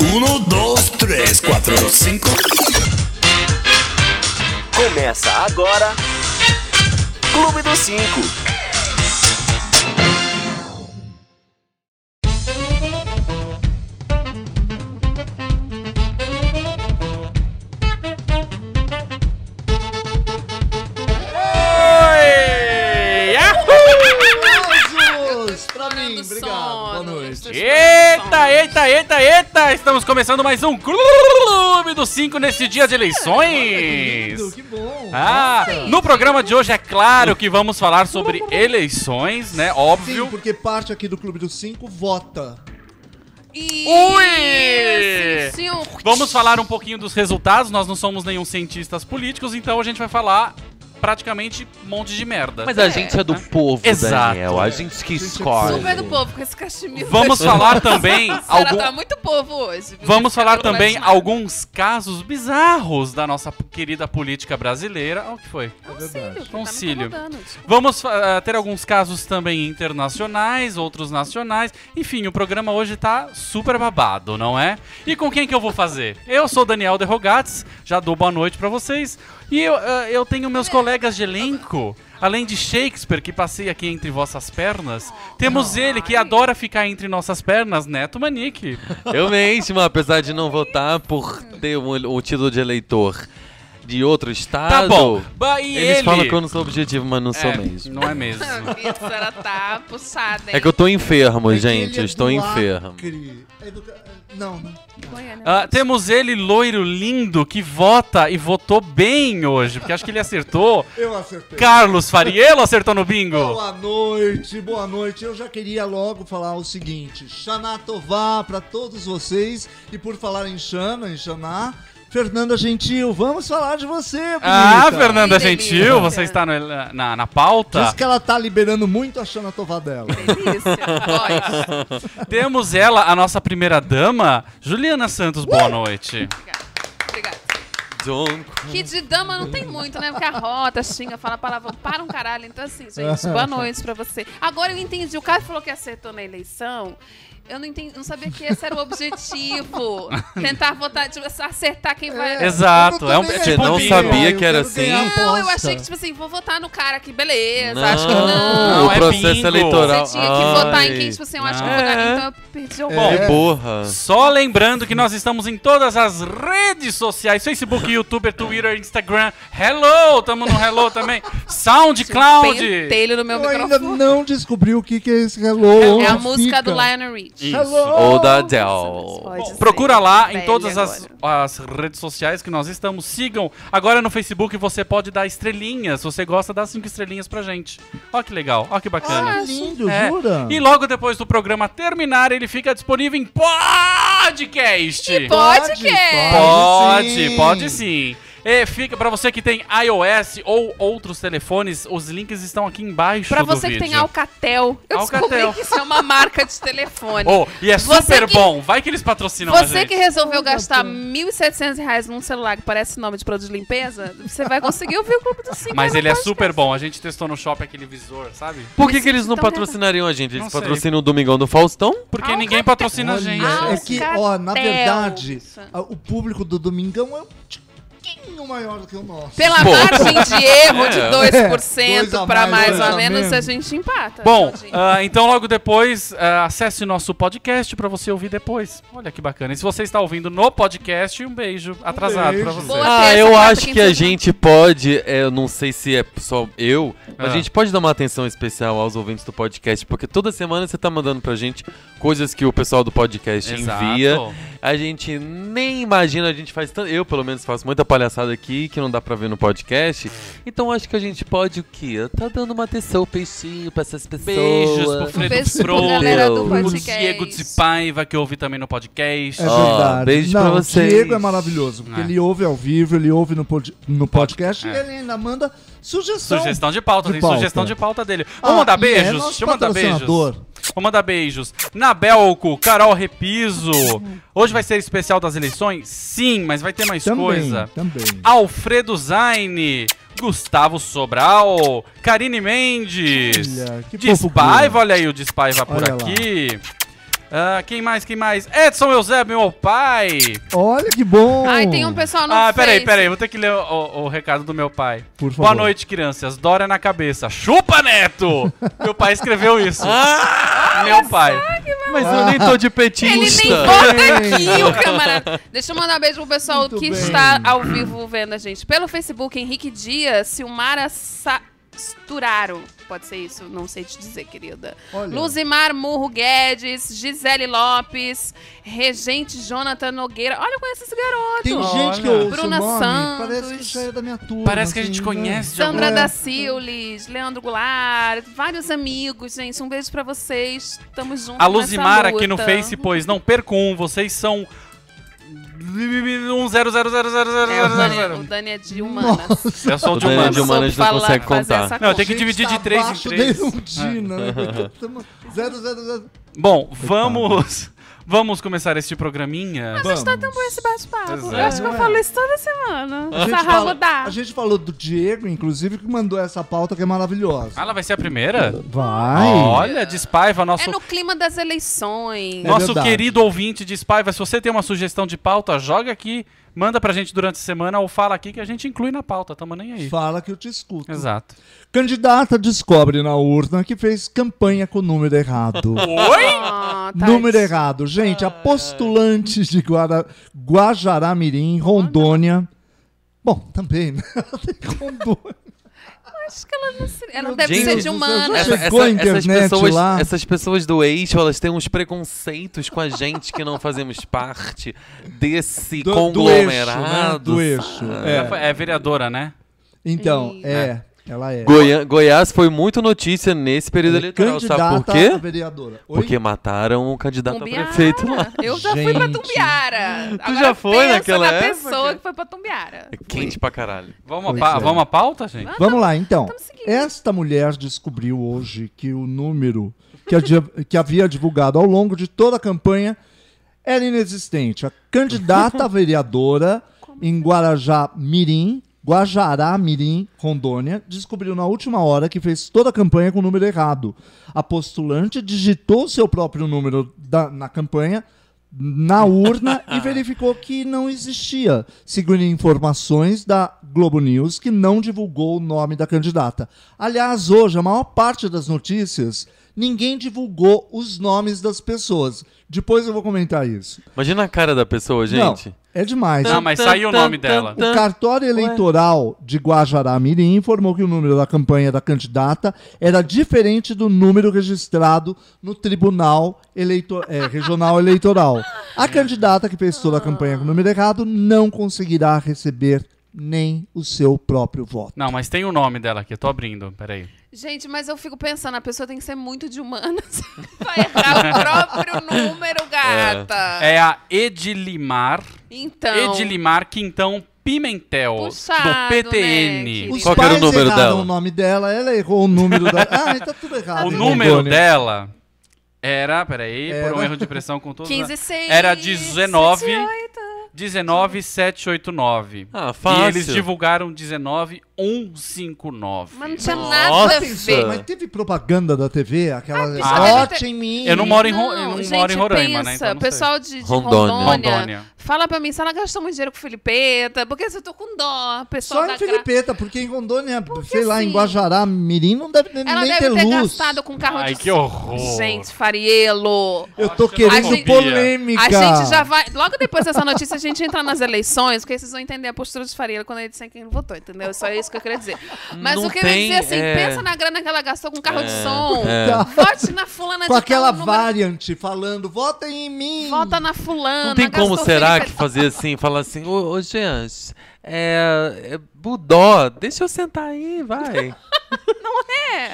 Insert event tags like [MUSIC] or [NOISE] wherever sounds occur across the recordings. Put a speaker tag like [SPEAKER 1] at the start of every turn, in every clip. [SPEAKER 1] Um, dois, três, quatro, cinco.
[SPEAKER 2] Começa agora. Clube dos Cinco.
[SPEAKER 3] [LAUGHS] Aplausos pra mim,
[SPEAKER 4] Tirando
[SPEAKER 3] obrigado.
[SPEAKER 4] Tá sono,
[SPEAKER 3] Boa noite.
[SPEAKER 4] gente.
[SPEAKER 5] Eita, eita, eita, eita! Estamos começando mais um Clube dos 5 nesse dia de eleições!
[SPEAKER 3] Tá Que bom.
[SPEAKER 5] Ah,
[SPEAKER 3] Nossa.
[SPEAKER 5] no programa de hoje é claro que vamos falar sobre eleições, né?
[SPEAKER 3] Sim,
[SPEAKER 5] Óbvio.
[SPEAKER 3] porque parte aqui do Clube dos Cinco vota.
[SPEAKER 4] E...
[SPEAKER 5] Ui!
[SPEAKER 4] Sim, senhor.
[SPEAKER 5] Vamos falar um pouquinho dos resultados. Nós não somos nenhum cientistas políticos, então a gente vai falar praticamente um monte de merda.
[SPEAKER 6] Mas a gente é do povo,
[SPEAKER 5] Exato.
[SPEAKER 6] Daniel. A gente que
[SPEAKER 3] Gente,
[SPEAKER 6] escolhe.
[SPEAKER 4] Super é do povo com esse cachimbo.
[SPEAKER 5] Vamos falar
[SPEAKER 6] [LAUGHS]
[SPEAKER 5] também
[SPEAKER 4] Será
[SPEAKER 5] algum
[SPEAKER 4] tá muito povo hoje. viu?
[SPEAKER 5] Vamos falar
[SPEAKER 4] Não vai
[SPEAKER 5] também
[SPEAKER 4] nada.
[SPEAKER 5] alguns casos bizarros da nossa querida política brasileira. Ah, O que foi?
[SPEAKER 4] É um cílio, tá me
[SPEAKER 5] Concílio.
[SPEAKER 4] incomodando, desculpa.
[SPEAKER 5] Vamos ah, ter alguns casos também internacionais, outros nacionais. Enfim, o programa hoje tá super babado, não é? E com quem que eu vou fazer? Eu sou Daniel Derrogates, já dou boa noite pra vocês. E eu, ah, eu tenho meus colegas de elenco. Além de Shakespeare, que passei aqui entre vossas pernas, temos ele que adora ficar entre nossas pernas, Neto Manique.
[SPEAKER 6] Eu mesmo, apesar de não votar por ter um- o título de eleitor de outro estado.
[SPEAKER 5] Tá bom. Ba- E
[SPEAKER 6] Eles
[SPEAKER 5] ele...
[SPEAKER 6] falam que eu não sou objetivo, mas não sou
[SPEAKER 5] É,
[SPEAKER 6] mesmo.
[SPEAKER 5] Não
[SPEAKER 3] [LAUGHS]
[SPEAKER 5] é mesmo.
[SPEAKER 4] [LAUGHS] Isso, ela tá puxada, hein?
[SPEAKER 6] É que eu tô enfermo,
[SPEAKER 3] É que
[SPEAKER 6] gente.
[SPEAKER 3] ele é
[SPEAKER 6] eu estou
[SPEAKER 3] do
[SPEAKER 6] enfermo.
[SPEAKER 3] Acre. É do... Não, né?
[SPEAKER 4] Goiânia.
[SPEAKER 5] Ah, temos ele, loiro lindo, que vota e votou bem hoje, porque acho que ele acertou.
[SPEAKER 3] Eu acertei.
[SPEAKER 5] Carlos Fariello acertou no bingo.
[SPEAKER 3] Boa noite, boa noite. Eu já queria logo falar o seguinte: Xaná Tová pra todos vocês. E por falar em Xana, em Xaná, Fernanda Gentil, vamos falar de você,
[SPEAKER 5] Ah,
[SPEAKER 3] bonita.
[SPEAKER 5] Fernanda
[SPEAKER 4] Que delícia.
[SPEAKER 5] Gentil, você está no- na, na pauta.
[SPEAKER 3] Diz que ela tá liberando muito a Xana Tová dela.
[SPEAKER 4] é Delícia. Pode.
[SPEAKER 5] Temos ela, a nossa primeira dama, Juliana Santos. Boa noite.
[SPEAKER 4] Obrigada. Obrigada.
[SPEAKER 6] Don't
[SPEAKER 4] Que de dama não tem muito, né? Porque arrota, xinga, fala palavrão para um caralho. Então, assim, gente, boa noite pra você. Agora eu entendi. O cara falou que acertou na eleição. Eu não entendi, não sabia que esse era o
[SPEAKER 5] [LAUGHS]
[SPEAKER 4] objetivo. Tentar votar, tipo, acertar quem vai.
[SPEAKER 5] Exato, é um
[SPEAKER 3] [LAUGHS] Eu tô nem
[SPEAKER 5] é
[SPEAKER 6] Você
[SPEAKER 5] tipo um
[SPEAKER 6] não
[SPEAKER 3] aí,
[SPEAKER 5] bingo.
[SPEAKER 6] sabia
[SPEAKER 3] eu
[SPEAKER 6] que era
[SPEAKER 3] quero ganhar
[SPEAKER 6] assim?
[SPEAKER 4] Não, eu
[SPEAKER 3] aposta.
[SPEAKER 4] achei que, tipo assim, vou votar no cara que beleza.
[SPEAKER 6] Não,
[SPEAKER 4] Acho que não.
[SPEAKER 5] Não,
[SPEAKER 6] o
[SPEAKER 5] é
[SPEAKER 6] processo
[SPEAKER 5] bingo.
[SPEAKER 6] eleitoral.
[SPEAKER 4] Você tinha que votar em quem, tipo assim, eu acho que eu vou votar.
[SPEAKER 5] É.
[SPEAKER 4] Então eu perdi o
[SPEAKER 6] Ai,
[SPEAKER 5] Bom,
[SPEAKER 4] voto.
[SPEAKER 6] Que burra.
[SPEAKER 5] Só lembrando que nós estamos em todas as redes sociais: Facebook, YouTube, Twitter, Instagram. Hello, tamo no
[SPEAKER 3] [LAUGHS]
[SPEAKER 5] Hello também. SoundCloud.
[SPEAKER 4] Pentelho um no meu
[SPEAKER 3] Eu ainda
[SPEAKER 4] microfone.
[SPEAKER 3] não descobri o que, que é esse Hello.
[SPEAKER 4] É a
[SPEAKER 3] onde
[SPEAKER 4] música do
[SPEAKER 3] fica.
[SPEAKER 4] Lionel Rich.
[SPEAKER 5] Isso.
[SPEAKER 3] Hello.
[SPEAKER 6] Ou da
[SPEAKER 4] Nossa, mas
[SPEAKER 6] Adele.
[SPEAKER 4] pode
[SPEAKER 5] Bom,
[SPEAKER 4] ser.
[SPEAKER 5] procura lá em
[SPEAKER 4] Velho
[SPEAKER 5] todas as,
[SPEAKER 4] agora.
[SPEAKER 5] as redes sociais que nós estamos. Sigam. Agora no Facebook você pode dar estrelinhas. Se você gosta, dá cinco estrelinhas pra gente. Ó que legal, ó que
[SPEAKER 3] Ah,
[SPEAKER 5] bacana.
[SPEAKER 3] lindo,
[SPEAKER 5] É.
[SPEAKER 3] jura?
[SPEAKER 5] E logo depois do programa terminar, ele fica disponível em podcast.
[SPEAKER 4] Pode que é.
[SPEAKER 5] Pode,
[SPEAKER 3] sim.
[SPEAKER 5] pode sim. E fica para você que tem iOS ou outros telefones, os links estão aqui embaixo
[SPEAKER 4] Pra
[SPEAKER 5] do
[SPEAKER 4] você que
[SPEAKER 5] vídeo.
[SPEAKER 4] tem né? Alcatel, eu
[SPEAKER 5] Alcatel.
[SPEAKER 4] descobri que isso é uma marca de telefone.
[SPEAKER 5] [LAUGHS] Oh, e é
[SPEAKER 4] Você
[SPEAKER 5] super
[SPEAKER 4] que-
[SPEAKER 5] bom. Vai que eles patrocinam a
[SPEAKER 4] você
[SPEAKER 5] gente.
[SPEAKER 4] que resolveu
[SPEAKER 3] Alcatel.
[SPEAKER 4] gastar R$ 1.700 reais num celular que parece nome de produto de limpeza, você vai conseguir ouvir o Clube dos Cinco.
[SPEAKER 5] Mas
[SPEAKER 4] lá no
[SPEAKER 5] ele é
[SPEAKER 4] podcast.
[SPEAKER 5] super bom. A gente testou no shopping aquele visor, sabe?
[SPEAKER 6] Por que, que eles não
[SPEAKER 4] Então,
[SPEAKER 6] patrocinariam a gente?
[SPEAKER 5] Não
[SPEAKER 6] Eles
[SPEAKER 5] sei.
[SPEAKER 6] patrocinam o Domingão do Faustão?
[SPEAKER 5] Porque
[SPEAKER 4] Ah,
[SPEAKER 5] ninguém
[SPEAKER 4] um
[SPEAKER 5] patrocina a
[SPEAKER 3] Olha,
[SPEAKER 5] gente.
[SPEAKER 4] Ah,
[SPEAKER 3] é
[SPEAKER 4] os
[SPEAKER 3] que, ó, na
[SPEAKER 4] cartel.
[SPEAKER 3] verdade, a- o público do Domingão é um tiquinho maior do que o nosso.
[SPEAKER 4] Pela
[SPEAKER 6] Pô.
[SPEAKER 4] margem de erro
[SPEAKER 5] [LAUGHS]
[SPEAKER 4] de
[SPEAKER 6] É.
[SPEAKER 4] 2%
[SPEAKER 3] Dois a
[SPEAKER 4] pra
[SPEAKER 3] mais,
[SPEAKER 4] mais
[SPEAKER 3] dois
[SPEAKER 4] ou
[SPEAKER 3] a
[SPEAKER 4] menos, a
[SPEAKER 3] menos.
[SPEAKER 4] gente empata.
[SPEAKER 5] Bom,
[SPEAKER 4] Claudinho.
[SPEAKER 5] ah, então logo depois, ah, acesse o nosso podcast pra você ouvir depois. Olha que bacana. E se você está ouvindo no podcast, um beijo atrasado
[SPEAKER 3] beijo.
[SPEAKER 5] pra você.
[SPEAKER 4] Boa.
[SPEAKER 6] Ah,
[SPEAKER 4] terça,
[SPEAKER 6] eu
[SPEAKER 4] quarta,
[SPEAKER 6] acho que
[SPEAKER 4] quinta,
[SPEAKER 6] a
[SPEAKER 4] sexta.
[SPEAKER 6] gente pode, é, eu não sei se é só eu, mas
[SPEAKER 5] Ah.
[SPEAKER 6] a gente pode dar uma atenção especial aos ouvintes do podcast, porque toda semana você tá mandando pra gente coisas que o pessoal do podcast
[SPEAKER 5] Exato.
[SPEAKER 6] envia. A gente nem imagina, a gente faz tanto, eu pelo menos faço muita palhaçada aqui que não dá pra ver no podcast. Então acho que a gente pode o quê? Tá dando uma atenção, peixinho pra essas pessoas.
[SPEAKER 5] Beijos pro
[SPEAKER 4] Um
[SPEAKER 5] Fredo
[SPEAKER 4] beijo pra
[SPEAKER 5] Frodo,
[SPEAKER 4] galera do
[SPEAKER 5] o
[SPEAKER 4] podcast.
[SPEAKER 5] Diego de Paiva, que ouve também no podcast.
[SPEAKER 3] É
[SPEAKER 6] Ó,
[SPEAKER 3] verdade.
[SPEAKER 6] beijo
[SPEAKER 3] Não,
[SPEAKER 6] pra
[SPEAKER 3] O
[SPEAKER 6] vocês.
[SPEAKER 3] Diego é maravilhoso, porque
[SPEAKER 5] É.
[SPEAKER 3] ele ouve ao vivo, ele ouve no, pod- no podcast e
[SPEAKER 5] É.
[SPEAKER 3] ele ainda manda sugestão.
[SPEAKER 5] Sugestão de pauta,
[SPEAKER 3] De
[SPEAKER 5] tem
[SPEAKER 3] pauta.
[SPEAKER 5] sugestão de pauta dele.
[SPEAKER 3] Ah,
[SPEAKER 5] Vamos mandar
[SPEAKER 3] e
[SPEAKER 5] beijos?
[SPEAKER 3] É nosso
[SPEAKER 5] Deixa eu mandar beijos.
[SPEAKER 3] patrocinador.
[SPEAKER 5] Vou mandar Então beijos. Nabelco, Carol Repiso. Hoje vai ser especial das eleições? Sim, mas vai ter mais
[SPEAKER 3] Também,
[SPEAKER 5] coisa.
[SPEAKER 3] também.
[SPEAKER 5] Alfredo Zaine, Gustavo Sobral, Karine Mendes.
[SPEAKER 3] Olha, que fofo,
[SPEAKER 5] Despaiva, olha aí o Despaiva por
[SPEAKER 3] Olha lá.
[SPEAKER 5] aqui. Ah, quem mais, quem mais? Edson Eusébio, meu pai.
[SPEAKER 3] Olha que bom!
[SPEAKER 4] Ai, tem um pessoal no
[SPEAKER 5] ah, peraí,
[SPEAKER 4] Face.
[SPEAKER 5] peraí, vou ter que ler o, o- o recado do meu pai.
[SPEAKER 3] Por
[SPEAKER 5] Boa
[SPEAKER 3] favor.
[SPEAKER 5] noite, crianças. Dória na cabeça. Chupa, Neto! meu pai escreveu isso. meu pai.
[SPEAKER 6] Mas eu nem tô de
[SPEAKER 4] [LAUGHS] Ele
[SPEAKER 6] petista.
[SPEAKER 4] nem volta aqui, o camarada. Deixa eu mandar um beijo pro pessoal
[SPEAKER 3] Muito
[SPEAKER 4] que
[SPEAKER 3] bem.
[SPEAKER 4] está ao vivo vendo a gente. Pelo Facebook, Henrique Dias, Silmara Sturaro. Pode ser isso? Não sei te dizer, querida.
[SPEAKER 3] Olha.
[SPEAKER 4] Luzimar Murro Guedes, Gisele Lopes, Regente Jonathan Nogueira. Olha, eu conheço esse garoto.
[SPEAKER 3] Tem gente que
[SPEAKER 5] Olha.
[SPEAKER 3] eu ouço o
[SPEAKER 4] Bruna
[SPEAKER 3] nome,
[SPEAKER 4] Santos.
[SPEAKER 3] parece que já é da minha turma.
[SPEAKER 5] Parece que a gente
[SPEAKER 3] assim,
[SPEAKER 5] conhece de algum
[SPEAKER 4] Sandra
[SPEAKER 3] É.
[SPEAKER 4] da Silves, Leandro Goulart, vários amigos, gente. Um beijo pra vocês. Tamo junto.
[SPEAKER 5] A
[SPEAKER 4] Luzimar
[SPEAKER 5] Luzimar aqui no Face, pois não percam um, vocês são. Um zero zero zero zero zero
[SPEAKER 4] É, o
[SPEAKER 5] zero
[SPEAKER 4] Dani,
[SPEAKER 5] zero.
[SPEAKER 4] o Dani é de humanas.
[SPEAKER 5] Eu sou
[SPEAKER 6] O
[SPEAKER 5] de
[SPEAKER 6] Dani é
[SPEAKER 5] humanas.
[SPEAKER 6] de
[SPEAKER 4] Soube
[SPEAKER 6] humanas não
[SPEAKER 4] falar-
[SPEAKER 6] consegue
[SPEAKER 4] fazer
[SPEAKER 6] contar.
[SPEAKER 4] essa
[SPEAKER 5] Não, eu
[SPEAKER 4] conta.
[SPEAKER 5] tenho que dividir de três em três.
[SPEAKER 3] tá um Dina,
[SPEAKER 5] [LAUGHS]
[SPEAKER 3] né? Tamo- Zero, zero, zero.
[SPEAKER 5] Bom, vamos. Vamos começar este programinha.
[SPEAKER 3] Vamos.
[SPEAKER 4] Tá tão bom esse bate-papo.
[SPEAKER 5] Exato.
[SPEAKER 4] Eu acho que eu
[SPEAKER 3] É.
[SPEAKER 4] falo isso toda semana.
[SPEAKER 3] A gente,
[SPEAKER 4] Sarravo
[SPEAKER 3] fala-
[SPEAKER 4] dá.
[SPEAKER 3] a gente falou do Diego, inclusive, que mandou essa pauta que é
[SPEAKER 5] Ah,
[SPEAKER 3] maravilhosa.
[SPEAKER 5] ela vai ser a primeira?
[SPEAKER 3] Vai!
[SPEAKER 5] Olha, despaiva, nosso,
[SPEAKER 4] É no clima das eleições.
[SPEAKER 3] É
[SPEAKER 5] nosso
[SPEAKER 3] verdade.
[SPEAKER 5] querido ouvinte despaiva. Se você tem uma sugestão de pauta, joga aqui, manda pra gente durante a semana ou fala aqui que a gente inclui na pauta, tamo nem aí.
[SPEAKER 3] Fala que eu te escuto.
[SPEAKER 5] Exato.
[SPEAKER 3] Candidata descobre na urna que fez campanha com o número errado.
[SPEAKER 4] Ah, tá. Ah.
[SPEAKER 3] Número errado. Gente, a postulante de Guara... Guajará-Mirim, Rondônia. Bom, também, né? [LAUGHS] Ela tem Rondônia.
[SPEAKER 4] Acho que ela não se... Ela
[SPEAKER 3] Meu
[SPEAKER 4] deve
[SPEAKER 6] Deus
[SPEAKER 4] ser
[SPEAKER 6] do
[SPEAKER 4] de
[SPEAKER 6] céu,
[SPEAKER 4] humana.
[SPEAKER 3] gente.
[SPEAKER 6] Essa-
[SPEAKER 3] Chegou
[SPEAKER 6] essa-
[SPEAKER 3] a internet
[SPEAKER 6] essas, pessoas,
[SPEAKER 3] lá.
[SPEAKER 6] essas pessoas do eixo, elas têm uns preconceitos com a gente que não fazemos parte desse
[SPEAKER 3] Do- do eixo, né?
[SPEAKER 6] conglomerado.
[SPEAKER 3] Do eixo.
[SPEAKER 5] Ela
[SPEAKER 3] É.
[SPEAKER 5] foi- É, vereadora, né?
[SPEAKER 3] Então, é. Ela é.
[SPEAKER 6] Goi- Goiás foi muito notícia nesse período eleitoral, sabe por
[SPEAKER 3] Candidata a
[SPEAKER 6] quê?
[SPEAKER 3] vereadora. Oi?
[SPEAKER 6] Porque mataram o candidato a
[SPEAKER 4] Tumbiara.
[SPEAKER 6] prefeito lá.
[SPEAKER 4] Eu já fui pra
[SPEAKER 3] Gente.
[SPEAKER 4] Tumbiara. Agora
[SPEAKER 6] já foi
[SPEAKER 4] pensa
[SPEAKER 6] naquela
[SPEAKER 4] na
[SPEAKER 6] época?
[SPEAKER 4] pessoa que foi pra Tumbiara.
[SPEAKER 6] É quente pra caralho.
[SPEAKER 5] Vamos a,
[SPEAKER 3] Pois
[SPEAKER 5] pa-
[SPEAKER 3] é.
[SPEAKER 5] vamos a pauta, gente?
[SPEAKER 3] Vamos lá, então.
[SPEAKER 4] Ah, tamo seguindo.
[SPEAKER 3] Esta mulher descobriu hoje que o número que, adi- que havia divulgado ao longo de toda a campanha era inexistente. A candidata a vereadora em Guarajá Mirim, Guajará Mirim, Rondônia, descobriu na última hora que fez toda a campanha com o número errado. A postulante digitou seu próprio número da- na campanha na urna e verificou que não existia, segundo informações da Globo News, que não divulgou o nome da candidata. Aliás, hoje, a maior parte das notícias, ninguém divulgou os nomes das pessoas. Depois eu vou comentar isso.
[SPEAKER 6] Imagina a cara da pessoa, gente.
[SPEAKER 3] Não, é demais.
[SPEAKER 5] Não, mas
[SPEAKER 6] Tan,
[SPEAKER 5] saiu o
[SPEAKER 6] tan,
[SPEAKER 5] nome
[SPEAKER 6] tan,
[SPEAKER 5] dela.
[SPEAKER 6] tan.
[SPEAKER 3] O cartório eleitoral de Guajará Mirim informou que o número da campanha da candidata era diferente do número registrado no Tribunal Eleito- eh, Regional Eleitoral. A candidata que fez toda a campanha com o número errado não conseguirá receber nem o seu próprio voto.
[SPEAKER 5] Não, mas tem o nome dela aqui, eu tô abrindo, peraí.
[SPEAKER 4] Gente, mas eu fico pensando, a pessoa tem que ser muito de humanas [LAUGHS] pra errar o próprio número, gata.
[SPEAKER 5] É a Edilimar,
[SPEAKER 4] Então.
[SPEAKER 5] Edilimar Quintão Pimentel,
[SPEAKER 4] Puxado,
[SPEAKER 5] do PTN.
[SPEAKER 4] né,
[SPEAKER 3] Os
[SPEAKER 6] Qual que
[SPEAKER 3] pais
[SPEAKER 6] era o número
[SPEAKER 3] erraram
[SPEAKER 6] dela?
[SPEAKER 3] o nome dela, ela errou o número
[SPEAKER 6] [LAUGHS]
[SPEAKER 3] da. Ah, tá tudo errado.
[SPEAKER 5] O
[SPEAKER 3] hein,
[SPEAKER 5] número
[SPEAKER 3] Rondônia?
[SPEAKER 5] dela era, peraí, por um
[SPEAKER 3] né? Era-
[SPEAKER 5] erro de
[SPEAKER 6] [LAUGHS]
[SPEAKER 5] pressão com todos.
[SPEAKER 4] 15, 6,
[SPEAKER 5] Era 19.
[SPEAKER 4] 78.
[SPEAKER 5] 19789.
[SPEAKER 6] Ah, fácil.
[SPEAKER 5] E eles divulgaram 19159.
[SPEAKER 4] Mas não tinha
[SPEAKER 6] Nossa.
[SPEAKER 4] nada a
[SPEAKER 6] Atenção.
[SPEAKER 4] ver.
[SPEAKER 3] Mas teve propaganda da TV, aquela.
[SPEAKER 4] bicha
[SPEAKER 3] Ah,
[SPEAKER 4] deve
[SPEAKER 3] vote
[SPEAKER 4] ter-
[SPEAKER 3] em mim.
[SPEAKER 5] é, Eu não moro em, Ro- eu não
[SPEAKER 4] Não,
[SPEAKER 5] moro em
[SPEAKER 4] gente,
[SPEAKER 5] Roraima, né?
[SPEAKER 4] pensa,
[SPEAKER 5] Então não sei.
[SPEAKER 4] pessoal de, de
[SPEAKER 6] Rondônia.
[SPEAKER 4] Rondônia,
[SPEAKER 5] Rondônia.
[SPEAKER 4] fala pra mim se ela gastou muito dinheiro com Filipeta, porque se eu tô com dó, pessoal
[SPEAKER 3] Só
[SPEAKER 4] da
[SPEAKER 3] em
[SPEAKER 4] gra-
[SPEAKER 3] Filipeta, porque em Rondônia, sei lá, em
[SPEAKER 4] assim,
[SPEAKER 3] Guajará, Mirim, não deve nem,
[SPEAKER 4] Ela
[SPEAKER 3] nem
[SPEAKER 4] deve
[SPEAKER 3] ter,
[SPEAKER 4] ter
[SPEAKER 3] luz.
[SPEAKER 4] gastado com carro
[SPEAKER 5] Ai,
[SPEAKER 4] de
[SPEAKER 5] que horror.
[SPEAKER 4] Gente, Farielo.
[SPEAKER 3] Eu tô
[SPEAKER 5] que é eu
[SPEAKER 3] querendo
[SPEAKER 4] não sabia.
[SPEAKER 3] polêmica.
[SPEAKER 4] A gente já vai. Logo depois dessa notícia, a gente entra nas eleições, porque aí vocês vão entender a postura de Faria quando ele disser quem votou, entendeu? Só isso que eu queria dizer. Mas
[SPEAKER 6] Não
[SPEAKER 4] o que eu
[SPEAKER 6] tem,
[SPEAKER 4] ia dizer assim:
[SPEAKER 6] é.
[SPEAKER 4] pensa na grana que ela gastou com carro de
[SPEAKER 6] É,
[SPEAKER 4] som.
[SPEAKER 6] é.
[SPEAKER 4] Vote na fulana de
[SPEAKER 3] Com
[SPEAKER 4] tal
[SPEAKER 3] aquela
[SPEAKER 4] um número.
[SPEAKER 3] variante falando, votem em mim.
[SPEAKER 4] Vota na fulana.
[SPEAKER 6] Não tem como,
[SPEAKER 4] gastou
[SPEAKER 6] será, que
[SPEAKER 4] Felipe-
[SPEAKER 6] fazer assim, falar assim, ô, ô gente, é, é Budó, deixa eu sentar aí, vai.
[SPEAKER 4] É.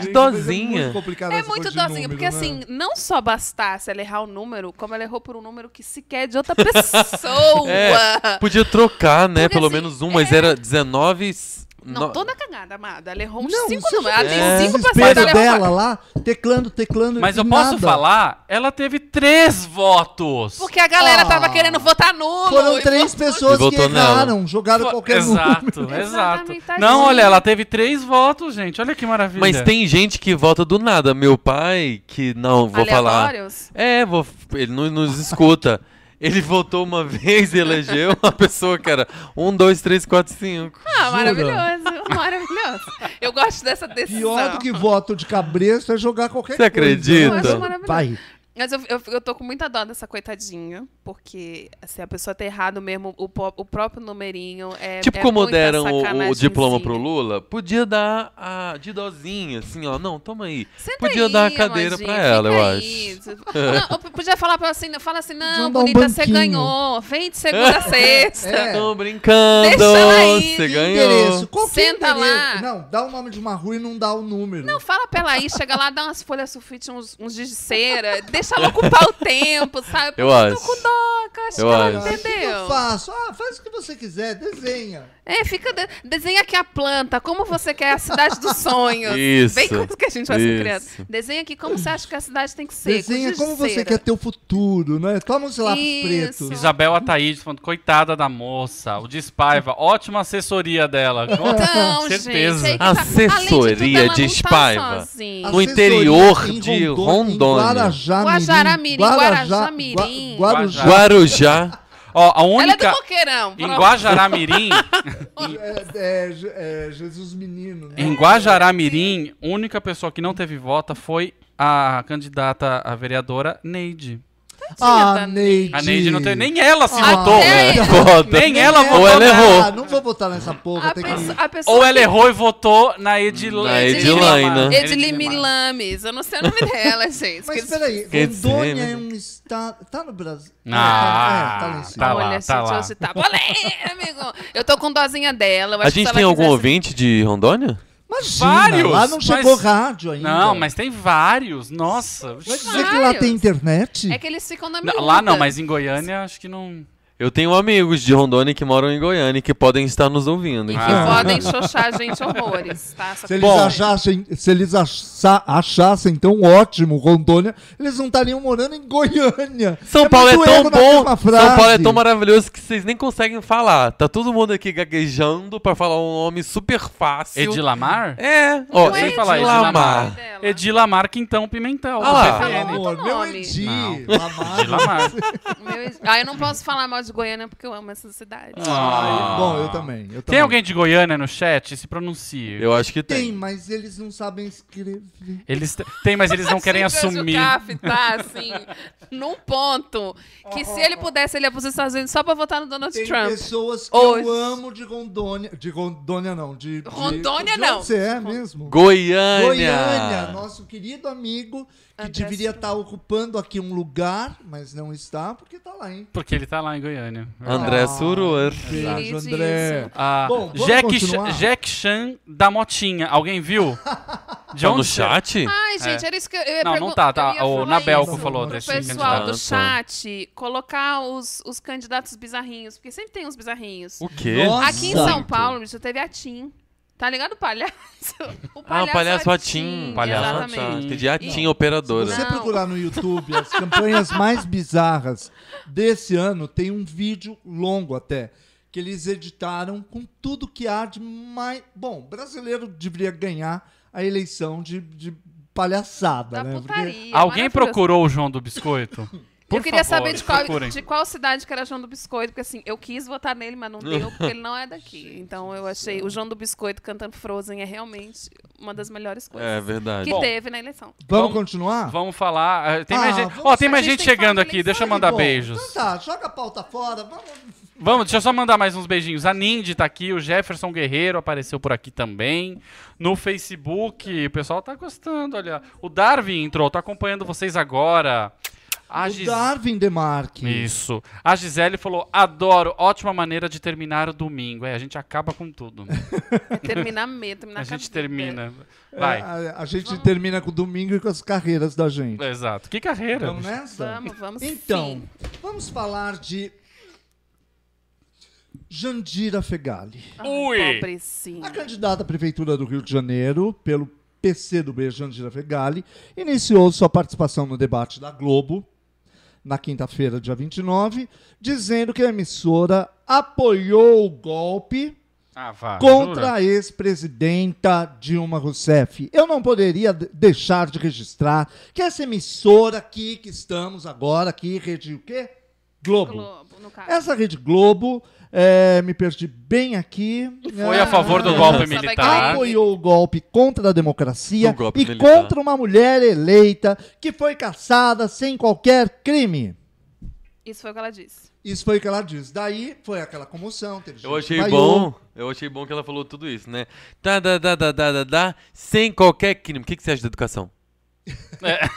[SPEAKER 3] Gente, mas
[SPEAKER 6] dozinha.
[SPEAKER 3] muito complicado
[SPEAKER 4] É
[SPEAKER 3] essa
[SPEAKER 4] muito
[SPEAKER 3] coisa de
[SPEAKER 4] dozinha,
[SPEAKER 3] número,
[SPEAKER 4] porque
[SPEAKER 3] né?
[SPEAKER 4] assim, não só bastasse ela errar o número, como ela errou por um número que sequer é de outra [LAUGHS] pessoa.
[SPEAKER 6] É, podia trocar, né?
[SPEAKER 4] Porque
[SPEAKER 6] Pelo
[SPEAKER 4] assim,
[SPEAKER 6] menos um, mas
[SPEAKER 4] é-
[SPEAKER 6] era 19
[SPEAKER 4] Não,
[SPEAKER 6] no-
[SPEAKER 4] toda cagada, amada. Ela errou uns
[SPEAKER 3] Não,
[SPEAKER 4] cinco
[SPEAKER 3] você
[SPEAKER 4] números. Ela
[SPEAKER 6] É.
[SPEAKER 4] tem cinco
[SPEAKER 3] desespero
[SPEAKER 4] passadas. Ela
[SPEAKER 3] dela
[SPEAKER 4] errou...
[SPEAKER 3] lá, teclando, teclando.
[SPEAKER 5] Mas
[SPEAKER 3] e
[SPEAKER 5] eu posso
[SPEAKER 3] nada.
[SPEAKER 5] falar, ela teve três votos.
[SPEAKER 4] Porque a galera
[SPEAKER 3] Ah.
[SPEAKER 4] tava querendo votar nulo.
[SPEAKER 3] Foram
[SPEAKER 4] e
[SPEAKER 3] três
[SPEAKER 4] votou-
[SPEAKER 3] pessoas que
[SPEAKER 6] Votou nela.
[SPEAKER 3] erraram, jogaram
[SPEAKER 5] Fo-
[SPEAKER 6] um.
[SPEAKER 3] qualquer número.
[SPEAKER 5] exato, exato.
[SPEAKER 4] Exatamente, tadinha.
[SPEAKER 5] Não, olha, ela teve três votos, gente. Olha que maravilha.
[SPEAKER 6] Mas tem gente que volta do nada. Meu pai, que não, vou falar.
[SPEAKER 4] Aleatórios?
[SPEAKER 6] É, vou- ele não nos escuta. [LAUGHS] Ele votou uma vez e elegeu uma [LAUGHS] pessoa, cara. Um, dois, três, quatro, cinco.
[SPEAKER 4] Ah, maravilhoso. [LAUGHS] Maravilhoso. Eu gosto dessa decisão.
[SPEAKER 3] Pior do que voto de cabresto é jogar qualquer
[SPEAKER 6] Você
[SPEAKER 3] coisa.
[SPEAKER 6] acredita?
[SPEAKER 4] Eu acho maravilhoso.
[SPEAKER 3] Vai.
[SPEAKER 4] Mas eu, eu, eu tô com muita dó dessa coitadinha, porque se a pessoa tá errado mesmo, o, po- o próprio numerinho é.
[SPEAKER 6] tipo
[SPEAKER 4] é
[SPEAKER 6] como
[SPEAKER 4] muita assim.
[SPEAKER 6] deram o- o,
[SPEAKER 4] sacanagemzinha.
[SPEAKER 6] diploma pro Lula, podia dar a de dozinha, assim, ó. Não, toma aí.
[SPEAKER 4] Senta
[SPEAKER 6] podia
[SPEAKER 4] tá aí,
[SPEAKER 6] dar a cadeira
[SPEAKER 4] Amandinha,
[SPEAKER 6] pra ela,
[SPEAKER 4] fica
[SPEAKER 6] eu
[SPEAKER 4] aí.
[SPEAKER 6] acho.
[SPEAKER 4] Não, eu podia falar pra ela assim, fala assim,
[SPEAKER 3] dar
[SPEAKER 4] não,
[SPEAKER 3] um
[SPEAKER 4] bonita, você
[SPEAKER 3] banquinho.
[SPEAKER 4] ganhou. Vem de segunda
[SPEAKER 6] [LAUGHS]
[SPEAKER 4] a sexta.
[SPEAKER 3] É.
[SPEAKER 6] Tô brincando,
[SPEAKER 4] Deixa ela aí,
[SPEAKER 6] você
[SPEAKER 4] que
[SPEAKER 6] ganhou.
[SPEAKER 3] Endereço. Qual que é o
[SPEAKER 4] Senta lá.
[SPEAKER 3] endereço? Não, dá o nome de uma rua e não dá o número.
[SPEAKER 4] Não, fala pra ela aí, chega lá, dá umas folhas sulfite, uns, uns giz de cera, deixa ela ocupar o tempo, sabe?
[SPEAKER 6] Eu
[SPEAKER 4] Porque
[SPEAKER 6] acho.
[SPEAKER 4] Tô com dó, que eu acho
[SPEAKER 6] Eu
[SPEAKER 4] que ela
[SPEAKER 6] acho.
[SPEAKER 3] Ah, o que que eu
[SPEAKER 4] entendeu.
[SPEAKER 3] faço? Ah, faz o que você quiser, desenha.
[SPEAKER 4] É, fica. de- Desenha aqui a planta, como você quer a cidade dos sonhos.
[SPEAKER 6] Isso.
[SPEAKER 4] Bem coisa que a gente faz com
[SPEAKER 6] Isso.
[SPEAKER 4] criança. Desenha aqui como você acha que a cidade tem que ser.
[SPEAKER 3] desenha
[SPEAKER 4] com giz de
[SPEAKER 3] como você
[SPEAKER 4] cera.
[SPEAKER 3] quer tá. ter o futuro, né? Toma uns lápis
[SPEAKER 4] Isso.
[SPEAKER 3] preto.
[SPEAKER 5] Isabel Ataíde falando, coitada da moça. O Despaiva, ótima assessoria dela. Com
[SPEAKER 4] Então,
[SPEAKER 5] certeza.
[SPEAKER 4] gente, aí que tá- Além de tudo,
[SPEAKER 6] Assessoria
[SPEAKER 4] ela
[SPEAKER 6] de
[SPEAKER 4] não
[SPEAKER 6] Espaiva.
[SPEAKER 4] Tá sozinha.
[SPEAKER 6] No interior de Rondônia.
[SPEAKER 3] Guarajá,
[SPEAKER 4] Guajará-Mirim, Guarajá-Mirim.
[SPEAKER 3] Guarujá.
[SPEAKER 6] Guarujá.
[SPEAKER 5] Ó, a
[SPEAKER 4] Ela é do
[SPEAKER 5] única.
[SPEAKER 4] coqueirão.
[SPEAKER 5] Em Guajará-Mirim,
[SPEAKER 3] É, é, Je- é, Jesus Menino. né?
[SPEAKER 5] em Guajará-Mirim, única pessoa que não teve vota foi a candidata a vereadora Neide.
[SPEAKER 3] Ah,
[SPEAKER 4] da
[SPEAKER 3] Neide.
[SPEAKER 5] A Neide não teve. Nem ela se
[SPEAKER 6] Ah,
[SPEAKER 4] Até
[SPEAKER 5] votou.
[SPEAKER 4] aí.
[SPEAKER 6] Foda.
[SPEAKER 5] Nem ela
[SPEAKER 6] Ou
[SPEAKER 5] votou.
[SPEAKER 6] ela
[SPEAKER 5] nela.
[SPEAKER 6] errou.
[SPEAKER 3] Ah, não vou votar nessa porra.
[SPEAKER 4] A
[SPEAKER 3] Tem
[SPEAKER 4] pessoa,
[SPEAKER 3] que...
[SPEAKER 4] a pessoa
[SPEAKER 5] Ou ela é
[SPEAKER 4] que-
[SPEAKER 5] errou e votou na Edil...
[SPEAKER 6] Na né?
[SPEAKER 5] Edilama.
[SPEAKER 6] Edilama.
[SPEAKER 4] Edili Milames. Eu não sei o nome
[SPEAKER 3] [LAUGHS]
[SPEAKER 4] dela, gente.
[SPEAKER 3] Mas
[SPEAKER 4] Esqueci.
[SPEAKER 3] peraí,
[SPEAKER 6] Quer
[SPEAKER 3] Rondônia
[SPEAKER 6] dizer, né?
[SPEAKER 3] é um estado... Tá no Brasil?
[SPEAKER 5] Ah,
[SPEAKER 3] é, tá lá em cima.
[SPEAKER 5] tá lá.
[SPEAKER 4] Olha, gente,
[SPEAKER 5] lá.
[SPEAKER 4] hoje tá polêmico. Eu tô com dozinha dela. eu
[SPEAKER 6] A
[SPEAKER 4] acho que é assim. se
[SPEAKER 6] gente
[SPEAKER 4] ela
[SPEAKER 6] tem algum
[SPEAKER 4] quisesse-
[SPEAKER 6] ouvinte de Rondônia?
[SPEAKER 3] Imagina,
[SPEAKER 5] Vários,
[SPEAKER 3] lá não
[SPEAKER 5] mas-
[SPEAKER 3] chegou rádio ainda.
[SPEAKER 5] Não, mas tem vários. Nossa.
[SPEAKER 3] Vai dizer que lá
[SPEAKER 4] Vários.
[SPEAKER 3] tem internet?
[SPEAKER 4] É que eles ficam na minha.
[SPEAKER 5] Não, lá não, mas em Goiânia acho que não.
[SPEAKER 6] Eu tenho amigos de Rondônia que moram em Goiânia e que podem estar nos ouvindo.
[SPEAKER 4] E que
[SPEAKER 5] Ah.
[SPEAKER 4] podem xoxar a gente horrores, tá? Só
[SPEAKER 3] Se eles,
[SPEAKER 4] que-
[SPEAKER 3] achassem, se eles acha- achassem tão ótimo Rondônia, eles não estariam morando em Goiânia.
[SPEAKER 6] São Paulo é
[SPEAKER 3] muito
[SPEAKER 6] tão
[SPEAKER 3] erro na
[SPEAKER 6] bom,
[SPEAKER 3] mesma frase.
[SPEAKER 6] São Paulo é tão maravilhoso que vocês nem conseguem falar. Tá todo mundo aqui gaguejando pra falar um nome super fácil.
[SPEAKER 5] Edilamar?
[SPEAKER 6] É, ó,
[SPEAKER 5] Não é
[SPEAKER 6] sem
[SPEAKER 5] Edilamar.
[SPEAKER 6] falar
[SPEAKER 4] Edilamar.
[SPEAKER 6] Edilamar.
[SPEAKER 4] dela.
[SPEAKER 5] Edilamar Quintão Pimentel.
[SPEAKER 6] Ah lá.
[SPEAKER 5] do
[SPEAKER 3] Meu
[SPEAKER 5] PPN.
[SPEAKER 3] amor,
[SPEAKER 4] Outro
[SPEAKER 3] meu
[SPEAKER 4] nome.
[SPEAKER 3] Edi,
[SPEAKER 5] Não.
[SPEAKER 3] Lamar.
[SPEAKER 5] Edilamar.
[SPEAKER 6] [LAUGHS]
[SPEAKER 4] Meu... Ah, eu não posso falar mal de Goiânia porque eu amo essa cidade.
[SPEAKER 5] Ah.
[SPEAKER 3] Bom, eu também. eu
[SPEAKER 5] Tem
[SPEAKER 3] também.
[SPEAKER 5] alguém de Goiânia no chat? Se pronuncie.
[SPEAKER 6] Eu acho que
[SPEAKER 3] Tem,
[SPEAKER 6] tem.
[SPEAKER 3] mas eles não sabem escrever.
[SPEAKER 5] Eles te- tem, mas
[SPEAKER 6] [LAUGHS]
[SPEAKER 5] eles
[SPEAKER 4] [LAUGHS]
[SPEAKER 5] não querem
[SPEAKER 4] Assim, Sérgio
[SPEAKER 5] assumir.
[SPEAKER 4] Caffi tá, assim, num ponto que se ele pudesse, ele ia pros Estados Unidos só pra votar no Donald
[SPEAKER 3] Tem
[SPEAKER 4] Trump.
[SPEAKER 3] pessoas que
[SPEAKER 4] Hoje.
[SPEAKER 3] eu amo de Rondônia. De Rondônia, não. De, de-
[SPEAKER 4] Rondônia,
[SPEAKER 3] de
[SPEAKER 4] não.
[SPEAKER 3] Onde você é mesmo?
[SPEAKER 6] Goiânia.
[SPEAKER 3] Goiânia, nosso querido amigo, que
[SPEAKER 4] André
[SPEAKER 3] deveria estar ocupando aqui um lugar, mas não está, porque está lá, hein?
[SPEAKER 5] Porque ele tá lá em Goiânia.
[SPEAKER 6] André Tá Surur.
[SPEAKER 3] Beijo,
[SPEAKER 4] Queridíssimo.
[SPEAKER 3] André.
[SPEAKER 5] Ah,
[SPEAKER 3] Bom, vamos
[SPEAKER 5] Jack,
[SPEAKER 3] continuar?
[SPEAKER 5] Chan, Jack Chan da Motinha.
[SPEAKER 3] [LAUGHS]
[SPEAKER 5] Alguém viu? De
[SPEAKER 6] Tá no
[SPEAKER 5] onde você-
[SPEAKER 6] chat?
[SPEAKER 4] Ai, gente, era isso que eu eu ia
[SPEAKER 5] É. Não, não
[SPEAKER 4] pergun-
[SPEAKER 5] tá, tá.
[SPEAKER 4] eu ia
[SPEAKER 5] O
[SPEAKER 4] falar
[SPEAKER 5] Nabelco
[SPEAKER 4] isso.
[SPEAKER 5] falou tá.
[SPEAKER 4] Pro
[SPEAKER 5] desse
[SPEAKER 4] pessoal do
[SPEAKER 6] candidato.
[SPEAKER 4] chat colocar os, os candidatos bizarrinhos, porque sempre tem uns bizarrinhos.
[SPEAKER 6] O quê?
[SPEAKER 3] Nossa.
[SPEAKER 4] Aqui em São Paulo, bicho, teve a Tim. Tá ligado o palhaço? [LAUGHS] O
[SPEAKER 6] Ah, o palhaço Atim.
[SPEAKER 5] Palhaço
[SPEAKER 4] exatamente.
[SPEAKER 5] Atim.
[SPEAKER 6] Pedi Atim,
[SPEAKER 3] Se
[SPEAKER 6] operadora.
[SPEAKER 3] você
[SPEAKER 4] Não.
[SPEAKER 3] procurar no YouTube as campanhas mais bizarras desse ano, tem um vídeo longo até, que eles editaram com tudo que há de mais. Bom, brasileiro deveria ganhar a eleição de, de palhaçada,
[SPEAKER 4] Da
[SPEAKER 3] né? Porque-
[SPEAKER 4] Tá putaria.
[SPEAKER 5] Alguém
[SPEAKER 4] maravilhoso.
[SPEAKER 5] procurou o João do Biscoito? Por
[SPEAKER 4] eu queria
[SPEAKER 5] favor,
[SPEAKER 4] saber de qual,
[SPEAKER 5] procurem.
[SPEAKER 4] de qual cidade que era João do Biscoito, porque assim, eu quis votar nele, mas não deu, porque ele não
[SPEAKER 5] [LAUGHS]
[SPEAKER 4] é daqui. Então eu achei o João do Biscoito cantando Frozen é realmente uma das melhores coisas
[SPEAKER 6] É verdade.
[SPEAKER 4] que teve na eleição.
[SPEAKER 3] Vamos
[SPEAKER 5] Vamos-
[SPEAKER 3] continuar?
[SPEAKER 5] Vamos falar. ah, Tem mais
[SPEAKER 3] Ah,
[SPEAKER 5] gente,
[SPEAKER 3] vamos-
[SPEAKER 5] ó, tem mais
[SPEAKER 4] a gente
[SPEAKER 5] gente
[SPEAKER 4] tem que
[SPEAKER 5] chegando
[SPEAKER 4] falar de
[SPEAKER 5] aqui. Deixa eu
[SPEAKER 4] mensagem.
[SPEAKER 5] mandar
[SPEAKER 3] Bom,
[SPEAKER 5] beijos.
[SPEAKER 3] Então tá, joga a pauta fora. Vamos.
[SPEAKER 5] Vamos, deixa eu só mandar mais uns beijinhos. A Nindy tá aqui, o Jefferson Guerreiro apareceu por aqui também. No Facebook, o pessoal tá gostando, olha. O Darwin entrou, tô acompanhando vocês agora. A
[SPEAKER 3] O
[SPEAKER 5] Gis-
[SPEAKER 3] Darwin Demarque.
[SPEAKER 5] Isso. A Gisele falou: adoro, ótima maneira de terminar o domingo. É, a gente acaba com tudo.
[SPEAKER 4] É terminar mesmo, terminar
[SPEAKER 5] [LAUGHS] A
[SPEAKER 4] com
[SPEAKER 5] gente
[SPEAKER 4] vida.
[SPEAKER 5] termina.
[SPEAKER 3] É,
[SPEAKER 5] Vai.
[SPEAKER 3] a, a gente termina com o domingo e com as carreiras da gente.
[SPEAKER 5] Exato. Que carreira.
[SPEAKER 3] Vamos nessa?
[SPEAKER 4] Vamos, vamos.
[SPEAKER 3] Então,
[SPEAKER 4] sim.
[SPEAKER 3] vamos falar de Jandira Fegali.
[SPEAKER 4] Ah,
[SPEAKER 5] Ui!
[SPEAKER 4] Pobrecinha.
[SPEAKER 3] A candidata à Prefeitura do Rio de Janeiro, pelo PCdoB Jandira Fegali, iniciou sua participação no debate da Globo, na quinta-feira, dia 29, dizendo que a emissora apoiou o golpe
[SPEAKER 5] Ah, vá,
[SPEAKER 3] contra
[SPEAKER 5] jura?
[SPEAKER 3] a ex-presidenta Dilma Rousseff. Eu não poderia de- deixar de registrar que essa emissora aqui que estamos agora, aqui, rede o quê? Globo.
[SPEAKER 4] Globo, no caso.
[SPEAKER 3] Essa Rede Globo, é, me perdi bem aqui.
[SPEAKER 5] Foi
[SPEAKER 3] Ah,
[SPEAKER 5] a favor do
[SPEAKER 4] Ah,
[SPEAKER 5] golpe
[SPEAKER 4] sabe
[SPEAKER 5] militar.
[SPEAKER 4] quem-
[SPEAKER 3] Apoiou o golpe contra a democracia
[SPEAKER 6] Tá. O golpe
[SPEAKER 3] e
[SPEAKER 6] militar.
[SPEAKER 3] contra uma mulher eleita que foi caçada sem qualquer crime.
[SPEAKER 4] Isso foi o que ela
[SPEAKER 5] [LAUGHS]
[SPEAKER 4] disse.
[SPEAKER 3] Isso foi o que ela disse. Daí foi aquela comoção. Teve gente
[SPEAKER 6] Eu achei
[SPEAKER 3] que vaiou.
[SPEAKER 6] bom. Eu achei bom que ela falou tudo isso, né? Tá, da, da, da, da, da, da, sem qualquer crime. O que, que você acha da educação?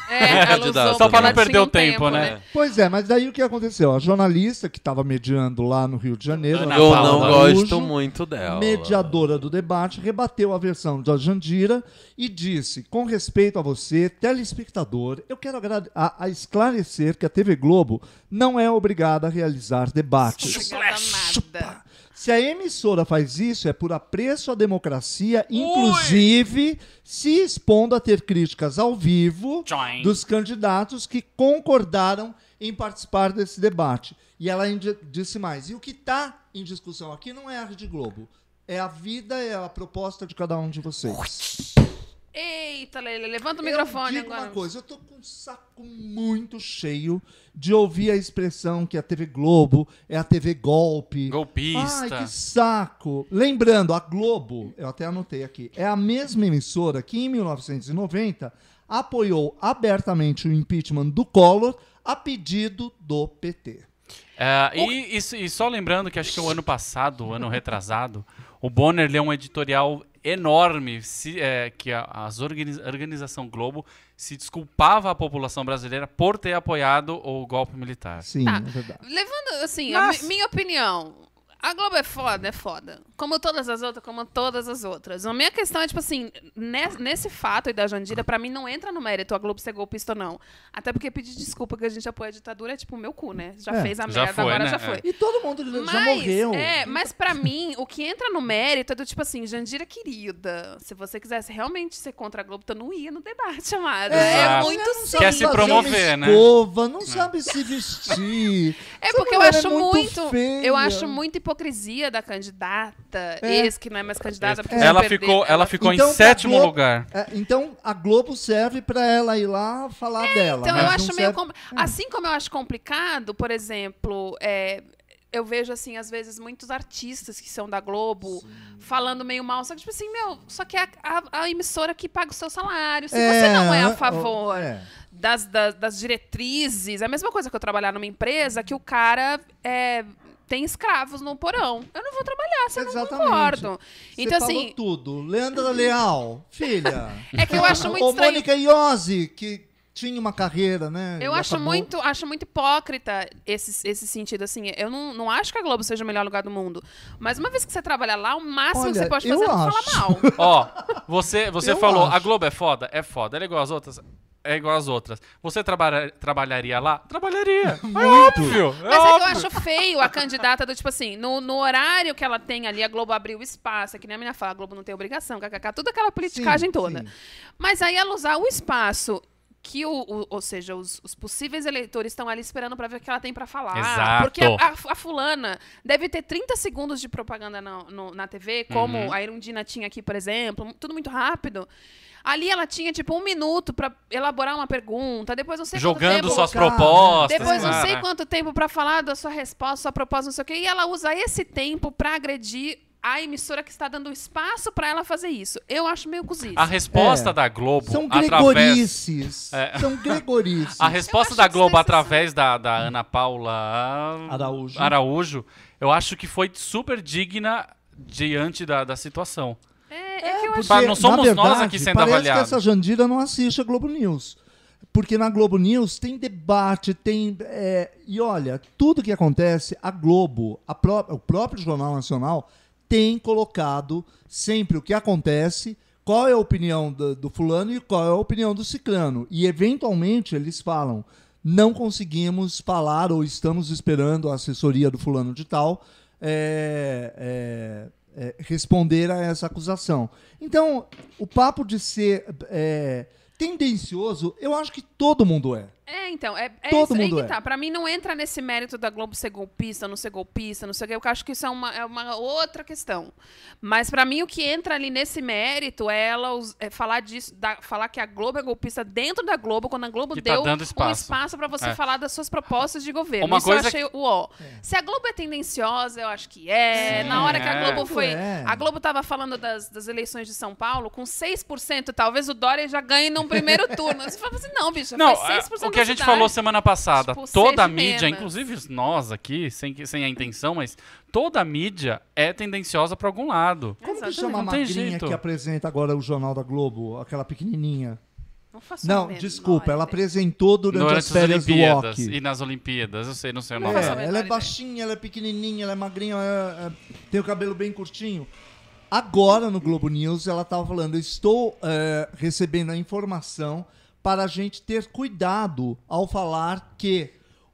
[SPEAKER 4] É, ela
[SPEAKER 6] Candidata,
[SPEAKER 4] usou
[SPEAKER 6] Só pra
[SPEAKER 4] porque
[SPEAKER 6] não
[SPEAKER 4] ela tinha
[SPEAKER 5] perder o
[SPEAKER 4] um
[SPEAKER 5] tempo, né?
[SPEAKER 3] Pois é, mas daí o que aconteceu? A jornalista que estava mediando lá no Rio de Janeiro,
[SPEAKER 5] Ana
[SPEAKER 6] eu
[SPEAKER 5] Paula
[SPEAKER 6] não
[SPEAKER 3] Araújo,
[SPEAKER 6] gosto muito dela.
[SPEAKER 3] mediadora do debate, rebateu a versão da Jandira e disse: com respeito a você, telespectador, eu quero agrade- a, a esclarecer que a TV Globo não é obrigada a realizar debates.
[SPEAKER 4] Obrigada nada.
[SPEAKER 3] Se a emissora faz isso, é por apreço à democracia, inclusive se expondo a ter críticas ao vivo
[SPEAKER 5] Join.
[SPEAKER 3] dos candidatos que concordaram em participar desse debate. E ela indi- disse mais: e o que está em discussão aqui não é a Rede Globo. É a vida, é a proposta de cada um de vocês.
[SPEAKER 4] Eita, Leila, levanta o microfone
[SPEAKER 3] eu digo
[SPEAKER 4] agora.
[SPEAKER 3] uma coisa, eu tô com um saco muito cheio de ouvir a expressão que a TV Globo é a TV golpe.
[SPEAKER 5] Golpista.
[SPEAKER 3] Ai, que saco. Lembrando, a Globo, eu até anotei aqui, é a mesma emissora que em 1990 apoiou abertamente o impeachment do Collor a pedido do PT.
[SPEAKER 5] É, e, e s- e só lembrando que acho que o ano passado, o ano retrasado, o Bonner leu um editorial enorme se- é, que a as organi- organização Globo se desculpava à população brasileira por ter apoiado o golpe militar.
[SPEAKER 3] Sim,
[SPEAKER 4] Tá.
[SPEAKER 3] é verdade.
[SPEAKER 4] Levando, assim, a mi- minha opinião. A Globo é foda, é foda. Como todas as outras, como todas as outras. A minha questão é, tipo assim, ne- nesse fato aí da Jandira, pra mim não entra no mérito a Globo ser golpista ou não. Até porque pedir desculpa que a gente apoia a ditadura é tipo o meu cu, né? Já
[SPEAKER 3] É.
[SPEAKER 4] fez a
[SPEAKER 5] Já
[SPEAKER 4] merda,
[SPEAKER 5] foi,
[SPEAKER 4] agora
[SPEAKER 5] né?
[SPEAKER 4] já
[SPEAKER 5] É.
[SPEAKER 4] foi.
[SPEAKER 3] E todo mundo já morreu.
[SPEAKER 4] É, mas pra mim, o que entra no mérito é do tipo assim, Jandira querida, se você quisesse realmente ser contra a Globo, tu não ia no debate, amada. É,
[SPEAKER 5] Exato.
[SPEAKER 4] muito
[SPEAKER 3] Ela não
[SPEAKER 4] simples.
[SPEAKER 3] sabe
[SPEAKER 5] Quer se
[SPEAKER 3] fazer uma
[SPEAKER 5] promover, né?
[SPEAKER 3] Escova, não sabe se vestir.
[SPEAKER 4] É
[SPEAKER 3] Essa
[SPEAKER 4] porque eu
[SPEAKER 3] mulher é
[SPEAKER 4] acho muito,
[SPEAKER 3] feia.
[SPEAKER 4] eu acho muita hipocrisia da candidata,
[SPEAKER 3] É.
[SPEAKER 4] ex que não é mais candidata porque já
[SPEAKER 5] Ela
[SPEAKER 4] perdeu.
[SPEAKER 5] ficou, ela ficou
[SPEAKER 3] Então,
[SPEAKER 5] em sétimo
[SPEAKER 3] acabou-
[SPEAKER 5] lugar.
[SPEAKER 3] É, então a Globo serve pra ela ir lá falar dela. mas
[SPEAKER 4] Então eu
[SPEAKER 3] não
[SPEAKER 5] né?
[SPEAKER 4] acho meio
[SPEAKER 3] serve- É.
[SPEAKER 4] compli- assim como eu acho complicado, por exemplo, é, eu vejo assim às vezes muitos artistas que são da Globo falando meio mal, só que tipo assim, meu, só que é a, a- a emissora que paga o seu salário. Se você não é a favor
[SPEAKER 3] é.
[SPEAKER 4] das, das, das diretrizes. É a mesma coisa que eu trabalhar numa empresa que o cara é, tem escravos no porão. Eu não vou trabalhar se eu não
[SPEAKER 3] Exatamente.
[SPEAKER 4] concordo.
[SPEAKER 3] Você
[SPEAKER 4] Então,
[SPEAKER 3] falou
[SPEAKER 4] assim,
[SPEAKER 3] tudo. Leandra Leal, filha.
[SPEAKER 4] é [LAUGHS] que eu acho muito
[SPEAKER 3] Ou
[SPEAKER 4] estranho.
[SPEAKER 3] Mônica Iose, que tinha uma carreira, né?
[SPEAKER 4] Eu
[SPEAKER 3] e
[SPEAKER 4] acho
[SPEAKER 3] acabou.
[SPEAKER 4] muito, acho muito hipócrita esse, esse sentido, assim. Eu não, não acho que a Globo seja o melhor lugar do mundo. Mas uma vez que você trabalha lá, o máximo que
[SPEAKER 3] Olha,
[SPEAKER 4] você pode
[SPEAKER 3] eu
[SPEAKER 4] fazer é não
[SPEAKER 3] acho. [LAUGHS]
[SPEAKER 4] falar mal.
[SPEAKER 5] Ó, você, você
[SPEAKER 3] Eu
[SPEAKER 5] falou,
[SPEAKER 3] acho.
[SPEAKER 5] a Globo é foda? É foda. Ela é igual às outras? É igual às outras. Você trabalha- trabalharia lá? Trabalharia. É óbvio. É
[SPEAKER 4] Mas é que
[SPEAKER 5] óbvio.
[SPEAKER 4] eu acho feio a candidata do tipo assim, no, no horário que ela tem ali, a Globo abriu espaço, é que nem a menina fala, a Globo não tem obrigação, kkk, toda aquela politicagem
[SPEAKER 3] Sim,
[SPEAKER 4] toda.
[SPEAKER 3] sim.
[SPEAKER 4] Mas aí ela usar o espaço que o, o- ou seja, os, os possíveis eleitores estão ali esperando pra ver o que ela tem pra falar.
[SPEAKER 5] Exato.
[SPEAKER 4] Porque a, a- a fulana deve ter 30 segundos de propaganda na, no- na TV, como
[SPEAKER 5] Uhum.
[SPEAKER 4] a Irundina tinha aqui, por exemplo, tudo muito rápido. Ali ela tinha tipo um minuto pra elaborar uma pergunta, depois não sei quanto
[SPEAKER 5] Jogando
[SPEAKER 4] tempo-
[SPEAKER 5] suas
[SPEAKER 3] Cara,
[SPEAKER 5] propostas.
[SPEAKER 4] depois não
[SPEAKER 5] lá,
[SPEAKER 4] sei
[SPEAKER 5] né?
[SPEAKER 4] quanto tempo pra falar da sua resposta, sua proposta, não sei o quê. E ela usa esse tempo pra agredir a emissora que está dando espaço pra ela fazer isso. Eu acho meio cozido.
[SPEAKER 5] A resposta
[SPEAKER 3] É.
[SPEAKER 5] da Globo
[SPEAKER 3] São
[SPEAKER 5] através
[SPEAKER 3] gregorices.
[SPEAKER 5] É.
[SPEAKER 3] São gregorices.
[SPEAKER 5] [LAUGHS] a
[SPEAKER 4] Eu
[SPEAKER 5] resposta
[SPEAKER 4] acho
[SPEAKER 5] da Globo
[SPEAKER 4] desnecessário.
[SPEAKER 5] através da, da Ana Paula
[SPEAKER 3] Araújo.
[SPEAKER 5] Araújo, eu acho que foi super digna diante da, da situação.
[SPEAKER 4] É, é que eu acho.
[SPEAKER 5] Pá, não somos
[SPEAKER 3] na verdade,
[SPEAKER 5] nós aqui sendo
[SPEAKER 3] parece
[SPEAKER 5] avaliados.
[SPEAKER 3] que essa Jandira não assiste a Globo News. Porque na Globo News tem debate, tem. é, e olha, tudo que acontece, a Globo, a pró- o próprio Jornal Nacional, tem colocado sempre o que acontece, qual é a opinião do, do fulano e qual é a opinião do ciclano. E eventualmente eles falam: não conseguimos falar ou estamos esperando a assessoria do fulano de tal. é, é, é, responder a essa acusação. Então, o papo de ser é, tendencioso, eu acho que todo mundo é.
[SPEAKER 4] É, então, é, é
[SPEAKER 3] Todo
[SPEAKER 4] isso aí
[SPEAKER 3] mundo
[SPEAKER 4] que
[SPEAKER 3] é.
[SPEAKER 4] tá. Pra mim não entra nesse mérito da Globo ser golpista, não ser golpista, não sei o quê. Eu acho que isso é uma, é uma outra questão. Mas pra mim o que entra ali nesse mérito é ela us- é falar disso, da- falar que a Globo é golpista dentro da Globo, quando a Globo
[SPEAKER 5] Que tá
[SPEAKER 4] deu
[SPEAKER 5] dando
[SPEAKER 4] um
[SPEAKER 5] espaço.
[SPEAKER 4] espaço pra você
[SPEAKER 5] É.
[SPEAKER 4] falar das suas propostas de governo.
[SPEAKER 5] Uma
[SPEAKER 4] isso
[SPEAKER 5] coisa
[SPEAKER 4] eu achei o ó. Se a Globo é tendenciosa, eu acho que é.
[SPEAKER 5] Sim,
[SPEAKER 4] Na hora que a
[SPEAKER 5] é.
[SPEAKER 4] Globo foi,
[SPEAKER 3] É.
[SPEAKER 4] a Globo tava falando das, das eleições de São Paulo, com 6%, talvez o Dória já ganhe num primeiro turno. Você fala assim, não, bicho,
[SPEAKER 5] Não, é,
[SPEAKER 4] foi 6%
[SPEAKER 5] o que
[SPEAKER 4] da
[SPEAKER 5] a gente
[SPEAKER 4] cidade.
[SPEAKER 5] falou semana passada,
[SPEAKER 4] Tipo,
[SPEAKER 5] toda a
[SPEAKER 4] seis
[SPEAKER 5] mídia,
[SPEAKER 4] menos.
[SPEAKER 5] inclusive nós aqui, sem, que- sem a intenção, mas toda a mídia é tendenciosa pra algum lado.
[SPEAKER 3] Como que
[SPEAKER 4] Exatamente.
[SPEAKER 3] chama a
[SPEAKER 5] Não tem
[SPEAKER 3] magrinha
[SPEAKER 5] jeito.
[SPEAKER 3] que apresenta agora o Jornal da Globo? Aquela pequenininha.
[SPEAKER 4] Não, faço a
[SPEAKER 3] Não,
[SPEAKER 4] menor
[SPEAKER 3] desculpa,
[SPEAKER 5] é.
[SPEAKER 3] ela
[SPEAKER 4] ideia.
[SPEAKER 3] apresentou durante,
[SPEAKER 5] Durante
[SPEAKER 3] as
[SPEAKER 5] as
[SPEAKER 3] férias do
[SPEAKER 5] é Olimpíadas
[SPEAKER 3] Rock.
[SPEAKER 5] e nas Olimpíadas, eu sei, não sei o
[SPEAKER 4] Não
[SPEAKER 5] nome.
[SPEAKER 4] faço a
[SPEAKER 5] dela.
[SPEAKER 3] É,
[SPEAKER 4] menor
[SPEAKER 3] ela é
[SPEAKER 4] ideia.
[SPEAKER 3] baixinha, ela é pequenininha, ela é magrinha, ela é- é- tem o cabelo bem curtinho. Agora no Globo News ela estava falando: estou é, recebendo a informação para a gente ter cuidado ao falar que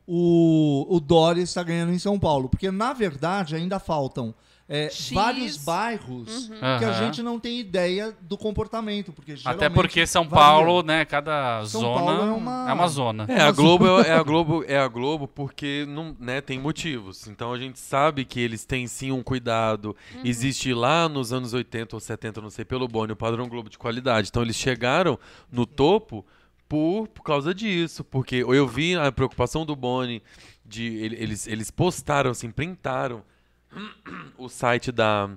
[SPEAKER 3] o, o Dória está ganhando em São Paulo. Porque na verdade ainda faltam é,
[SPEAKER 4] X. Uhum.
[SPEAKER 3] vários bairros que a
[SPEAKER 5] Aham.
[SPEAKER 3] gente não tem ideia do comportamento. Porque
[SPEAKER 5] Até
[SPEAKER 3] geralmente
[SPEAKER 5] porque São
[SPEAKER 3] varia.
[SPEAKER 5] Paulo, né, cada
[SPEAKER 3] São
[SPEAKER 5] zona
[SPEAKER 3] Paulo é uma-
[SPEAKER 5] zona.
[SPEAKER 6] É, a Globo é, é a Globo é a Globo porque não, né, tem motivos. Então a gente sabe que eles têm sim um cuidado. Existe lá nos anos 80 ou 70, não sei, pelo Boni, o padrão Globo de qualidade. Então eles chegaram no topo por, por causa disso, porque eu vi a preocupação do Boni de ele- eles eles postaram assim, printaram o site da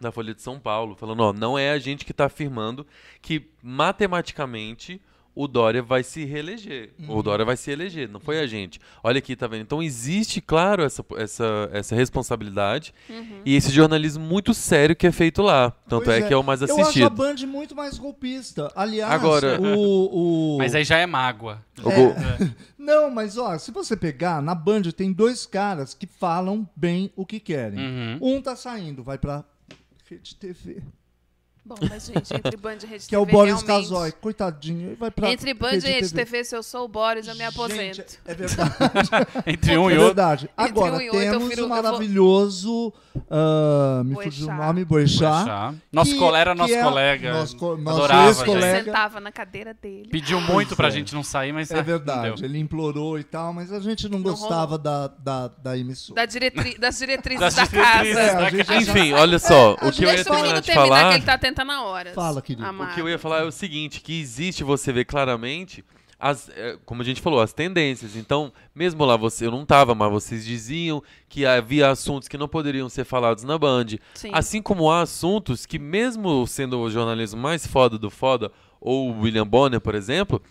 [SPEAKER 6] da Folha de São Paulo, falando, ó, não é a gente que tá afirmando que matematicamente o Dória vai se reeleger.
[SPEAKER 3] Uhum.
[SPEAKER 6] O Dória vai se eleger, não foi a gente. Olha aqui, tá vendo? Então existe, claro, essa, essa, essa responsabilidade e esse jornalismo muito sério que é feito lá. Tanto
[SPEAKER 3] Pois
[SPEAKER 6] é, que é o mais
[SPEAKER 3] Eu acho a
[SPEAKER 6] assistido.
[SPEAKER 3] Band muito mais golpista. Aliás,
[SPEAKER 6] Agora-
[SPEAKER 3] o, o-
[SPEAKER 5] [LAUGHS] Mas aí já é mágoa.
[SPEAKER 6] O Gol-
[SPEAKER 3] É. Não, mas ó, se você pegar, na Band tem dois caras que falam bem o que querem.
[SPEAKER 5] Uhum.
[SPEAKER 3] Um tá saindo, vai pra Rede TV,
[SPEAKER 4] Bom, mas, gente, [LAUGHS] entre Band e Rede
[SPEAKER 3] que é o
[SPEAKER 4] TV,
[SPEAKER 3] Boris
[SPEAKER 4] realmente-
[SPEAKER 3] Casoy, coitadinho, ele vai pra
[SPEAKER 4] Entre Band e Rede TV, se eu sou o Boris, eu me aposento.
[SPEAKER 3] Gente,
[SPEAKER 4] [LAUGHS]
[SPEAKER 3] é verdade.
[SPEAKER 5] Entre um
[SPEAKER 3] é
[SPEAKER 5] e outro.
[SPEAKER 3] verdade. Agora
[SPEAKER 4] um e outro, eu
[SPEAKER 3] temos
[SPEAKER 4] prefiro-
[SPEAKER 3] o
[SPEAKER 4] eu vou-
[SPEAKER 3] maravilhoso. ah, me
[SPEAKER 4] Boechat.
[SPEAKER 3] fugiu o nome, Boechat.
[SPEAKER 5] Chá. Nosso
[SPEAKER 3] que-
[SPEAKER 5] colega era nosso
[SPEAKER 3] que é-
[SPEAKER 5] colega.
[SPEAKER 3] nosso co- nosso
[SPEAKER 5] Adorava, gente.
[SPEAKER 3] ex-colega.
[SPEAKER 4] Eu sentava na cadeira dele.
[SPEAKER 5] Pediu muito pra
[SPEAKER 3] é.
[SPEAKER 5] gente não sair, mas
[SPEAKER 3] É
[SPEAKER 5] ah, não
[SPEAKER 3] verdade,
[SPEAKER 5] deu.
[SPEAKER 3] ele implorou e tal, mas a gente não
[SPEAKER 4] Não
[SPEAKER 3] gostava da, da, da emissora. É,
[SPEAKER 4] Da diretri- das diretrizes
[SPEAKER 5] Das
[SPEAKER 4] da
[SPEAKER 5] diretrizes
[SPEAKER 4] casa.
[SPEAKER 5] da
[SPEAKER 3] a gente
[SPEAKER 5] casa.
[SPEAKER 6] Enfim, olha só, o que eu ia
[SPEAKER 4] Deixa o
[SPEAKER 6] terminar
[SPEAKER 4] menino
[SPEAKER 6] de
[SPEAKER 4] terminar, que
[SPEAKER 6] falar...
[SPEAKER 4] ele tá tentando a horas.
[SPEAKER 3] Fala, querido.
[SPEAKER 6] O
[SPEAKER 4] Amado.
[SPEAKER 6] que eu ia falar é o seguinte, que existe, você vê claramente, as, é, como a gente falou, as tendências. Então, mesmo lá, você, eu não tava, mas vocês diziam que havia assuntos que não poderiam ser falados na Band.
[SPEAKER 4] Sim.
[SPEAKER 6] Assim como há assuntos que, mesmo sendo o jornalismo mais foda do foda, ou o William Bonner, por exemplo,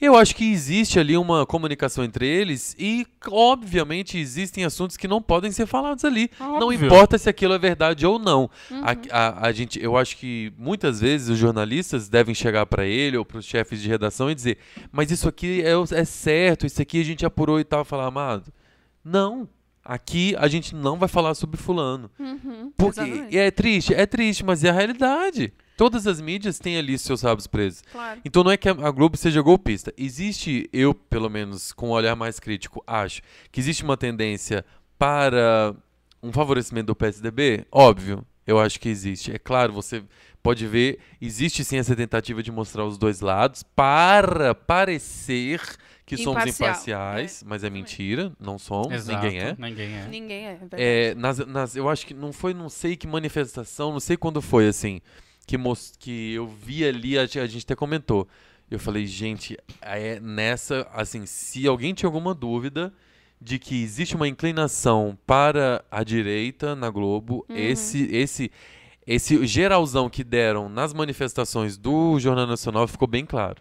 [SPEAKER 6] eu acho que existe ali uma comunicação entre eles e, obviamente, existem assuntos que não podem ser falados ali. Não
[SPEAKER 5] Óbvio.
[SPEAKER 6] importa se aquilo é verdade ou não. A, a- a gente, eu acho que muitas vezes os jornalistas devem chegar para ele ou para os chefes de redação e dizer: mas isso aqui é, o- é certo, isso aqui a gente apurou e tal, falar, amado. Não. Aqui a gente não vai falar sobre fulano. Porque
[SPEAKER 4] Exatamente.
[SPEAKER 6] e é triste, é triste, mas é a realidade. Todas as mídias têm ali seus rabos presos.
[SPEAKER 4] Claro.
[SPEAKER 6] Então não é que a- a Globo seja golpista. Existe, eu pelo menos com um olhar mais crítico, acho que existe uma tendência para um favorecimento do PSDB? Óbvio, eu acho que existe. É claro, você pode ver, existe sim essa tentativa de mostrar os dois lados para parecer que somos
[SPEAKER 4] Imparcial,
[SPEAKER 6] imparciais, mas é mentira, não somos,
[SPEAKER 5] Exato,
[SPEAKER 6] ninguém é.
[SPEAKER 5] Ninguém é.
[SPEAKER 4] Ninguém é, verdade.
[SPEAKER 6] É, nas, nas- eu acho que não foi, não sei que manifestação, não sei quando foi, assim, que, mos- que eu vi ali, a, gente- a gente até comentou. Eu falei, gente, é nessa, assim, se alguém tinha alguma dúvida de que existe uma inclinação para a direita na Globo, esse, esse, esse geralzão que deram nas manifestações do Jornal Nacional ficou bem claro.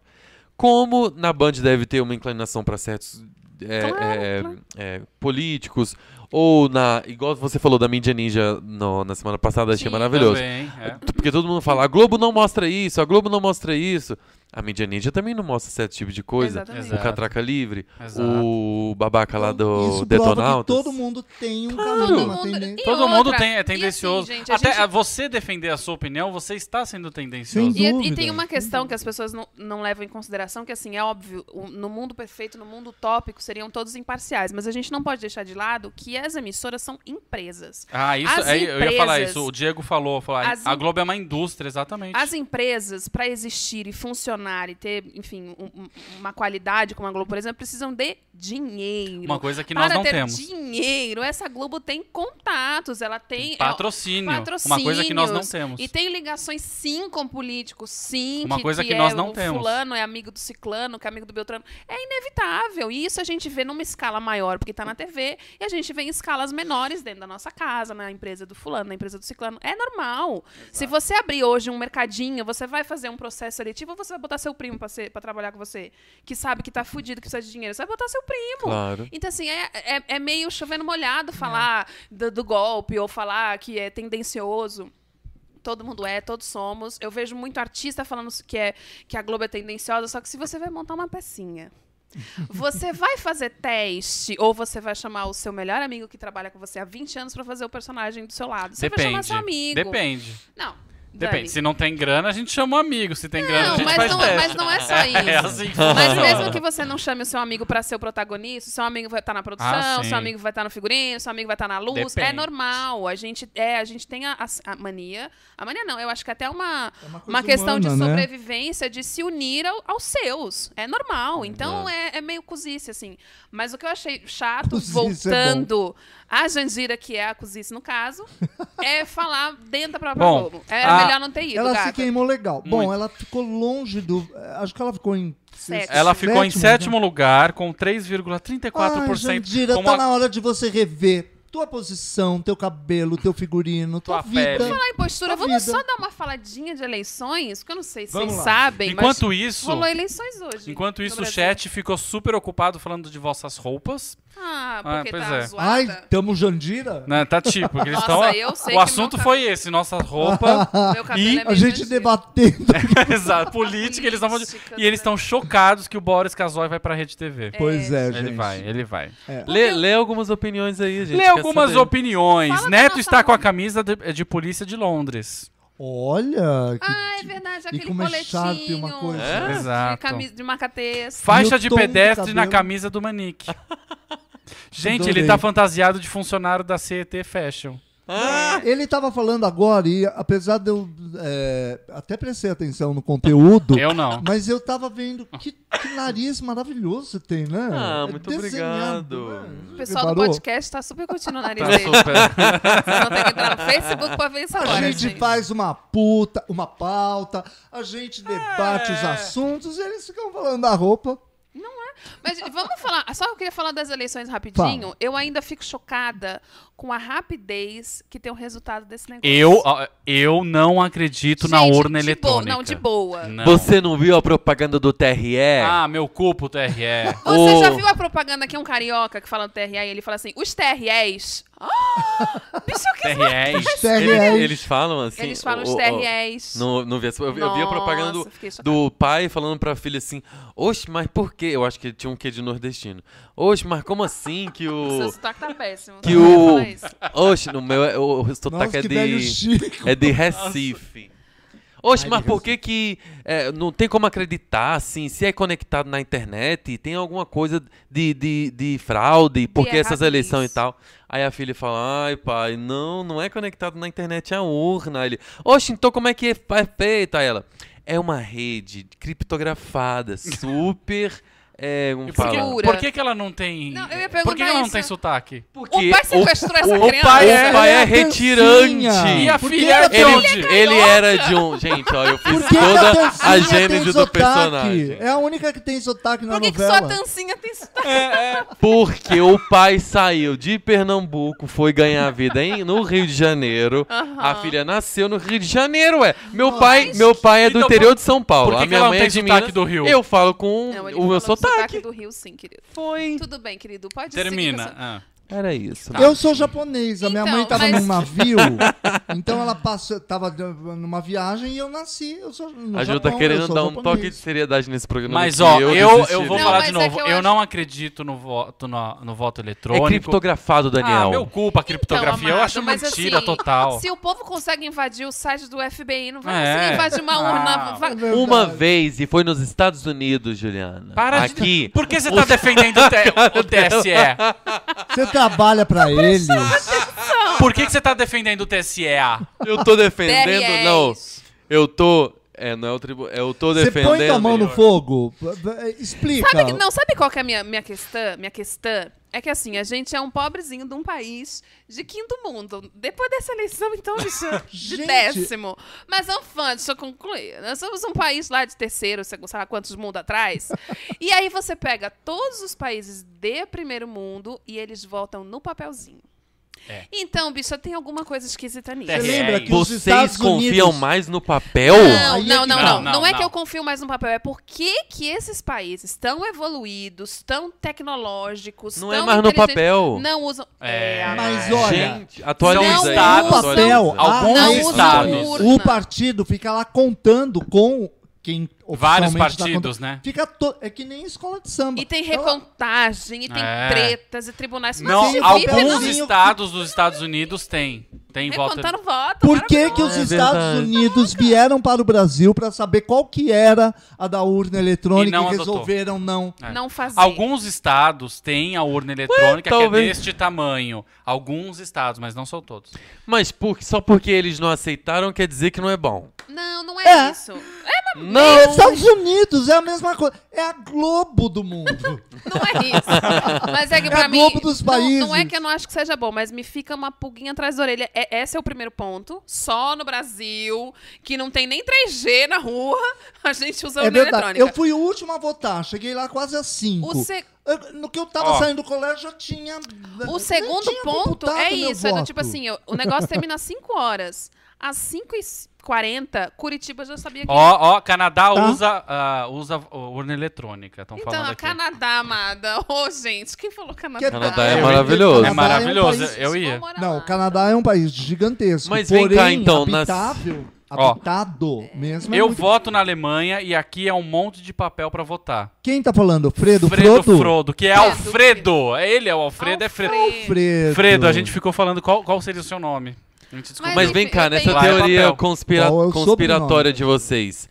[SPEAKER 6] Como na Band deve ter uma inclinação para certos é, é, é, políticos, ou na. Igual você falou da mídia ninja no- na semana passada, achei
[SPEAKER 4] Sim.
[SPEAKER 6] maravilhoso.
[SPEAKER 5] Também, é.
[SPEAKER 6] Porque todo mundo fala, a Globo não mostra isso, a Globo não mostra isso. A mídia ninja também não mostra certo tipo de coisa.
[SPEAKER 4] Exatamente.
[SPEAKER 6] O Catraca Livre,
[SPEAKER 5] Exato.
[SPEAKER 6] o babaca lá do
[SPEAKER 3] Isso prova que
[SPEAKER 6] Detonautas.
[SPEAKER 3] todo mundo tem um
[SPEAKER 4] Todo
[SPEAKER 3] caminho, uma
[SPEAKER 4] mundo-
[SPEAKER 3] tendência.
[SPEAKER 4] E
[SPEAKER 5] Todo
[SPEAKER 4] outra,
[SPEAKER 5] mundo tem,
[SPEAKER 4] e
[SPEAKER 5] é
[SPEAKER 4] assim,
[SPEAKER 5] tendencioso.
[SPEAKER 4] gente, a
[SPEAKER 5] Até
[SPEAKER 4] gente-
[SPEAKER 5] a você defender a sua opinião, você está sendo tendencioso.
[SPEAKER 3] Sim.
[SPEAKER 4] E, e
[SPEAKER 3] dúvida.
[SPEAKER 4] tem uma questão que as pessoas não, não levam em consideração, que assim, é óbvio, o- no mundo perfeito, no mundo utópico, seriam todos imparciais. Mas a gente não pode deixar de lado que as emissoras são empresas.
[SPEAKER 5] Ah, isso,
[SPEAKER 4] As
[SPEAKER 5] é, eu ia falar
[SPEAKER 4] empresas-
[SPEAKER 5] isso. O Diego falou, falou
[SPEAKER 4] As
[SPEAKER 5] a
[SPEAKER 4] em-
[SPEAKER 5] Globo é uma indústria, exatamente.
[SPEAKER 4] As empresas, para existir e funcionar e ter, enfim, um- um- uma qualidade como a Globo, por exemplo, precisam de dinheiro.
[SPEAKER 5] Uma coisa que
[SPEAKER 4] para
[SPEAKER 5] nós não
[SPEAKER 4] ter
[SPEAKER 5] temos.
[SPEAKER 4] dinheiro, essa Globo tem contatos, ela tem... é-
[SPEAKER 5] Patrocínio, Uma coisa que nós não temos.
[SPEAKER 4] E tem ligações sim com políticos, sim.
[SPEAKER 5] Uma coisa que
[SPEAKER 4] é
[SPEAKER 5] nós não
[SPEAKER 4] o
[SPEAKER 5] temos.
[SPEAKER 4] Fulano é amigo do ciclano, que é amigo do Beltrano. É inevitável. E isso a gente vê numa escala maior, porque tá na TV, e a gente vê em escalas menores dentro da nossa casa, na empresa do fulano, na empresa do ciclano. É normal. Se você abrir hoje um mercadinho, você vai fazer um processo seletivo, você vai botar seu primo pra, ser, pra trabalhar com você, que sabe que tá fudido, que precisa de dinheiro. Você vai botar seu primo.
[SPEAKER 6] Claro.
[SPEAKER 4] Então, assim, é, é, é meio chovendo
[SPEAKER 5] É.
[SPEAKER 4] molhado falar do, do golpe ou falar que é tendencioso. Todo mundo é, todos somos. Eu vejo muito artista falando que, é, que a Globo é tendenciosa, só que se você vai montar
[SPEAKER 5] [LAUGHS]
[SPEAKER 4] uma pecinha, você vai fazer teste ou você vai chamar o seu melhor amigo que trabalha com você há 20 anos pra fazer o personagem do seu lado. Você vai chamar
[SPEAKER 5] Depende.
[SPEAKER 4] seu amigo.
[SPEAKER 5] Depende.
[SPEAKER 4] Não. Dani.
[SPEAKER 5] Depende. Se não tem grana, a gente chama um amigo. Se tem grana, a
[SPEAKER 4] Não,
[SPEAKER 5] gente
[SPEAKER 4] mas
[SPEAKER 5] faz
[SPEAKER 4] não,
[SPEAKER 5] teste.
[SPEAKER 4] mas não é só
[SPEAKER 5] [LAUGHS]
[SPEAKER 4] isso.
[SPEAKER 5] É assim que [LAUGHS]
[SPEAKER 4] Mas
[SPEAKER 5] funciona.
[SPEAKER 4] mesmo que você não chame o seu amigo pra ser o protagonista, o seu amigo vai estar na produção,
[SPEAKER 5] Ah,
[SPEAKER 4] o
[SPEAKER 5] sim.
[SPEAKER 4] seu amigo vai estar no figurino, o seu amigo vai estar na luz, é
[SPEAKER 5] Depende.
[SPEAKER 4] normal. A gente é, a gente tem a, a- a mania. A mania não, eu acho que até uma
[SPEAKER 3] É coisa
[SPEAKER 4] uma questão de
[SPEAKER 3] humana, né?
[SPEAKER 4] sobrevivência, de se unir ao- aos seus. É normal. Então é, é meio cozice, assim. Mas o que eu achei chato,
[SPEAKER 3] Cozice é
[SPEAKER 4] voltando à Jandira, que é a cozice no
[SPEAKER 3] [LAUGHS]
[SPEAKER 4] caso, é falar dentro da própria
[SPEAKER 5] Bom,
[SPEAKER 4] Globo. Era
[SPEAKER 5] a-
[SPEAKER 4] melhor não ter ido,
[SPEAKER 3] Ela se
[SPEAKER 4] gata.
[SPEAKER 3] queimou legal. Bom, ela ficou longe do. eh, Acho que ela ficou em.
[SPEAKER 4] Sexto.
[SPEAKER 5] Ela ficou em
[SPEAKER 3] né?
[SPEAKER 5] sétimo lugar, com
[SPEAKER 3] Ai,
[SPEAKER 5] 3,34%.
[SPEAKER 3] Jandira,
[SPEAKER 5] como
[SPEAKER 3] tá
[SPEAKER 5] a-
[SPEAKER 3] na hora de você rever tua posição, teu cabelo, teu figurino, tua,
[SPEAKER 5] Tua
[SPEAKER 3] vida.
[SPEAKER 5] pele.
[SPEAKER 4] em postura,
[SPEAKER 3] A
[SPEAKER 4] vamos
[SPEAKER 3] vida.
[SPEAKER 4] só dar uma faladinha de eleições, porque eu não sei se
[SPEAKER 3] Vamos
[SPEAKER 4] vocês
[SPEAKER 3] lá.
[SPEAKER 4] sabem,
[SPEAKER 5] Enquanto
[SPEAKER 4] mas
[SPEAKER 5] isso,
[SPEAKER 4] rolou eleições hoje.
[SPEAKER 5] enquanto
[SPEAKER 4] no
[SPEAKER 5] isso o
[SPEAKER 4] Brasil.
[SPEAKER 5] chat ficou super ocupado falando de vossas roupas.
[SPEAKER 4] Ah,
[SPEAKER 5] Ah,
[SPEAKER 4] porque
[SPEAKER 5] pois
[SPEAKER 4] tá
[SPEAKER 5] é.
[SPEAKER 4] zoada.
[SPEAKER 3] Ai, tamo Jandira?
[SPEAKER 5] Né, tá tipo, eles
[SPEAKER 4] Nossa,
[SPEAKER 5] estão.
[SPEAKER 4] eu sei que
[SPEAKER 5] O assunto
[SPEAKER 4] nunca-
[SPEAKER 5] foi esse, nossa roupa. [LAUGHS]
[SPEAKER 4] Meu cabelo
[SPEAKER 5] E
[SPEAKER 4] é
[SPEAKER 3] tá. A
[SPEAKER 4] meio
[SPEAKER 3] gente
[SPEAKER 4] Jandira.
[SPEAKER 3] debatendo.
[SPEAKER 5] Exato, política, eles não vão.
[SPEAKER 4] Política, né?
[SPEAKER 5] E eles estão chocados que o Boris Casoy vai pra Rede TV.
[SPEAKER 3] Pois é, gente.
[SPEAKER 5] Ele vai, ele vai.
[SPEAKER 6] Lê, lê algumas opiniões aí, gente.
[SPEAKER 5] Lê
[SPEAKER 6] quer
[SPEAKER 5] algumas
[SPEAKER 6] saber.
[SPEAKER 5] opiniões.
[SPEAKER 4] Fala da
[SPEAKER 5] Neto
[SPEAKER 4] nossa
[SPEAKER 5] está com a
[SPEAKER 4] roupa.
[SPEAKER 5] camisa de, de polícia de Londres.
[SPEAKER 3] Olha. que-
[SPEAKER 4] Ah, é verdade,
[SPEAKER 3] e
[SPEAKER 4] aquele
[SPEAKER 3] como é chato
[SPEAKER 4] coletinho.
[SPEAKER 3] uma coisa.
[SPEAKER 6] É?
[SPEAKER 4] de
[SPEAKER 5] Exato.
[SPEAKER 4] camisa- de marca texto.
[SPEAKER 5] Faixa
[SPEAKER 3] o
[SPEAKER 5] de
[SPEAKER 3] tom do
[SPEAKER 5] pedestre na
[SPEAKER 3] cabelo?
[SPEAKER 5] camisa do Manique. Gente, ele
[SPEAKER 3] Adorei.
[SPEAKER 5] tá fantasiado de funcionário da CET Fashion.
[SPEAKER 6] Ah,
[SPEAKER 3] Ele tava falando agora, e apesar de eu. é, até prestei atenção no conteúdo.
[SPEAKER 5] Eu não.
[SPEAKER 3] Mas eu tava vendo que, que nariz maravilhoso você tem, né?
[SPEAKER 6] Ah,
[SPEAKER 3] É
[SPEAKER 6] muito
[SPEAKER 3] desenhado,
[SPEAKER 6] obrigado.
[SPEAKER 3] né?
[SPEAKER 4] O pessoal do
[SPEAKER 3] Reparou?
[SPEAKER 4] podcast tá super curtindo o nariz
[SPEAKER 5] Tá
[SPEAKER 4] dele.
[SPEAKER 5] super.
[SPEAKER 4] Vocês vão ter que entrar no Facebook pra ver isso
[SPEAKER 3] A
[SPEAKER 4] agora,
[SPEAKER 3] gente,
[SPEAKER 4] gente.
[SPEAKER 3] faz uma puta, uma pauta, a gente debate
[SPEAKER 6] É.
[SPEAKER 3] os assuntos e eles ficam falando da roupa.
[SPEAKER 4] Mas vamos falar. Só eu queria falar das eleições rapidinho. Eu ainda fico chocada com a rapidez que tem o resultado desse negócio.
[SPEAKER 5] Eu, ó, eu não acredito na
[SPEAKER 4] Gente,
[SPEAKER 5] urna
[SPEAKER 4] de
[SPEAKER 5] eletrônica.
[SPEAKER 4] boa- não, de boa.
[SPEAKER 5] Não.
[SPEAKER 6] Você é. não viu a propaganda do TRE?
[SPEAKER 5] Ah, meu cupo, TRE.
[SPEAKER 4] [LAUGHS] Você já
[SPEAKER 6] Ô.
[SPEAKER 4] viu a propaganda que é um carioca que fala do TRE e ele fala assim, os TREs? Ah, bicho, eu quero...
[SPEAKER 5] TREs.
[SPEAKER 3] TRE.
[SPEAKER 6] Eles, eles falam assim.
[SPEAKER 4] é. Eles falam
[SPEAKER 6] o-
[SPEAKER 4] os
[SPEAKER 6] o-
[SPEAKER 4] TREs.
[SPEAKER 6] Não, não vi essa. Eu, vi- eu vi a propaganda
[SPEAKER 4] Nossa,
[SPEAKER 6] do,
[SPEAKER 4] fiquei chocada.
[SPEAKER 6] do pai falando pra filha assim: Oxe, mas por quê? Eu acho que tinha um quê de nordestino. Oxe, mas como assim que
[SPEAKER 4] O seu
[SPEAKER 6] o.
[SPEAKER 4] sotaque tá péssimo.
[SPEAKER 6] Que
[SPEAKER 4] Eu ia
[SPEAKER 6] o.
[SPEAKER 4] falar isso.
[SPEAKER 6] Oxe, no meu. é- O o
[SPEAKER 3] Nossa,
[SPEAKER 6] sotaque é
[SPEAKER 3] que velho
[SPEAKER 6] de.
[SPEAKER 3] chico.
[SPEAKER 6] É de Recife. Oxe,
[SPEAKER 3] Ai,
[SPEAKER 6] mas
[SPEAKER 3] de
[SPEAKER 6] por que que é, não tem como acreditar, assim, se é conectado na internet, tem alguma coisa de, de, de fraude, porque essas
[SPEAKER 4] errado
[SPEAKER 6] eleições
[SPEAKER 4] nisso.
[SPEAKER 6] e tal. Aí a filha fala, ai pai, não, não é conectado na internet, é a urna. Aí Ele, oxe, então como é que é é feito? Aí ela, é uma rede criptografada, super... É, como
[SPEAKER 5] E Por, que,
[SPEAKER 6] fala?
[SPEAKER 4] Segura.
[SPEAKER 5] por que, que ela não tem.
[SPEAKER 4] Não, eu ia
[SPEAKER 5] por que, que ela não
[SPEAKER 4] perguntar
[SPEAKER 5] tem
[SPEAKER 4] isso.
[SPEAKER 5] sotaque?
[SPEAKER 6] Porque
[SPEAKER 4] O pai sequestrou essa
[SPEAKER 6] o
[SPEAKER 4] criança.
[SPEAKER 6] pai é,
[SPEAKER 4] Ela
[SPEAKER 6] o pai é
[SPEAKER 3] era
[SPEAKER 6] retirante.
[SPEAKER 3] dancinha.
[SPEAKER 5] E a
[SPEAKER 3] Por que
[SPEAKER 5] filha é
[SPEAKER 3] que ela-
[SPEAKER 5] rebelde.
[SPEAKER 6] Ele era de um. Gente, ó, eu fiz
[SPEAKER 3] Por que que a
[SPEAKER 6] toda
[SPEAKER 3] Tancinha
[SPEAKER 6] a
[SPEAKER 3] tem
[SPEAKER 6] gênese do
[SPEAKER 3] sotaque?
[SPEAKER 6] personagem.
[SPEAKER 3] É a única que tem sotaque na
[SPEAKER 4] Por que, que
[SPEAKER 3] novela.
[SPEAKER 4] sua tancinha tem sotaque?
[SPEAKER 6] Porque o pai saiu de Pernambuco, foi ganhar vida em, no Rio de Janeiro. A filha nasceu no Rio de Janeiro, ué. Meu pai, meu pai é do
[SPEAKER 5] Então,
[SPEAKER 6] interior
[SPEAKER 5] por-
[SPEAKER 6] de São Paulo.
[SPEAKER 5] por
[SPEAKER 6] a
[SPEAKER 5] que que
[SPEAKER 6] minha
[SPEAKER 5] ela não
[SPEAKER 6] mãe é
[SPEAKER 5] tem
[SPEAKER 6] de
[SPEAKER 5] sotaque
[SPEAKER 6] Minas.
[SPEAKER 5] do Rio?
[SPEAKER 6] Eu falo com
[SPEAKER 4] É, ele
[SPEAKER 6] o
[SPEAKER 4] falou
[SPEAKER 6] meu
[SPEAKER 4] do sotaque
[SPEAKER 6] sotaque.
[SPEAKER 4] do Rio, sim, querido.
[SPEAKER 6] Foi.
[SPEAKER 4] Tudo bem, querido. Pode seguir com
[SPEAKER 5] Termina.
[SPEAKER 4] essa-
[SPEAKER 5] ah.
[SPEAKER 6] Era isso.
[SPEAKER 3] Eu sou japonesa, minha
[SPEAKER 4] Então,
[SPEAKER 3] mãe tava
[SPEAKER 4] mas-
[SPEAKER 3] num
[SPEAKER 4] [LAUGHS]
[SPEAKER 3] navio, então ela passou, tava numa viagem e eu nasci. Eu sou no
[SPEAKER 6] A Ju tá
[SPEAKER 3] Japão, eu
[SPEAKER 6] querendo
[SPEAKER 3] sou
[SPEAKER 6] dar um
[SPEAKER 3] japonês.
[SPEAKER 6] toque de seriedade nesse programa.
[SPEAKER 5] Mas,
[SPEAKER 6] que
[SPEAKER 5] ó, eu, eu,
[SPEAKER 6] desisti.
[SPEAKER 5] vou
[SPEAKER 4] Não,
[SPEAKER 5] falar
[SPEAKER 4] mas
[SPEAKER 5] de
[SPEAKER 4] é que
[SPEAKER 5] novo.
[SPEAKER 4] eu
[SPEAKER 5] eu
[SPEAKER 4] acho-
[SPEAKER 5] não acredito no voto, no, no voto eletrônico.
[SPEAKER 6] É criptografado,
[SPEAKER 5] Ah,
[SPEAKER 6] Daniel.
[SPEAKER 5] meu culpa, a criptografia.
[SPEAKER 4] Então,
[SPEAKER 5] eu
[SPEAKER 4] amado,
[SPEAKER 5] acho
[SPEAKER 4] mas
[SPEAKER 5] mentira
[SPEAKER 4] assim,
[SPEAKER 5] total.
[SPEAKER 4] Se o povo consegue invadir o site do FBI, não vai
[SPEAKER 5] É.
[SPEAKER 4] conseguir invadir uma
[SPEAKER 5] Ah,
[SPEAKER 4] urna. vai-
[SPEAKER 3] É
[SPEAKER 6] Uma vez, e foi nos Estados Unidos, Juliana.
[SPEAKER 5] Para de.
[SPEAKER 6] Aqui.
[SPEAKER 5] Por que
[SPEAKER 6] [LAUGHS]
[SPEAKER 5] você tá defendendo o, T- o TSE?
[SPEAKER 3] Você trabalha pra eles.
[SPEAKER 5] Por que, que você tá defendendo o TSEA?
[SPEAKER 6] Eu tô defendendo,
[SPEAKER 4] TRS.
[SPEAKER 6] não. Eu tô. É, não é o tribunal. Eu tô
[SPEAKER 3] Você
[SPEAKER 6] defendendo.
[SPEAKER 3] põe a mão no fogo. b- b- Explica.
[SPEAKER 4] Sabe que- não, sabe qual que é a minha, minha questão? Minha questão é que assim, a gente é um pobrezinho de um país de quinto mundo. Depois dessa eleição, então, bicho,
[SPEAKER 3] [LAUGHS]
[SPEAKER 4] de
[SPEAKER 3] Gente.
[SPEAKER 4] décimo. Mas, fã, deixa eu concluir. Nós somos um país lá de terceiro, sei lá quantos mundos atrás. e aí você pega todos os países de primeiro mundo e eles votam no papelzinho.
[SPEAKER 5] É.
[SPEAKER 4] Então, bicho, tem alguma coisa esquisita nisso.
[SPEAKER 5] Você
[SPEAKER 3] Você lembra
[SPEAKER 5] Reais.
[SPEAKER 3] que os
[SPEAKER 6] É, Vocês
[SPEAKER 3] Estados
[SPEAKER 6] confiam
[SPEAKER 3] Unidos...
[SPEAKER 6] mais no papel?
[SPEAKER 3] Aí
[SPEAKER 4] Não,
[SPEAKER 3] é
[SPEAKER 4] não,
[SPEAKER 3] que
[SPEAKER 4] não,
[SPEAKER 3] tá.
[SPEAKER 4] não,
[SPEAKER 5] Não,
[SPEAKER 4] não. é
[SPEAKER 5] não.
[SPEAKER 4] que eu confio mais no papel, é por que que esses países tão evoluídos, tão tecnológicos,
[SPEAKER 6] Não
[SPEAKER 4] tão
[SPEAKER 6] é mais no
[SPEAKER 4] inteligentes,
[SPEAKER 6] papel.
[SPEAKER 4] Não usam.
[SPEAKER 5] É.
[SPEAKER 3] Mas olha,
[SPEAKER 6] Gente, é tá, atualiza
[SPEAKER 4] Não
[SPEAKER 6] aí.
[SPEAKER 5] usam
[SPEAKER 3] o
[SPEAKER 6] é
[SPEAKER 3] papel,
[SPEAKER 5] Não
[SPEAKER 3] a-
[SPEAKER 5] usam
[SPEAKER 3] a-
[SPEAKER 5] estados.
[SPEAKER 3] O partido fica lá contando com quem
[SPEAKER 5] Vários
[SPEAKER 3] oficialmente tá
[SPEAKER 5] partidos,
[SPEAKER 3] contando.
[SPEAKER 5] né?
[SPEAKER 3] Fica to- É que nem escola de samba. Então,
[SPEAKER 4] E tem
[SPEAKER 3] Ela-
[SPEAKER 4] recontagem, e tem
[SPEAKER 5] É.
[SPEAKER 4] tretas, e tribunais. Mas
[SPEAKER 5] Não,
[SPEAKER 4] se
[SPEAKER 3] Sim,
[SPEAKER 4] vive,
[SPEAKER 5] alguns
[SPEAKER 4] não.
[SPEAKER 3] sim.
[SPEAKER 5] estados dos Estados Unidos têm. Tem voto.
[SPEAKER 4] Recontaram voto.
[SPEAKER 3] Por que,
[SPEAKER 4] maravilhoso.
[SPEAKER 3] que os
[SPEAKER 6] É
[SPEAKER 3] Estados
[SPEAKER 6] verdade.
[SPEAKER 3] Unidos vieram para o Brasil para saber qual que era a da urna
[SPEAKER 5] E
[SPEAKER 3] eletrônica
[SPEAKER 5] não
[SPEAKER 3] e
[SPEAKER 5] adotou.
[SPEAKER 3] resolveram não?
[SPEAKER 5] É.
[SPEAKER 4] Não fazer.
[SPEAKER 5] Alguns estados têm a urna eletrônica que é
[SPEAKER 6] talvez.
[SPEAKER 5] deste tamanho. Alguns estados, mas não são
[SPEAKER 4] É
[SPEAKER 5] todos.
[SPEAKER 6] Mas por- só porque eles não aceitaram quer dizer que não é bom.
[SPEAKER 4] Não, não é,
[SPEAKER 3] É.
[SPEAKER 4] isso.
[SPEAKER 6] Não!
[SPEAKER 3] Os Estados Unidos é a mesma coisa. É a Globo do mundo.
[SPEAKER 4] [LAUGHS] Não é isso. Mas é que
[SPEAKER 3] É
[SPEAKER 4] pra
[SPEAKER 3] a
[SPEAKER 4] mim.
[SPEAKER 3] Globo dos
[SPEAKER 4] não- Não, é
[SPEAKER 3] países.
[SPEAKER 4] que eu não acho que seja bom, mas me fica uma pulguinha atrás da orelha. É, esse é o primeiro ponto. Só no Brasil, que não tem nem 3G na rua, a gente usa
[SPEAKER 3] é
[SPEAKER 4] urna
[SPEAKER 3] verdade.
[SPEAKER 4] eletrônica.
[SPEAKER 3] Eu fui o último a votar. Cheguei lá quase às 5.
[SPEAKER 4] O, se-
[SPEAKER 3] No que eu tava
[SPEAKER 5] Ó.
[SPEAKER 3] saindo do colégio, já tinha.
[SPEAKER 4] o segundo ponto é isso. É do tipo assim, eu- o negócio termina às 5 horas. Às 5h40, Curitiba já sabia que.
[SPEAKER 5] Ó, ó, Canadá
[SPEAKER 3] Tá.
[SPEAKER 5] usa, ah, usa uh, urna eletrônica. Estão
[SPEAKER 4] então,
[SPEAKER 5] falando
[SPEAKER 4] a
[SPEAKER 5] aqui.
[SPEAKER 4] Canadá, amada. [LAUGHS] Ô, gente, quem falou Canadá? um
[SPEAKER 3] Que-
[SPEAKER 6] Canadá é
[SPEAKER 5] Eu-
[SPEAKER 6] maravilhoso.
[SPEAKER 5] É maravilhoso.
[SPEAKER 3] É um país-
[SPEAKER 5] eu ia.
[SPEAKER 4] Vamos morar
[SPEAKER 3] Não,
[SPEAKER 4] lá.
[SPEAKER 3] o Canadá é um país gigantesco.
[SPEAKER 6] Mas vem
[SPEAKER 3] porém,
[SPEAKER 6] cá, então, nas-
[SPEAKER 3] Habitável,
[SPEAKER 5] Ó.
[SPEAKER 3] habitado mesmo. é
[SPEAKER 5] Eu
[SPEAKER 3] muito-
[SPEAKER 5] voto na Alemanha e aqui é um monte de papel pra votar.
[SPEAKER 3] Quem tá falando? Fredo,
[SPEAKER 5] Fredo
[SPEAKER 3] Frodo?
[SPEAKER 5] Frodo, que é
[SPEAKER 4] Fredo,
[SPEAKER 5] Alfredo. É ele, é o Alfredo, é Fredo.
[SPEAKER 3] Fredo.
[SPEAKER 5] Fredo, a gente ficou falando qual, qual seria o seu nome. A gente descobriu.
[SPEAKER 6] Mas
[SPEAKER 4] Mas
[SPEAKER 6] vem
[SPEAKER 4] enfim,
[SPEAKER 6] cá,
[SPEAKER 4] eu
[SPEAKER 6] nessa
[SPEAKER 4] tenho- um
[SPEAKER 5] Vai,
[SPEAKER 6] teoria
[SPEAKER 5] papel.
[SPEAKER 6] conspira-
[SPEAKER 3] Qual é o
[SPEAKER 6] conspiratória
[SPEAKER 3] sobrenome?
[SPEAKER 6] de vocês.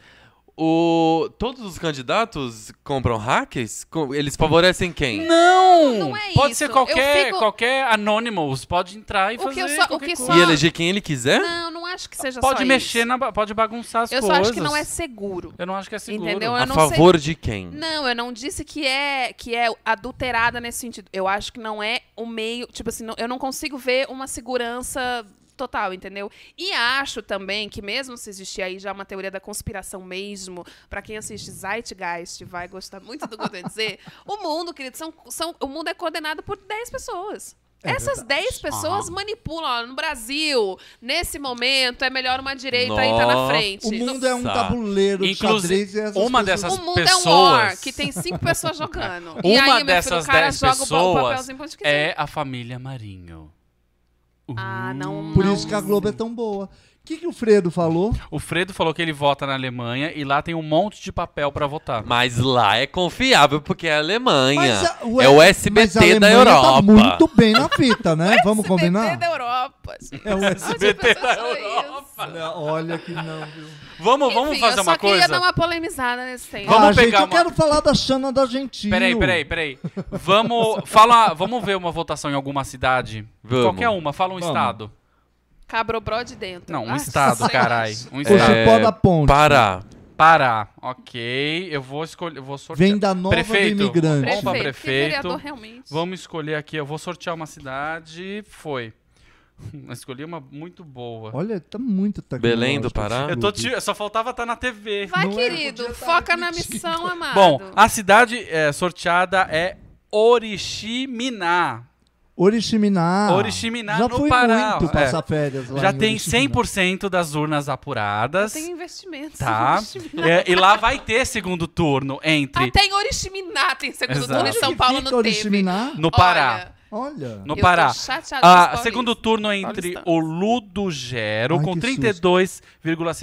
[SPEAKER 6] O... Todos os candidatos compram hackers? Com- Eles favorecem quem?
[SPEAKER 5] Não!
[SPEAKER 4] Não é
[SPEAKER 5] pode
[SPEAKER 4] isso.
[SPEAKER 5] ser
[SPEAKER 4] Eu
[SPEAKER 5] qualquer,
[SPEAKER 4] fico-
[SPEAKER 5] qualquer Anonymous. Pode entrar e
[SPEAKER 4] O que
[SPEAKER 5] fazer
[SPEAKER 4] eu só- o
[SPEAKER 5] qualquer
[SPEAKER 4] que
[SPEAKER 5] coisa.
[SPEAKER 4] só-
[SPEAKER 6] E é eleger quem ele quiser?
[SPEAKER 4] Não, não acho que seja só
[SPEAKER 5] Pode mexer,
[SPEAKER 4] isso.
[SPEAKER 5] na, ba- pode bagunçar as
[SPEAKER 4] Eu
[SPEAKER 5] coisas.
[SPEAKER 4] só acho que não é seguro.
[SPEAKER 5] Eu não acho que é seguro.
[SPEAKER 4] Entendeu?
[SPEAKER 6] A
[SPEAKER 4] eu não
[SPEAKER 6] favor de quem?
[SPEAKER 4] Não, eu não disse que é que é adulterada nesse sentido. Eu acho que não é o meio, tipo assim, não- eu não consigo ver uma segurança total, entendeu? E acho também que mesmo se existir aí já uma teoria da conspiração mesmo, pra quem assiste Zeitgeist vai gostar muito do que eu tenho
[SPEAKER 5] [LAUGHS]
[SPEAKER 4] a dizer, o mundo, querido, são, são, o mundo é coordenado por 10 pessoas.
[SPEAKER 5] É
[SPEAKER 4] Essas 10 pessoas
[SPEAKER 5] Ah.
[SPEAKER 4] manipulam, ó, no Brasil, nesse momento, é melhor uma direita aí tá na
[SPEAKER 6] Nossa.
[SPEAKER 4] frente.
[SPEAKER 3] O mundo é um
[SPEAKER 6] Nossa.
[SPEAKER 3] tabuleiro de xadrez e
[SPEAKER 5] Inclusive,
[SPEAKER 3] essas
[SPEAKER 5] uma
[SPEAKER 3] pessoas-
[SPEAKER 5] dessas
[SPEAKER 4] O mundo
[SPEAKER 5] pessoas.
[SPEAKER 4] é um war, que tem cinco pessoas jogando. e
[SPEAKER 5] [LAUGHS] Uma
[SPEAKER 4] aí, meu filho,
[SPEAKER 5] dessas
[SPEAKER 4] o cara
[SPEAKER 5] dez
[SPEAKER 4] joga o
[SPEAKER 5] pessoas
[SPEAKER 4] papelzinho pra onde quiser.
[SPEAKER 5] É a família Marinho.
[SPEAKER 4] Ah, não.
[SPEAKER 3] Por
[SPEAKER 4] não.
[SPEAKER 3] isso que a Globo é tão boa. O que, que o Fredo falou?
[SPEAKER 5] O Fredo falou que ele vota na Alemanha e lá tem um monte de papel pra votar.
[SPEAKER 6] Mas lá é confiável porque é a Alemanha.
[SPEAKER 3] Mas a-
[SPEAKER 6] é o SBT
[SPEAKER 3] mas a Alemanha
[SPEAKER 6] da Europa.
[SPEAKER 3] Tá muito bem na
[SPEAKER 5] [LAUGHS]
[SPEAKER 3] fita, né? Vamos
[SPEAKER 4] SBT
[SPEAKER 3] combinar?
[SPEAKER 4] da Europa. gente.
[SPEAKER 3] É o SBT.
[SPEAKER 4] Onde as pessoas falam isso?
[SPEAKER 3] Olha que não, viu?
[SPEAKER 5] Vamos, vamos
[SPEAKER 4] Enfim,
[SPEAKER 5] fazer
[SPEAKER 4] eu só
[SPEAKER 5] uma coisa?
[SPEAKER 4] queria dar uma polemizada nesse tempo.
[SPEAKER 5] Vamos
[SPEAKER 3] ah, gente,
[SPEAKER 5] pegar
[SPEAKER 3] eu
[SPEAKER 5] uma-
[SPEAKER 3] quero falar da Xana da Gentil.
[SPEAKER 5] Peraí, peraí, peraí. Vamos, [LAUGHS] fala, vamos ver uma votação em alguma cidade?
[SPEAKER 6] Vamos.
[SPEAKER 5] Qualquer uma, fala um
[SPEAKER 3] Vamos.
[SPEAKER 5] estado.
[SPEAKER 4] Cabrobró de dentro.
[SPEAKER 5] Não, um
[SPEAKER 4] Ah,
[SPEAKER 5] estado,
[SPEAKER 4] sei.
[SPEAKER 5] carai. Um
[SPEAKER 3] O
[SPEAKER 5] estado.
[SPEAKER 6] É.
[SPEAKER 3] Cipó da Ponte.
[SPEAKER 6] Pará.
[SPEAKER 5] Pará. Ok, eu vou escolher, eu vou sortear.
[SPEAKER 3] Vem da Nova
[SPEAKER 5] prefeito.
[SPEAKER 3] do Imigrante.
[SPEAKER 5] Vamos pra
[SPEAKER 4] Prefeito. porque vereador
[SPEAKER 5] prefeito.
[SPEAKER 4] realmente.
[SPEAKER 5] Vamos escolher aqui, eu vou sortear uma cidade. Foi. [LAUGHS] Escolhi uma muito boa.
[SPEAKER 3] Olha, tá muito tecnológico.
[SPEAKER 6] Belém do Pará?
[SPEAKER 5] Eu tô te... Só faltava estar na TV.
[SPEAKER 4] Vai,
[SPEAKER 3] Não é,
[SPEAKER 4] querido.
[SPEAKER 3] podia estar
[SPEAKER 4] foca na
[SPEAKER 3] repetindo.
[SPEAKER 4] missão, amado.
[SPEAKER 5] Bom, a cidade eh, sorteada é Oriximiná.
[SPEAKER 3] Oriximiná.
[SPEAKER 5] Oriximiná
[SPEAKER 3] Já
[SPEAKER 5] no
[SPEAKER 3] fui
[SPEAKER 5] Pará.
[SPEAKER 3] muito
[SPEAKER 5] É.
[SPEAKER 3] passar férias lá
[SPEAKER 5] Já
[SPEAKER 3] em
[SPEAKER 5] tem
[SPEAKER 3] Oriximiná.
[SPEAKER 5] 100% das urnas apuradas.
[SPEAKER 4] Tem investimentos.
[SPEAKER 5] Tá?
[SPEAKER 4] investimento.
[SPEAKER 5] É, e lá vai ter segundo turno entre
[SPEAKER 4] Até em Oriximiná Tá, tem segundo
[SPEAKER 5] Exato.
[SPEAKER 4] turno em São Paulo
[SPEAKER 3] Onde
[SPEAKER 4] não
[SPEAKER 3] fica
[SPEAKER 4] teve.
[SPEAKER 3] Oriximiná?
[SPEAKER 5] no Pará.
[SPEAKER 4] Olha,
[SPEAKER 3] Olha.
[SPEAKER 5] No
[SPEAKER 4] Eu tô
[SPEAKER 5] Pará.
[SPEAKER 4] chateada com os
[SPEAKER 5] Ah,
[SPEAKER 4] paulistas.
[SPEAKER 5] segundo turno entre
[SPEAKER 4] Paulistanos.
[SPEAKER 5] o Ludo Gero,
[SPEAKER 3] Ai,
[SPEAKER 5] com
[SPEAKER 3] que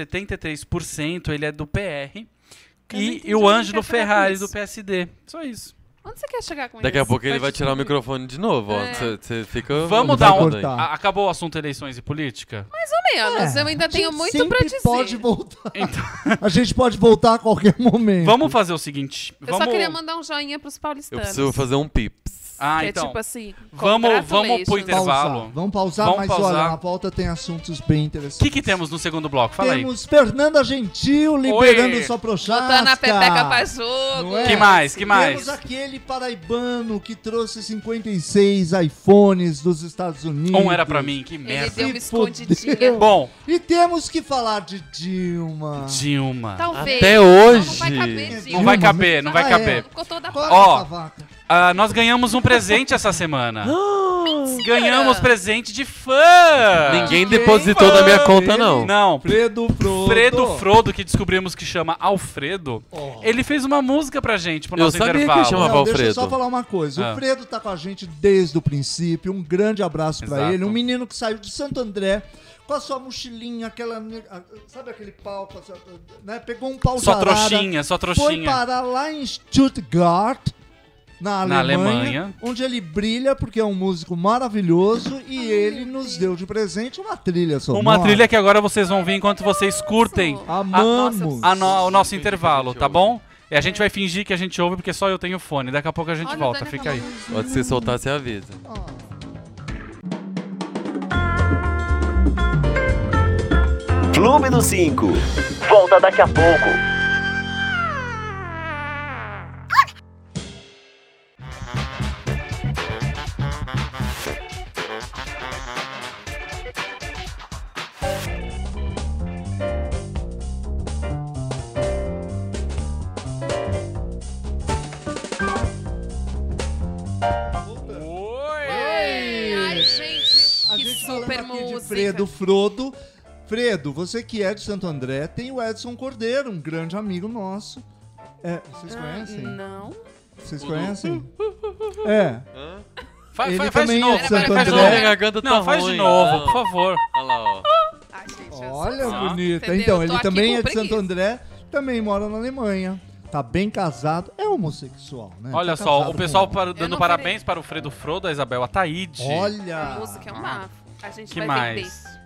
[SPEAKER 5] 32,73%, ele é do PR.
[SPEAKER 4] Eu não
[SPEAKER 5] E,
[SPEAKER 4] entendi
[SPEAKER 5] e o
[SPEAKER 4] onde é ele
[SPEAKER 5] Ângelo
[SPEAKER 4] quer chegar com
[SPEAKER 5] Ferrari,
[SPEAKER 4] isso.
[SPEAKER 5] do PSD. Só isso.
[SPEAKER 4] Onde você quer chegar com
[SPEAKER 6] Daqui
[SPEAKER 4] isso?
[SPEAKER 6] a pouco ele vai
[SPEAKER 4] te
[SPEAKER 6] tirar o microfone de novo, ó.
[SPEAKER 4] É.
[SPEAKER 6] Você fica.
[SPEAKER 5] Vamos
[SPEAKER 3] Ele vai
[SPEAKER 5] dar um...
[SPEAKER 3] cortar.
[SPEAKER 5] A- Acabou o assunto eleições e política?
[SPEAKER 4] Mais ou menos.
[SPEAKER 3] É,
[SPEAKER 4] eu ainda
[SPEAKER 3] a
[SPEAKER 4] tenho
[SPEAKER 3] gente
[SPEAKER 4] muito pra
[SPEAKER 3] sempre
[SPEAKER 4] dizer.
[SPEAKER 3] pode [LAUGHS] voltar.
[SPEAKER 5] Então-
[SPEAKER 3] A gente pode voltar a qualquer momento.
[SPEAKER 5] Vamos fazer o seguinte.
[SPEAKER 4] Eu
[SPEAKER 5] vamos...
[SPEAKER 4] só queria mandar um joinha pros
[SPEAKER 6] Eu
[SPEAKER 4] paulistanos.
[SPEAKER 6] preciso fazer um pips.
[SPEAKER 5] Ah,
[SPEAKER 4] que é
[SPEAKER 5] então.
[SPEAKER 4] tipo assim,
[SPEAKER 5] Vamos- vamos pro
[SPEAKER 4] congratulations.
[SPEAKER 5] intervalo.
[SPEAKER 3] pausar. Vamos pausar,
[SPEAKER 5] Vamos
[SPEAKER 3] mas
[SPEAKER 5] pausar.
[SPEAKER 3] olha, na volta tem assuntos bem
[SPEAKER 5] O
[SPEAKER 3] interessantes.
[SPEAKER 5] que, que temos no segundo bloco? Fala aí.
[SPEAKER 3] Temos Fernanda Gentil liberando
[SPEAKER 5] Oi.
[SPEAKER 3] sua prochasca.
[SPEAKER 4] Botando a peteca pra jogo.
[SPEAKER 3] Não é?
[SPEAKER 5] Que mais? Que mais?
[SPEAKER 3] Temos aquele paraibano que trouxe 56 iPhones dos Estados Unidos.
[SPEAKER 5] Um era pra mim, que
[SPEAKER 4] Ele
[SPEAKER 5] merda.
[SPEAKER 4] deu uma
[SPEAKER 3] Se fudeu.
[SPEAKER 4] escondidinha.
[SPEAKER 5] Bom,
[SPEAKER 3] E temos que falar de Dilma.
[SPEAKER 5] Dilma.
[SPEAKER 4] Talvez.
[SPEAKER 6] Até
[SPEAKER 4] Não vai
[SPEAKER 6] hoje.
[SPEAKER 4] caber,
[SPEAKER 5] Não
[SPEAKER 4] Dilma.
[SPEAKER 5] vai caber, não vai
[SPEAKER 3] Ah,
[SPEAKER 5] caber.
[SPEAKER 4] Ficou toda
[SPEAKER 3] Qual é
[SPEAKER 5] Ó.
[SPEAKER 3] essa vaca?
[SPEAKER 5] Ah, nós ganhamos um presente essa
[SPEAKER 4] [GASPS]
[SPEAKER 5] semana. ganhamos presente de fã!
[SPEAKER 6] Ninguém depositou na minha conta, não.
[SPEAKER 5] Não,
[SPEAKER 3] Fredo Frodo.
[SPEAKER 5] Fredo Frodo, que descobrimos que chama Alfredo,
[SPEAKER 3] Ó.
[SPEAKER 5] ele fez uma música pra gente, pro
[SPEAKER 6] Eu
[SPEAKER 5] nosso
[SPEAKER 6] sabia que
[SPEAKER 5] intervalo.
[SPEAKER 6] chamava-
[SPEAKER 3] Não, deixa eu
[SPEAKER 6] Alfredo.
[SPEAKER 3] só falar uma coisa.
[SPEAKER 5] Ah.
[SPEAKER 3] O Fredo tá com a gente desde o princípio. Um grande abraço pra
[SPEAKER 5] Exato.
[SPEAKER 3] ele. Um menino que saiu de Santo André com a sua mochilinha, aquela. Sabe aquele pau? com a sua- Né? Pegou um pau de
[SPEAKER 5] Só
[SPEAKER 3] arara,
[SPEAKER 5] trouxinha, só
[SPEAKER 3] Foi
[SPEAKER 5] trouxinha.
[SPEAKER 3] parar lá em Stuttgart. Na
[SPEAKER 5] Na
[SPEAKER 3] Alemanha,
[SPEAKER 5] Alemanha.
[SPEAKER 3] onde ele brilha porque é um músico maravilhoso e ele nos deu de presente uma trilha sonora.
[SPEAKER 5] Uma trilha que agora vocês vão ver enquanto vocês curtem
[SPEAKER 3] Amamos.
[SPEAKER 5] a no- o nosso
[SPEAKER 6] Finge que a
[SPEAKER 5] intervalo,
[SPEAKER 6] gente
[SPEAKER 5] tá
[SPEAKER 6] ouve.
[SPEAKER 5] bom? E a gente vai fingir que a gente ouve porque só eu tenho fone. Daqui a pouco a gente
[SPEAKER 4] Olha,
[SPEAKER 5] volta,
[SPEAKER 4] Dani
[SPEAKER 3] tá
[SPEAKER 5] fica aí.
[SPEAKER 6] Pode se soltar, você avisa.
[SPEAKER 2] Clube dos 5. Volta daqui a pouco.
[SPEAKER 4] Ai, gente,
[SPEAKER 3] A
[SPEAKER 4] que
[SPEAKER 5] tá
[SPEAKER 3] gente falando
[SPEAKER 4] super
[SPEAKER 3] aqui
[SPEAKER 4] música.
[SPEAKER 3] De Fredo Frodo. Fredo, você que é de Santo André, tem o Edson Cordeiro, um grande amigo nosso. É, vocês conhecem?
[SPEAKER 4] Ah, Não. Uhum.
[SPEAKER 3] Vocês conhecem? É.
[SPEAKER 5] Fa- fa-
[SPEAKER 3] Ele
[SPEAKER 5] faz
[SPEAKER 3] também
[SPEAKER 5] de
[SPEAKER 3] é
[SPEAKER 5] novo,
[SPEAKER 3] de
[SPEAKER 5] faz
[SPEAKER 4] Santo
[SPEAKER 5] de
[SPEAKER 4] André.
[SPEAKER 5] novo.
[SPEAKER 6] garganta tá
[SPEAKER 3] Tá
[SPEAKER 6] Ah,
[SPEAKER 5] Não, faz de
[SPEAKER 3] É.
[SPEAKER 5] novo, por favor.
[SPEAKER 6] Olha lá, ó.
[SPEAKER 4] Ai, gente, eu
[SPEAKER 3] Olha,
[SPEAKER 4] sou-
[SPEAKER 3] bonita.
[SPEAKER 4] Entendeu?
[SPEAKER 3] Então,
[SPEAKER 4] Eu tô
[SPEAKER 3] ele
[SPEAKER 4] aqui
[SPEAKER 3] também
[SPEAKER 4] com
[SPEAKER 3] é de Santo
[SPEAKER 4] preguiça.
[SPEAKER 3] André, também mora na Alemanha. Tá bem casado, é homossexual, né?
[SPEAKER 5] Olha
[SPEAKER 3] Tá
[SPEAKER 5] só,
[SPEAKER 3] casado
[SPEAKER 5] o
[SPEAKER 3] com
[SPEAKER 5] pessoal assim,
[SPEAKER 3] ela.
[SPEAKER 5] par-
[SPEAKER 4] Eu não
[SPEAKER 5] dando
[SPEAKER 4] virei.
[SPEAKER 5] parabéns para o Fredo Frodo, a Isabel Ataíde.
[SPEAKER 3] Olha!
[SPEAKER 4] A música é um bafo. A gente
[SPEAKER 5] que
[SPEAKER 4] vai
[SPEAKER 5] mais?
[SPEAKER 4] vender.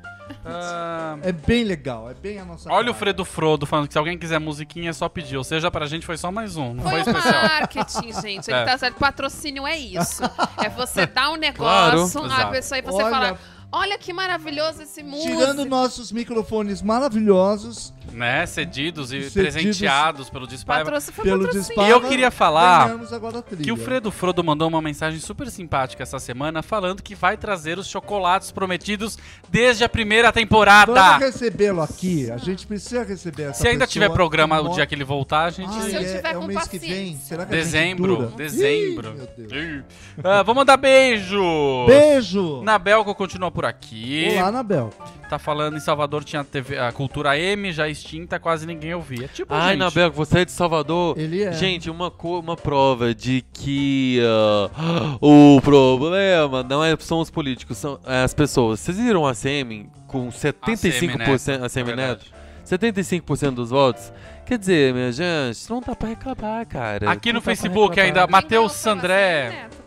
[SPEAKER 5] Ah,
[SPEAKER 3] É bem legal, é bem a nossa.
[SPEAKER 5] olha o
[SPEAKER 3] cara.
[SPEAKER 5] Fredo Frodo falando que se alguém quiser musiquinha é só pedir. Ou seja, pra gente foi só mais um, não foi,
[SPEAKER 4] Foi um
[SPEAKER 5] especial.
[SPEAKER 4] marketing, gente. Ele
[SPEAKER 5] É.
[SPEAKER 4] tá certo. Patrocínio é isso.
[SPEAKER 5] [LAUGHS]
[SPEAKER 4] É você dar um negócio
[SPEAKER 5] Claro.
[SPEAKER 4] à
[SPEAKER 5] Exato.
[SPEAKER 4] pessoa e você
[SPEAKER 3] Olha.
[SPEAKER 4] falar: olha que maravilhoso esse mundo.
[SPEAKER 3] Tirando nossos microfones maravilhosos
[SPEAKER 5] Né? Cedidos e
[SPEAKER 3] Cedidos.
[SPEAKER 5] presenteados pelo Dispaiva.
[SPEAKER 4] Patrocínio foi
[SPEAKER 3] pelo
[SPEAKER 4] patrocínio.
[SPEAKER 3] disparo.
[SPEAKER 5] E eu queria falar
[SPEAKER 3] ganhamos agora a trilha.
[SPEAKER 5] Que o Fredo Frodo mandou uma mensagem super simpática essa semana falando que vai trazer os chocolates prometidos desde a primeira temporada.
[SPEAKER 3] Vamos recebê-lo aqui. A gente precisa receber essa
[SPEAKER 5] Se ainda
[SPEAKER 3] pessoa
[SPEAKER 5] tiver programa
[SPEAKER 3] que
[SPEAKER 5] o dia que ele voltar, a gente.
[SPEAKER 3] Ai,
[SPEAKER 4] Se eu
[SPEAKER 3] é-
[SPEAKER 4] tiver
[SPEAKER 3] é o
[SPEAKER 4] com
[SPEAKER 3] mês que vem.
[SPEAKER 4] paciência.
[SPEAKER 3] Será que a gente
[SPEAKER 5] Dezembro,
[SPEAKER 3] dura? Ih,
[SPEAKER 5] dezembro.
[SPEAKER 3] meu Deus.
[SPEAKER 5] Ih. Ah, vou mandar beijo.
[SPEAKER 3] Beijo!
[SPEAKER 5] Nabelco continua por aqui.
[SPEAKER 3] Olá, Anabel.
[SPEAKER 5] Tá falando em Salvador tinha a TV, a cultura M já extinta, quase ninguém ouvia. Tipo,
[SPEAKER 6] Ai,
[SPEAKER 5] gente,
[SPEAKER 6] Nabel, você é de Salvador?
[SPEAKER 3] Ele é.
[SPEAKER 6] Gente, uma, co- uma prova de que ah, [GASPS] o problema não é, são os políticos, são é as pessoas. Vocês viram a CM com 75%, a
[SPEAKER 5] né? é
[SPEAKER 6] CM
[SPEAKER 5] verdade.
[SPEAKER 6] Neto? 75% dos votos? Quer dizer, minha gente, não dá pra reclamar, cara.
[SPEAKER 5] Aqui
[SPEAKER 6] Não
[SPEAKER 5] no
[SPEAKER 6] dá pra
[SPEAKER 5] Facebook
[SPEAKER 6] reclamar.
[SPEAKER 5] ainda, Matheus
[SPEAKER 4] Então, eu falo assim,
[SPEAKER 5] Sandré.
[SPEAKER 4] Neto.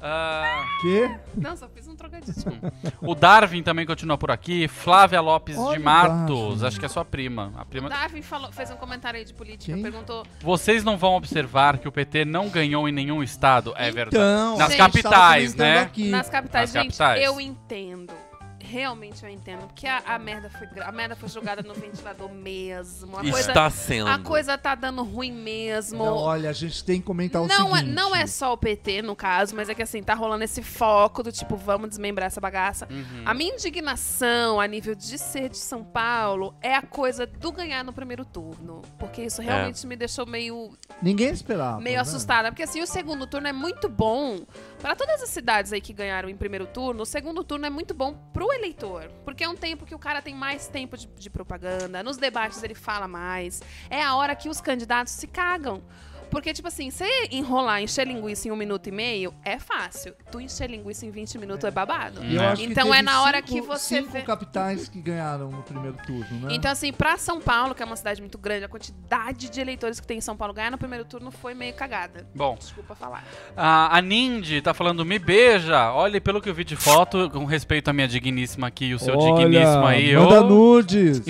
[SPEAKER 5] ah,
[SPEAKER 3] Que?
[SPEAKER 4] Não, só fiz um trocadilho. desculpa.
[SPEAKER 5] O Darwin também continua por aqui. Flávia Lopes
[SPEAKER 3] Olha
[SPEAKER 5] de
[SPEAKER 3] o
[SPEAKER 5] Matos.
[SPEAKER 3] Darwin.
[SPEAKER 5] Acho que é sua prima. A
[SPEAKER 4] O
[SPEAKER 5] prima.
[SPEAKER 4] Darwin falou- fez um comentário aí de política,
[SPEAKER 3] Quem?
[SPEAKER 4] perguntou
[SPEAKER 5] Vocês não vão observar que o PT não ganhou em nenhum estado. É verdade.
[SPEAKER 3] Então,
[SPEAKER 5] Nas
[SPEAKER 3] a gente
[SPEAKER 5] capitais,
[SPEAKER 3] tava comentando
[SPEAKER 5] né?
[SPEAKER 3] tá Aqui.
[SPEAKER 4] Nas capitais,
[SPEAKER 5] Nas
[SPEAKER 4] gente,
[SPEAKER 5] capitais.
[SPEAKER 4] eu entendo. Realmente eu entendo. Porque a, a merda foi gra- a merda foi jogada no ventilador mesmo. A
[SPEAKER 5] tá
[SPEAKER 4] coisa,
[SPEAKER 6] Está sendo.
[SPEAKER 4] a coisa tá dando ruim mesmo.
[SPEAKER 3] Não, olha, a gente tem que comentar o
[SPEAKER 4] Não é,
[SPEAKER 3] seguinte.
[SPEAKER 4] não é só o PT, no caso, mas é que assim, tá rolando esse foco do tipo, vamos desmembrar essa bagaça. A minha indignação a nível de ser de São Paulo é a coisa do ganhar no primeiro turno. Porque isso realmente me deixou meio
[SPEAKER 3] Ninguém esperava.
[SPEAKER 4] meio
[SPEAKER 3] né?
[SPEAKER 4] assustada, porque assim, o segundo turno é muito bom para todas as cidades aí que ganharam em primeiro turno. O segundo turno é muito bom pro eleitor, porque é um tempo que o cara tem mais tempo de, de propaganda, nos debates ele fala mais. É a hora que os candidatos se cagam. Porque, tipo assim, você enrolar, encher linguiça em um minuto e meio é fácil. Tu encher linguiça em 20 minutos é, babado.
[SPEAKER 3] E eu acho que
[SPEAKER 4] Então
[SPEAKER 3] teve
[SPEAKER 4] é na hora
[SPEAKER 3] cinco-
[SPEAKER 4] que você
[SPEAKER 3] Cinco
[SPEAKER 4] vê.
[SPEAKER 3] capitais que ganharam no primeiro turno, né?
[SPEAKER 4] Então, assim, pra São Paulo, que é uma cidade muito grande, a quantidade de eleitores que tem em São Paulo ganhar no primeiro turno foi meio cagada.
[SPEAKER 5] Bom,
[SPEAKER 4] Desculpa falar.
[SPEAKER 5] a, a Nindy tá falando, me beija. Olha, pelo que eu vi de foto, com respeito à minha digníssima aqui e o seu digníssimo aí.
[SPEAKER 3] manda
[SPEAKER 5] ô,
[SPEAKER 3] nudes.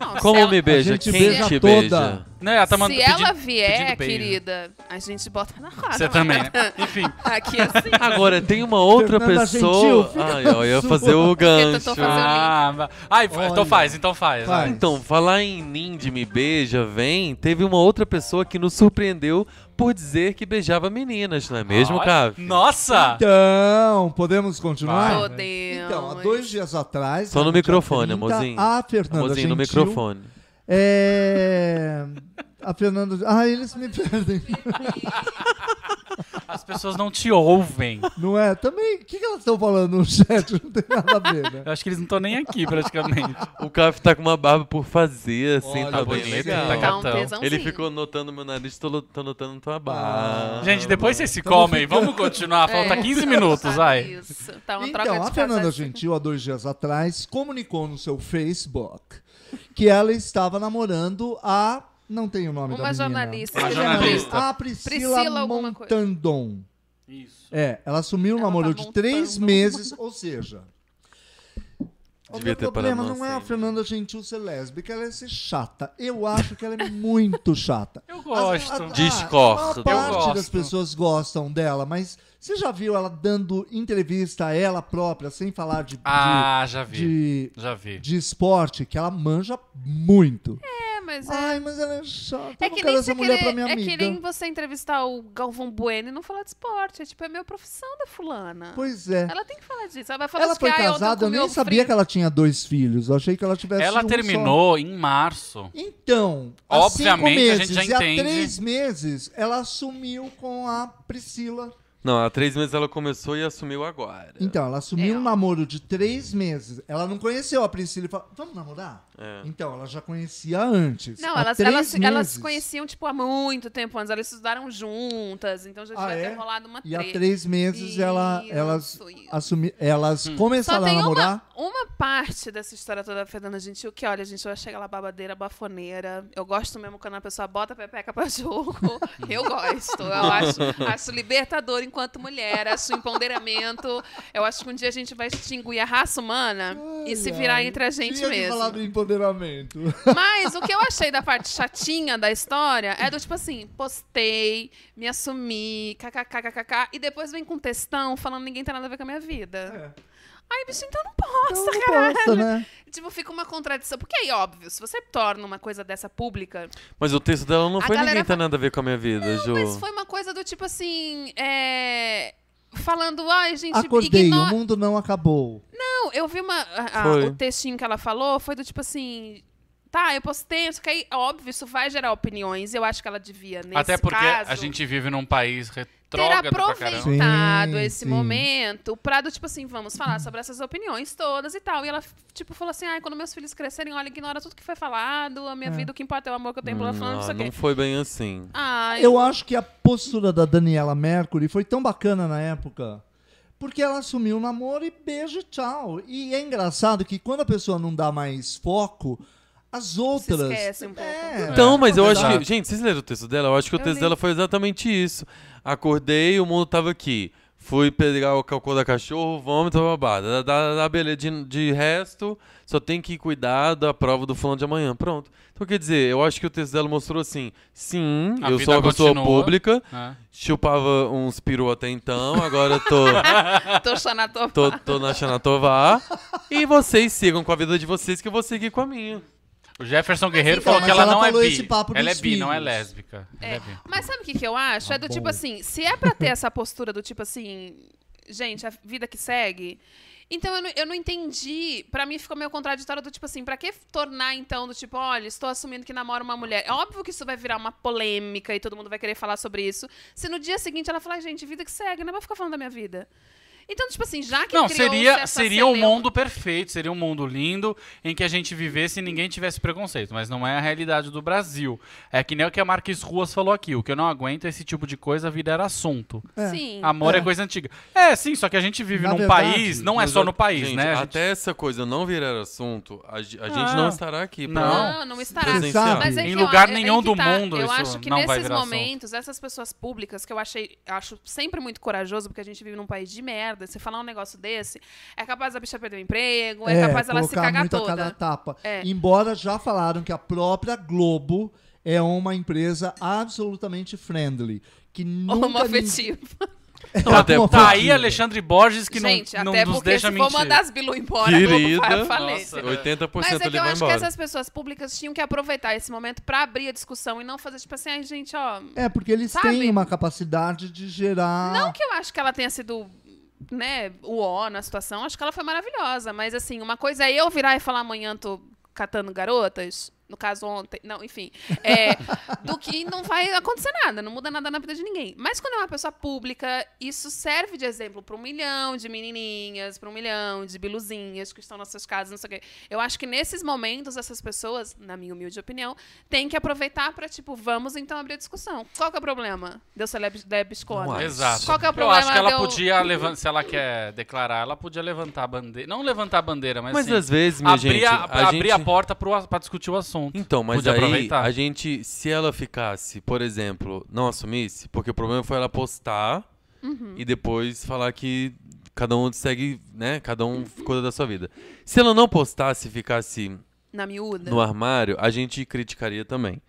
[SPEAKER 4] Não,
[SPEAKER 6] Como
[SPEAKER 4] se ela,
[SPEAKER 6] me beija?
[SPEAKER 3] A gente
[SPEAKER 6] Quem
[SPEAKER 3] beija
[SPEAKER 4] é?
[SPEAKER 6] te
[SPEAKER 3] toda.
[SPEAKER 6] beija?
[SPEAKER 5] né, ela tá mandando
[SPEAKER 4] se ela
[SPEAKER 5] pedi-
[SPEAKER 4] vier,
[SPEAKER 5] pedindo beijo.
[SPEAKER 4] querida, a gente bota na hora.
[SPEAKER 5] Você também,
[SPEAKER 4] [LAUGHS]
[SPEAKER 5] né? Enfim. [LAUGHS]
[SPEAKER 4] Aqui assim.
[SPEAKER 6] Agora, tem uma outra
[SPEAKER 3] Fernanda
[SPEAKER 6] pessoa...
[SPEAKER 3] Gentil, fica
[SPEAKER 6] Ai, ó, eu ia
[SPEAKER 3] sua.
[SPEAKER 6] fazer o
[SPEAKER 4] eu tô
[SPEAKER 6] gancho.
[SPEAKER 4] fazendo-
[SPEAKER 5] Ah, vai. Ai, fa- então
[SPEAKER 3] Olha.
[SPEAKER 5] faz, então faz.
[SPEAKER 3] Faz.
[SPEAKER 6] Então, falar em Nindy Me Beija, vem, teve uma outra pessoa que nos surpreendeu por dizer que beijava meninas, não é mesmo,
[SPEAKER 5] Olha-
[SPEAKER 6] Cavi?
[SPEAKER 5] Nossa!
[SPEAKER 3] Então, podemos continuar?
[SPEAKER 5] Vai.
[SPEAKER 4] Podemos.
[SPEAKER 3] Então, há dois dias atrás. né,
[SPEAKER 6] Só no
[SPEAKER 3] no dia
[SPEAKER 6] microfone,
[SPEAKER 3] 30,
[SPEAKER 6] amorzinho.
[SPEAKER 3] A Fernanda
[SPEAKER 6] Amorzinho, no
[SPEAKER 3] Gentil,
[SPEAKER 6] microfone.
[SPEAKER 3] É. A Fernanda. Ah, eles me perdem.
[SPEAKER 5] As pessoas não te ouvem.
[SPEAKER 3] Não é? Também. O que, que elas estão falando no chat? Não tem nada a ver, né?
[SPEAKER 5] Eu acho que eles não estão nem
[SPEAKER 3] [LAUGHS]
[SPEAKER 5] aqui, praticamente.
[SPEAKER 6] O Cavi tá com uma barba por fazer, assim,
[SPEAKER 3] Olha,
[SPEAKER 6] tá bem
[SPEAKER 5] bonito,
[SPEAKER 6] legal.
[SPEAKER 5] tá
[SPEAKER 4] Tá um
[SPEAKER 5] Então,
[SPEAKER 4] tesãozinho.
[SPEAKER 6] Ele ficou notando meu nariz, tô, lo- tô notando tua barba.
[SPEAKER 5] Gente, depois vocês se
[SPEAKER 3] Então,
[SPEAKER 5] comem. Vamos continuar. Falta
[SPEAKER 4] É.
[SPEAKER 5] 15 minutos, vai.
[SPEAKER 4] Isso. Tá uma troca
[SPEAKER 3] Então,
[SPEAKER 4] de
[SPEAKER 3] a Fernanda
[SPEAKER 4] casais.
[SPEAKER 3] Gentil, há dois dias atrás, comunicou no seu Facebook que ela estava namorando a. Não tem o nome da
[SPEAKER 4] Uma
[SPEAKER 3] menina.
[SPEAKER 4] jornalista.
[SPEAKER 5] Uma
[SPEAKER 3] Mas é
[SPEAKER 5] jornalista.
[SPEAKER 3] A Priscila,
[SPEAKER 4] Priscila alguma coisa.
[SPEAKER 3] Montandon.
[SPEAKER 5] Isso.
[SPEAKER 3] É, ela assumiu um
[SPEAKER 4] Ela
[SPEAKER 3] namoro
[SPEAKER 4] tá
[SPEAKER 3] de três
[SPEAKER 4] montando.
[SPEAKER 3] meses, ou seja. O
[SPEAKER 6] Devia
[SPEAKER 3] meu
[SPEAKER 6] ter
[SPEAKER 3] problema
[SPEAKER 6] parado
[SPEAKER 3] não é
[SPEAKER 6] assim,
[SPEAKER 3] a
[SPEAKER 6] né?
[SPEAKER 3] Fernanda Gentil ser lésbica, ela é ser chata. Eu acho que ela é muito [LAUGHS] chata.
[SPEAKER 5] Eu
[SPEAKER 3] As- a- a-
[SPEAKER 5] gosto.
[SPEAKER 6] Discordo.
[SPEAKER 3] A maior
[SPEAKER 5] Eu
[SPEAKER 3] parte
[SPEAKER 5] gosto.
[SPEAKER 3] das pessoas gostam dela, mas você já viu ela dando entrevista a ela própria, sem falar de, de-
[SPEAKER 5] Ah, já vi.
[SPEAKER 3] de,
[SPEAKER 5] Já vi.
[SPEAKER 3] de esporte, que ela manja muito.
[SPEAKER 4] É, mas é.
[SPEAKER 3] Ai, mas ela é chata.
[SPEAKER 4] É
[SPEAKER 3] eu não
[SPEAKER 4] que,
[SPEAKER 3] quero
[SPEAKER 4] nem
[SPEAKER 3] essa
[SPEAKER 4] você
[SPEAKER 3] mulher pra
[SPEAKER 4] querer,
[SPEAKER 3] minha
[SPEAKER 4] é
[SPEAKER 3] amiga.
[SPEAKER 4] que nem você entrevistar o Galvão Bueno e não falar de esporte. É tipo, é meio profissão da fulana.
[SPEAKER 3] Pois é.
[SPEAKER 4] Ela tem que falar disso. Ela vai falar
[SPEAKER 3] Ela
[SPEAKER 4] assim,
[SPEAKER 3] foi
[SPEAKER 4] ah,
[SPEAKER 3] casada, eu nem sabia que ela tinha dois filhos. Eu achei que ela tivesse um
[SPEAKER 5] Ela
[SPEAKER 3] só.
[SPEAKER 5] terminou em março.
[SPEAKER 3] Então,
[SPEAKER 5] Obviamente,
[SPEAKER 3] há
[SPEAKER 5] a
[SPEAKER 3] cinco
[SPEAKER 5] gente
[SPEAKER 3] meses
[SPEAKER 5] já
[SPEAKER 3] e
[SPEAKER 5] entende.
[SPEAKER 3] há três meses, ela assumiu com a Priscila.
[SPEAKER 6] Não, há três meses ela começou e assumiu agora.
[SPEAKER 3] Então, ela assumiu
[SPEAKER 4] É.
[SPEAKER 3] um namoro de três meses. Ela não conheceu a Priscila e falou, vamos namorar? Então, ela já conhecia antes.
[SPEAKER 4] Não,
[SPEAKER 3] Há
[SPEAKER 4] elas,
[SPEAKER 3] três
[SPEAKER 4] elas, elas se
[SPEAKER 3] meses.
[SPEAKER 4] conheciam, tipo, há muito tempo antes. Elas estudaram juntas, então já
[SPEAKER 3] Ah,
[SPEAKER 4] devia
[SPEAKER 3] é?
[SPEAKER 4] ter rolado uma
[SPEAKER 3] E há
[SPEAKER 4] treta.
[SPEAKER 3] três meses ela,
[SPEAKER 4] Isso,
[SPEAKER 3] elas,
[SPEAKER 4] isso.
[SPEAKER 3] assumi, elas
[SPEAKER 4] Só
[SPEAKER 3] começaram a
[SPEAKER 4] tem
[SPEAKER 3] namorar.
[SPEAKER 4] uma, uma parte dessa história toda da Fernanda Gentil que, olha, gente, eu chego lá babadeira, bafoneira. Eu gosto mesmo quando a pessoa bota a pepeca pra [LAUGHS] jogo. Eu gosto. Eu acho, acho libertador enquanto mulher, acho empoderamento. Eu acho que um dia a gente vai extinguir a raça humana e se
[SPEAKER 3] Ai,
[SPEAKER 4] virar
[SPEAKER 3] ai.
[SPEAKER 4] entre a gente
[SPEAKER 3] Tinha que
[SPEAKER 4] mesmo.
[SPEAKER 3] falar do empoderamento.
[SPEAKER 4] Mas o que eu achei da parte chatinha da história é do tipo assim, postei, me assumi, kkkkk, e depois vem com um textão falando ninguém tem nada a ver com a minha
[SPEAKER 3] É.
[SPEAKER 4] vida. Ai, bicho, então não posta,
[SPEAKER 3] Então,
[SPEAKER 4] caralho.
[SPEAKER 3] Nossa, né?
[SPEAKER 4] Tipo, fica uma contradição. Porque é aí, óbvio, se você torna uma coisa dessa pública.
[SPEAKER 6] Mas o texto dela não
[SPEAKER 4] A
[SPEAKER 6] foi
[SPEAKER 4] galera
[SPEAKER 6] ninguém tem
[SPEAKER 4] fa-
[SPEAKER 6] nada a ver com a minha vida, Ju.
[SPEAKER 4] Mas foi uma coisa do tipo assim. É... Falando, ai, gente,
[SPEAKER 3] Acordei, o
[SPEAKER 4] ignora.
[SPEAKER 3] mundo não acabou.
[SPEAKER 4] Não, eu vi uma. a- a-
[SPEAKER 6] Foi.
[SPEAKER 4] o textinho que ela falou foi do tipo assim. Tá, eu postei, isso que aí, óbvio, isso vai gerar opiniões. Eu acho que ela devia, nesse
[SPEAKER 5] Até porque
[SPEAKER 4] caso,
[SPEAKER 5] a gente vive num país
[SPEAKER 4] ter
[SPEAKER 5] retrógrado pra caramba.
[SPEAKER 4] aproveitado
[SPEAKER 3] Sim,
[SPEAKER 4] esse
[SPEAKER 3] sim.
[SPEAKER 4] momento pra do tipo assim, vamos falar sobre essas opiniões todas e tal. E ela, tipo, falou assim: ai, quando meus filhos crescerem, olha, ignora tudo que foi falado, a minha vida, o que importa é o amor que eu tenho pela fulana, não
[SPEAKER 6] Hum, Não,
[SPEAKER 4] sei o
[SPEAKER 6] não
[SPEAKER 4] quê.
[SPEAKER 6] foi bem assim.
[SPEAKER 4] Ai,
[SPEAKER 3] Eu acho que a postura da Daniela Mercury foi tão bacana na época. Porque ela assumiu o namoro e beijo e tchau. E é engraçado que quando a pessoa não dá mais foco, as outras.
[SPEAKER 4] esquece um pouco.
[SPEAKER 3] É.
[SPEAKER 6] Então, mas eu acho
[SPEAKER 5] Exato.
[SPEAKER 6] que. Gente, vocês leram o texto dela? Eu acho que o
[SPEAKER 4] Eu
[SPEAKER 6] texto
[SPEAKER 4] li.
[SPEAKER 6] dela foi exatamente isso. Acordei, o mundo tava aqui. Fui pegar o cocô da cachorro, vômito, babada. Da, da beleza de, de resto, só tem que cuidar da prova do fulano de amanhã. Pronto. Então, quer dizer, eu acho que o texto dela mostrou assim: sim,
[SPEAKER 5] A
[SPEAKER 6] eu
[SPEAKER 5] vida
[SPEAKER 6] sou uma pessoa
[SPEAKER 5] continua.
[SPEAKER 6] pública,
[SPEAKER 5] né?
[SPEAKER 6] chupava uns peru até então, agora tô,
[SPEAKER 4] Tô xanató.
[SPEAKER 6] tô, tô na Xanatová. E vocês sigam com a vida de vocês, que eu vou seguir com a minha.
[SPEAKER 5] O Jefferson Guerreiro
[SPEAKER 3] então,
[SPEAKER 5] falou que
[SPEAKER 3] mas
[SPEAKER 5] ela,
[SPEAKER 3] ela
[SPEAKER 5] não é
[SPEAKER 3] falou
[SPEAKER 5] bi.
[SPEAKER 3] esse papo
[SPEAKER 5] ela é
[SPEAKER 3] dos
[SPEAKER 5] bi, não é
[SPEAKER 3] filhos.
[SPEAKER 5] lésbica. Ela é bi.
[SPEAKER 4] Mas sabe o que, que eu acho?
[SPEAKER 5] Ah,
[SPEAKER 4] é do tipo
[SPEAKER 3] bom.
[SPEAKER 4] assim, se é pra ter essa postura do tipo assim, gente, a vida que segue. Então eu não, eu não entendi. Pra mim ficou meio contraditório do tipo assim, pra que tornar então do tipo, olha, estou assumindo que namoro uma mulher. É óbvio que isso vai virar uma polêmica e todo mundo vai querer falar sobre isso. Se no dia seguinte ela falar, gente, vida que segue, não vai ficar falando da minha vida. Então, tipo assim, já que
[SPEAKER 5] Não,
[SPEAKER 4] criou
[SPEAKER 5] seria,
[SPEAKER 4] essa
[SPEAKER 5] seria um
[SPEAKER 4] celeuma-
[SPEAKER 5] mundo perfeito, seria um mundo lindo em que a gente vivesse e ninguém tivesse preconceito, mas não é a realidade do Brasil. É que nem o que a Marques Ruas falou aqui, o que eu não aguento é esse tipo de coisa virar assunto.
[SPEAKER 4] Sim.
[SPEAKER 5] Amor é. coisa antiga. É, sim, só que a gente vive
[SPEAKER 3] Na
[SPEAKER 5] num
[SPEAKER 3] verdade,
[SPEAKER 5] país, não é
[SPEAKER 6] Mas
[SPEAKER 5] só
[SPEAKER 6] eu-
[SPEAKER 5] no país,
[SPEAKER 6] gente,
[SPEAKER 5] né? A gente-
[SPEAKER 6] Até essa coisa não virar assunto, a, ge- a gente
[SPEAKER 5] Ah,
[SPEAKER 6] não estará aqui. pra-
[SPEAKER 5] não.
[SPEAKER 4] Não, não estará.
[SPEAKER 6] Presencial.
[SPEAKER 4] Mas é
[SPEAKER 5] Em
[SPEAKER 4] que,
[SPEAKER 5] lugar
[SPEAKER 4] ó, é- é
[SPEAKER 5] nenhum
[SPEAKER 4] que
[SPEAKER 5] do
[SPEAKER 4] tá.
[SPEAKER 5] mundo
[SPEAKER 4] Eu
[SPEAKER 5] isso
[SPEAKER 4] acho que
[SPEAKER 5] não vai
[SPEAKER 4] nesses
[SPEAKER 5] virar assunto.
[SPEAKER 4] momentos, essas pessoas públicas, que eu achei, eu acho sempre muito corajoso, porque a gente vive num país de merda. Você falar um negócio desse, é capaz a bicha perder o emprego, é, capaz ela se
[SPEAKER 3] colocar
[SPEAKER 4] cagar
[SPEAKER 3] muito a cara na
[SPEAKER 4] toda.
[SPEAKER 3] tapa.
[SPEAKER 4] É.
[SPEAKER 3] Embora já falaram que a própria Globo é uma empresa absolutamente friendly. Que nunca ninguém- É,
[SPEAKER 4] Homoafetivo.
[SPEAKER 5] Tá,
[SPEAKER 3] até
[SPEAKER 5] tá
[SPEAKER 3] porque-
[SPEAKER 5] aí Alexandre Borges que
[SPEAKER 4] Gente,
[SPEAKER 5] não, não
[SPEAKER 4] até
[SPEAKER 5] nos
[SPEAKER 4] porque
[SPEAKER 5] deixa
[SPEAKER 4] se
[SPEAKER 5] mentir.
[SPEAKER 4] for mandar as Bilu embora, eu vou
[SPEAKER 6] Querida,
[SPEAKER 4] falar falência.
[SPEAKER 5] Nossa.
[SPEAKER 6] 80%
[SPEAKER 4] Mas é que
[SPEAKER 6] ele
[SPEAKER 4] eu
[SPEAKER 6] vai
[SPEAKER 4] acho
[SPEAKER 6] embora.
[SPEAKER 4] que essas pessoas públicas tinham que aproveitar esse momento pra abrir a discussão e não fazer tipo assim, ai gente, ó.
[SPEAKER 3] É, porque eles
[SPEAKER 4] Sabe?
[SPEAKER 3] têm uma capacidade de gerar.
[SPEAKER 4] Não que eu acho que ela tenha sido, né, o ó na situação, acho que ela foi maravilhosa. Mas assim, uma coisa é eu virar e falar amanhã tô catando garotas. No caso, ontem. Não, enfim. É, do que não vai acontecer nada, não muda nada na vida de ninguém. Mas quando é uma pessoa pública, isso serve de exemplo pra um milhão de menininhas, pra um milhão de biluzinhas que estão nas suas casas, não sei o quê. Eu acho que nesses momentos, essas pessoas, na minha humilde opinião, têm que aproveitar pra, tipo, vamos então abrir a discussão. Qual que é o problema? Deu
[SPEAKER 6] Não
[SPEAKER 4] celebscona.
[SPEAKER 6] é.
[SPEAKER 5] Exato.
[SPEAKER 4] Qual que é o
[SPEAKER 5] Eu
[SPEAKER 4] problema
[SPEAKER 5] acho que ela
[SPEAKER 4] de eu-
[SPEAKER 5] podia levantar, se ela quer declarar, ela podia levantar a bandeira. Não levantar a bandeira, mas,
[SPEAKER 6] Mas
[SPEAKER 5] assim,
[SPEAKER 6] às vezes, minha
[SPEAKER 5] abrir,
[SPEAKER 6] gente,
[SPEAKER 5] a,
[SPEAKER 6] a
[SPEAKER 5] abrir
[SPEAKER 6] gente-
[SPEAKER 5] a porta pro, a- pra discutir o assunto.
[SPEAKER 6] Então, mas
[SPEAKER 5] Podia
[SPEAKER 6] aí
[SPEAKER 5] aproveitar.
[SPEAKER 6] a gente, se ela ficasse, por exemplo, não assumisse, porque o problema foi ela postar
[SPEAKER 4] Uhum.
[SPEAKER 6] e depois falar que cada um segue, né? Cada um cuida da sua vida. Se ela não postasse e ficasse
[SPEAKER 4] Na miúda.
[SPEAKER 6] no armário, a gente criticaria também.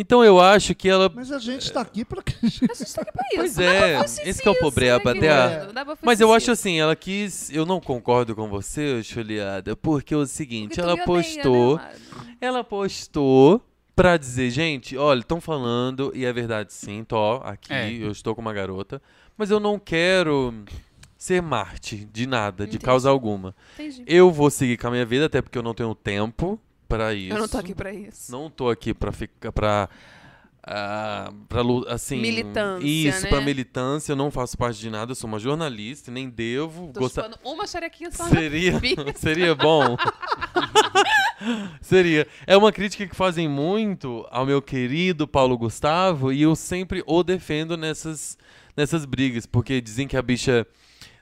[SPEAKER 6] Então eu acho que ela.
[SPEAKER 3] Mas a gente tá aqui pra.
[SPEAKER 4] A
[SPEAKER 3] [LAUGHS]
[SPEAKER 4] gente tá aqui pra isso.
[SPEAKER 6] Pois
[SPEAKER 4] Dá
[SPEAKER 6] é,
[SPEAKER 4] pra fazer
[SPEAKER 6] esse que é o
[SPEAKER 4] isso,
[SPEAKER 6] problema,
[SPEAKER 4] né,
[SPEAKER 6] até a-
[SPEAKER 4] querido? Dá pra fazer
[SPEAKER 6] Mas eu
[SPEAKER 4] isso.
[SPEAKER 6] acho assim, ela quis. Eu não concordo com você, Juliada, porque é o seguinte,
[SPEAKER 4] Porque tu
[SPEAKER 6] ela
[SPEAKER 4] me odeia, né,
[SPEAKER 6] postou.
[SPEAKER 4] Amado?
[SPEAKER 6] Ela postou pra dizer, gente, olha, estão falando, e é verdade sim, tô aqui,
[SPEAKER 5] É.
[SPEAKER 6] eu estou com uma garota, mas eu não quero ser Marte de nada, de causa alguma.
[SPEAKER 4] Entendi.
[SPEAKER 6] Eu vou seguir com a minha vida, até porque eu não tenho tempo pra isso.
[SPEAKER 4] Eu não tô aqui pra isso.
[SPEAKER 6] Não tô aqui pra ficar pra ah, pra lu- assim,
[SPEAKER 4] Militância,
[SPEAKER 6] isso,
[SPEAKER 4] né?
[SPEAKER 6] pra militância, eu não faço parte de nada, eu sou uma jornalista e nem devo
[SPEAKER 4] Tô
[SPEAKER 6] gostar.
[SPEAKER 4] chupando uma xerequinha só.
[SPEAKER 6] Seria,
[SPEAKER 4] vida.
[SPEAKER 6] [LAUGHS] seria bom. seria. É uma crítica que fazem muito ao meu querido Paulo Gustavo e eu sempre o defendo nessas, nessas brigas, porque dizem que a bicha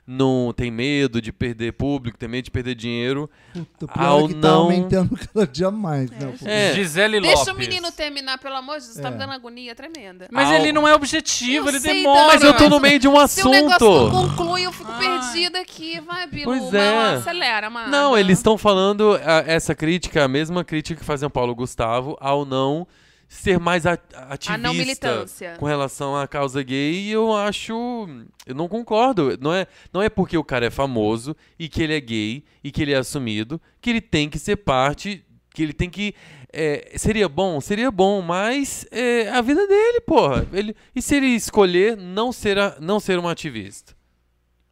[SPEAKER 6] não tem medo de perder público, tem medo de perder dinheiro.
[SPEAKER 3] Puta, o pior
[SPEAKER 6] Ao
[SPEAKER 3] é que tá
[SPEAKER 6] não-
[SPEAKER 3] aumentando cada dia mais, né? pô?
[SPEAKER 6] É.
[SPEAKER 5] Gisele Lopes.
[SPEAKER 4] Deixa o menino terminar, pelo amor de Deus. Tá me dando agonia tremenda.
[SPEAKER 5] Mas
[SPEAKER 6] Ao-
[SPEAKER 5] ele não é objetivo,
[SPEAKER 4] Eu
[SPEAKER 5] ele
[SPEAKER 4] sei,
[SPEAKER 5] demora.
[SPEAKER 4] Dora,
[SPEAKER 6] Mas eu tô no
[SPEAKER 4] mas
[SPEAKER 6] meio de um
[SPEAKER 4] Se o negócio tá
[SPEAKER 6] assunto.
[SPEAKER 4] não conclui, eu fico perdida aqui. Vai, Bilu.
[SPEAKER 6] Pois
[SPEAKER 4] vai lá,
[SPEAKER 6] é.
[SPEAKER 4] acelera, mano.
[SPEAKER 6] Não, eles estão falando a- essa crítica, a mesma crítica que fazem o Paulo Gustavo ao não ser mais a- ativista
[SPEAKER 4] A não militância.
[SPEAKER 6] com relação à causa gay, e eu acho, eu não concordo. Não é, não é porque o cara é famoso e que ele é gay e que ele é assumido que ele tem que ser parte, que ele tem que é, seria bom, seria bom, mas é a vida dele, porra. Ele, e se ele escolher não ser a- não ser um ativista?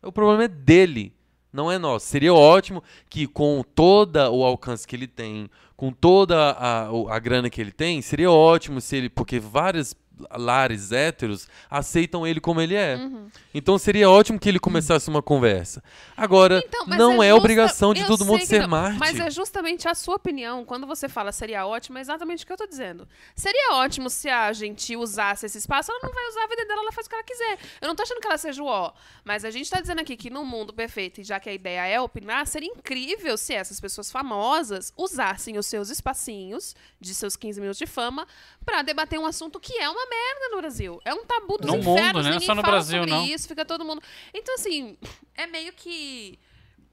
[SPEAKER 6] O problema é dele, não é nosso. Seria ótimo que com todo o alcance que ele tem, com toda a, o- a grana que ele tem, seria ótimo se ele, porque vários lares héteros aceitam ele como ele é.
[SPEAKER 4] Uhum.
[SPEAKER 6] Então seria ótimo que ele começasse uma conversa. Agora,
[SPEAKER 4] Então, mas
[SPEAKER 6] não é,
[SPEAKER 4] justa-
[SPEAKER 6] obrigação de
[SPEAKER 4] eu
[SPEAKER 6] todo mundo
[SPEAKER 4] sei que
[SPEAKER 6] ser
[SPEAKER 4] não,
[SPEAKER 6] Marte.
[SPEAKER 4] Mas é justamente a sua opinião. Quando você fala seria ótimo, é exatamente o que eu tô dizendo. Seria ótimo se a gente usasse esse espaço, ela não vai usar a vida dela, ela faz o que ela quiser. Eu não tô achando que ela seja o ó. Mas a gente tá dizendo aqui que no mundo perfeito, e já que a ideia é opinar, seria incrível se essas pessoas famosas usassem os seus espacinhos de seus 15 minutos de fama pra debater um assunto que é uma merda no Brasil. É um tabu dos
[SPEAKER 5] No mundo,
[SPEAKER 4] infernos,
[SPEAKER 5] né?
[SPEAKER 4] ninguém
[SPEAKER 5] Só no
[SPEAKER 4] fala
[SPEAKER 5] Brasil,
[SPEAKER 4] sobre
[SPEAKER 5] não.
[SPEAKER 4] isso, fica todo mundo... Então, assim, é meio que...